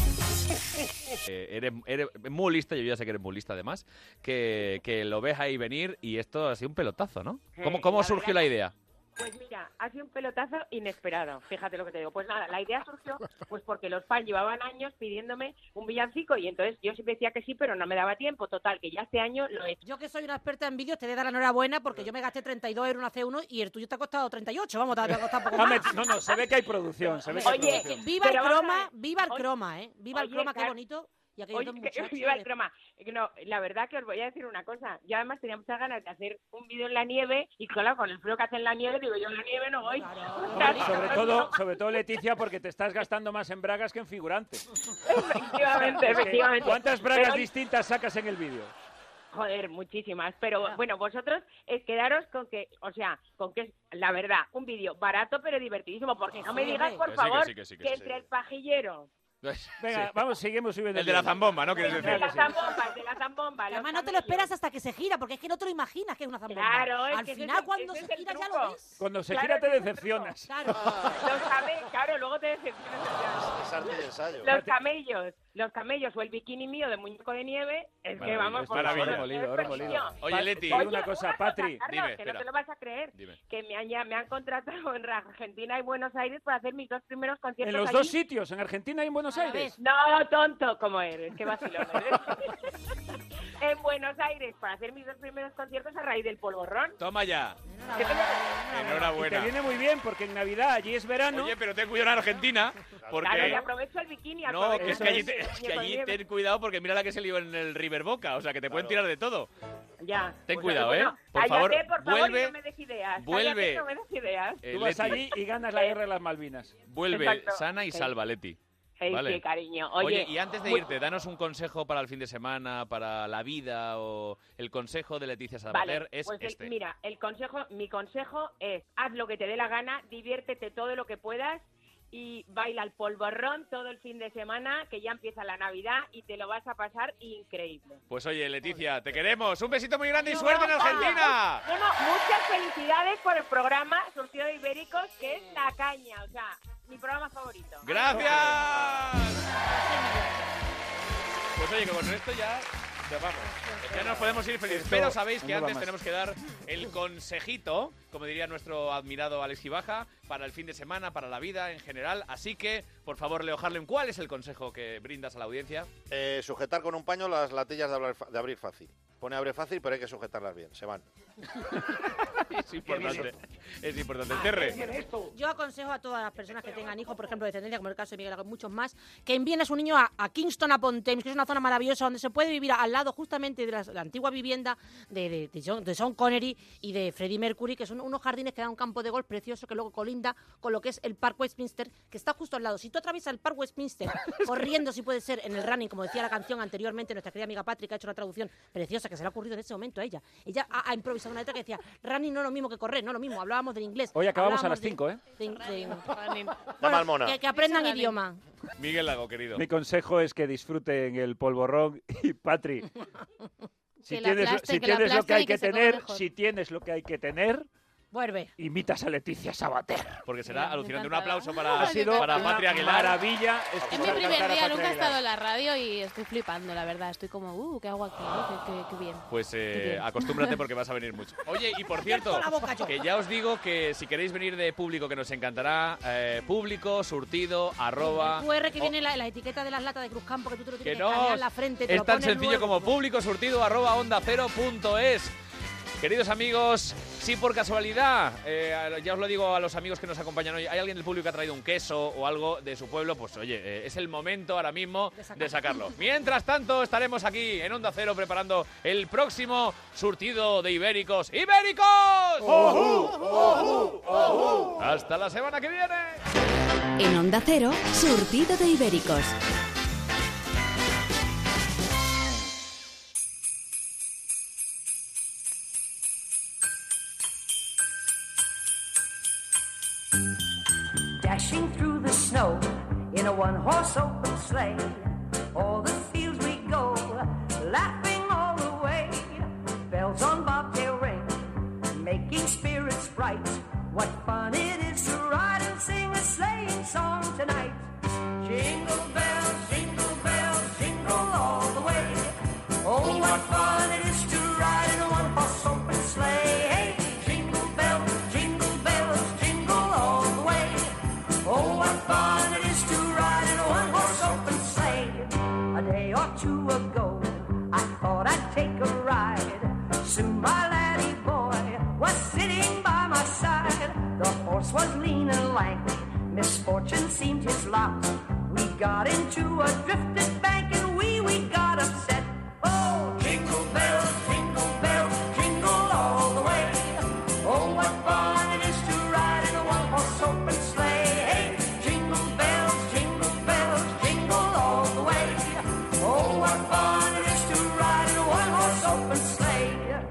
C: Eh, eres, eres muy lista, yo ya sé que eres muy lista además, que, que lo ves ahí venir y esto ha sido un pelotazo, ¿no?
Y: Sí,
C: ¿Cómo, cómo
Y: la
C: surgió
Y: verdad
C: la idea?
Y: Pues mira, ha sido un pelotazo inesperado, fíjate lo que te digo. Pues nada, la idea surgió pues porque los fans llevaban años pidiéndome un villancico y entonces yo siempre decía que sí, pero no me daba tiempo. Total, que ya este año lo he hecho.
I: Yo que soy una experta en vídeos, te voy a dar la enhorabuena porque yo me gasté 32 euros en hacer uno y el tuyo te ha costado 38. Vamos, te te ha costado poco
Y: (laughs)
E: Dame-
I: más.
E: No, no, se ve que hay producción. Se ve que hay
I: Oye,
E: producción.
I: viva el
Y: pero vamos a
I: croma,
Y: ver.
I: viva el
Y: Oye,
I: croma, ¿eh? Viva el
Y: oye,
I: croma, qué
Y: Car-
I: bonito. Y aquello
Y: Oye,
I: de
Y: que-
I: muchacho
Y: viva el
I: de-
Y: croma. No, la verdad que os voy a decir una cosa. Yo además tenía muchas ganas de hacer un vídeo en la nieve y claro, con el frío que hace en la nieve, digo yo en la nieve no voy. (laughs)
E: Sobre, sobre todo, sobre todo, Leticia, porque te estás gastando más en bragas que en figurantes.
Y: (laughs) Efectivamente, efectivamente.
E: ¿Cuántas bragas
Y: Pero-
E: distintas sacas en el vídeo?
Y: Joder, muchísimas. Pero bueno, vosotros eh, quedaros con que, o sea, con que es la verdad, un vídeo barato pero divertidísimo. Porque no me
E: sí,
Y: digas,
E: hombre.
Y: por
E: Que sí, que
Y: favor,
E: sí, que sí, que sí.
Y: entre el pajillero,
E: Venga,
C: Sí.
E: vamos, seguimos subiendo.
C: El de la
E: vídeo.
C: zambomba, ¿no? Quieres
E: Claro
Y: de
E: que
Y: la
E: sí.
Y: zambomba, el de la zambomba.
I: Que
Y: los
I: Además, no te lo
Y: camellos.
I: esperas hasta que se gira, porque es que no te lo imaginas que es una zambomba.
Y: Claro, es
I: Al
Y: que ese
I: final,
Y: es-
I: cuando se
Y: ese es el
I: gira, ya lo
Y: truco.
I: ves.
E: Cuando se
Y: Claro,
E: gira te
Y: ese es el
E: decepcionas.
Y: (laughs) Los came- claro, luego te decepcionas.
F: Es arte y ensayo.
Y: Los camellos, los camellos o el bikini mío de muñeco de nieve, es que
E: Maravilla,
Y: vamos
E: es
Y: por favor,
E: maravilla.
Y: no
E: Molido,
Y: es
E: oro
Y: perfección.
E: molido. Oye,
Y: Pat-
E: Leti,
Y: oye,
E: una cosa, Patri.
Y: Carlos,
E: Dime,
Y: que no
E: espera.
Y: te lo vas a creer,
C: Dime.
Y: que me han, ya- me han contratado en Argentina y Buenos Aires para hacer mis dos primeros conciertos
E: En los
Y: allí.
E: dos sitios, en Argentina y en Buenos Aires.
Y: No, tonto como eres, qué vacilón eres. (laughs) en Buenos Aires para hacer mis dos primeros conciertos a raíz del polvorrón.
C: Toma ya.
Y: ¿Qué te parece?
E: Y te
C: Enhorabuena.
E: viene muy bien porque en Navidad allí es verano.
C: Oye, pero ten cuidado en Argentina,
Y: Claro, y
C: porque...
Y: aprovecho el bikini.
C: No, que es
Y: aprovecho
C: que allí,
Y: el
C: te- es que
Y: muñeco de
C: allí
Y: nieve.
C: ten cuidado porque mira la que se lió en el River Boca, o sea que te pueden tirar de todo.
Y: Ya.
C: Ten
Y: Pues,
C: cuidado,
Y: bueno,
C: ¿eh? Por
Y: cállate,
C: favor,
Y: por favor,
C: vuelve,
Y: y no me des ideas.
C: vuelve.
Y: Cállate, no me des ideas.
C: Eh,
E: Tú vas
C: Leti.
E: allí y ganas la guerra de las Malvinas.
C: vuelve
Y: Eh, Exacto.
C: sana y
Y: Sí.
C: salva, Leti.
Y: Sí,
C: ¿Vale?
Y: sí, cariño.
C: Oye,
Y: Oye,
C: y antes de
Y: muy-
C: irte, danos un consejo para el fin de semana, para la vida o el consejo de Leticia Sabater
Y: Vale,
C: es
Y: pues el-
C: este.
Y: mira, el consejo, mi consejo es haz lo que te dé la gana, diviértete todo lo que puedas y baila el polvorrón todo el fin de semana, que ya empieza la Navidad y te lo vas a pasar increíble.
C: Pues oye, Leticia, te queremos. Un besito muy grande y suerte en Argentina.
Y: No, no, muchas felicidades por el programa Surtido de Ibéricos, que es la caña, o sea, mi programa favorito.
C: Gracias. Pues oye, que con esto ya ya vamos. Ya nos podemos ir felices.
L: Esto
C: Pero sabéis
L: no
C: que
L: va
C: antes
L: más.
C: tenemos que dar el consejito, como diría nuestro admirado Alex Gibaja, para el fin de semana, para la vida en general. Así que, por favor, Leo Harlem, ¿cuál es el consejo que brindas a la audiencia?
F: Eh, sujetar con un paño las latillas de abrir, fa- de abrir fácil. Pone abre fácil, pero hay que sujetarlas bien. Se van.
C: es importante. Es importante. Terre.
I: Yo aconsejo a todas las personas que tengan hijos, por ejemplo, de descendencia, como el caso de Miguel Lago y muchos más, que envíen a su niño a, a Kingston upon Thames, que es una zona maravillosa donde se puede vivir al lado justamente de las- la, antigua vivienda de, de- de John, de Sean Connery y de Freddie Mercury, que son unos jardines que dan un campo de golf precioso que luego colinda con lo que es el Park Westminster, que está justo al lado. Si tú atraviesas el Park Westminster corriendo, si puede ser, en el running, como decía la canción anteriormente, nuestra querida amiga Patrick ha hecho una traducción preciosa que se le ha ocurrido en ese momento a ella. Ella ha, ha improvisado una letra que decía, running no es lo mismo que correr, no es lo mismo, hablábamos del inglés.
E: Hoy acabamos a
I: hablábamos
E: las
I: de-
E: 5, ¿eh?
I: de- de-
F: Llama al
I: Bueno,
F: Mona.
I: que, que aprendan idioma.
C: Miguel Lago, querido.
E: Mi consejo es que disfruten el polvorrón y
I: (laughs)
E: Patri. Si
I: Que la
E: tienes,
I: aplasten,
E: si
I: que la
E: tienes lo que
I: aplasten
E: hay
I: y
E: que,
I: que se coma
E: tener,
I: mejor.
E: si tienes lo que hay que tener,
I: Vuelve.
E: imitas a Leticia Sabater.
C: Porque será alucinante. Un aplauso (laughs) para,
E: ha sido
C: para
E: una
C: Patria Aguilar.
E: maravilla.
J: Es mi primer día, nunca he estado en la radio y estoy flipando, la verdad. Estoy como, uh, qué agua aquí, qué, qué- qué bien.
C: Pues eh,
J: Qué bien.
C: acostúmbrate porque vas a venir mucho. (laughs) Oye, y por cierto,
J: la boca yo.
C: que ya os digo que si queréis venir de público, que nos encantará, eh, público, surtido, arroba...
I: QR que
C: o-
I: viene la, la etiqueta de las latas de Cruz Campo que tú te lo tienes
C: que
I: que,
C: no,
I: escanear en la frente. te
C: es
I: lo
C: tan
I: pones
C: sencillo
I: luego.
C: como público, surtido, arroba, onda cero punto es. Queridos amigos, si por casualidad, eh, a- ya os lo digo a los amigos que nos acompañan hoy, hay alguien del público que ha traído un queso o algo de su pueblo, pues oye, eh, es el momento ahora mismo de sacarlo. Mientras tanto, estaremos aquí en Onda Cero preparando el próximo surtido de ibéricos. ¡Ibéricos! ¡Hasta la semana que viene!
S: En Onda Cero, surtido de ibéricos.
W: Dashing through the snow in a one horse open sleigh. O'er the fields we go, laughing all the way. Bells on bobtail ring, making spirits bright. What fun it is to ride and sing a sleighing song tonight. Jingle bells, jingle bells, jingle all the way. Oh, what fun it is to ride in a one horse open sleigh. Hey, jingle bells, jingle bells, jingle all the way. Oh, what fun it is to ride in a one horse open sleigh. A day or two ago, I thought I'd take a ride. Soon my laddie boy was sitting by my side. The horse was lean and lank, misfortune seemed his lot. We got into a drifted bank and we, we got upset. Oh, jingle bells, jingle bells, jingle all the way. Oh, what fun it is to ride in a one-horse open sleigh. Hey, jingle bells, jingle bells, jingle all the way. Oh, what fun it is to ride in a one-horse open sleigh.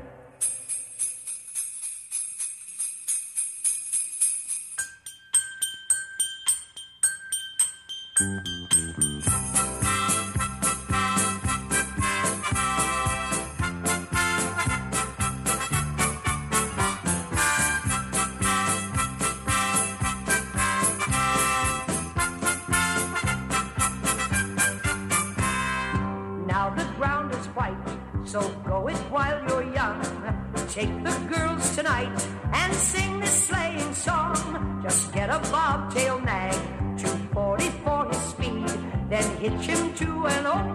W: Now the ground is white, so go it while you're young. Take the girls tonight and sing this sleighing song. Just get a bobtail nag, 240 for his speed, then hitch him to an open Oh, Oh,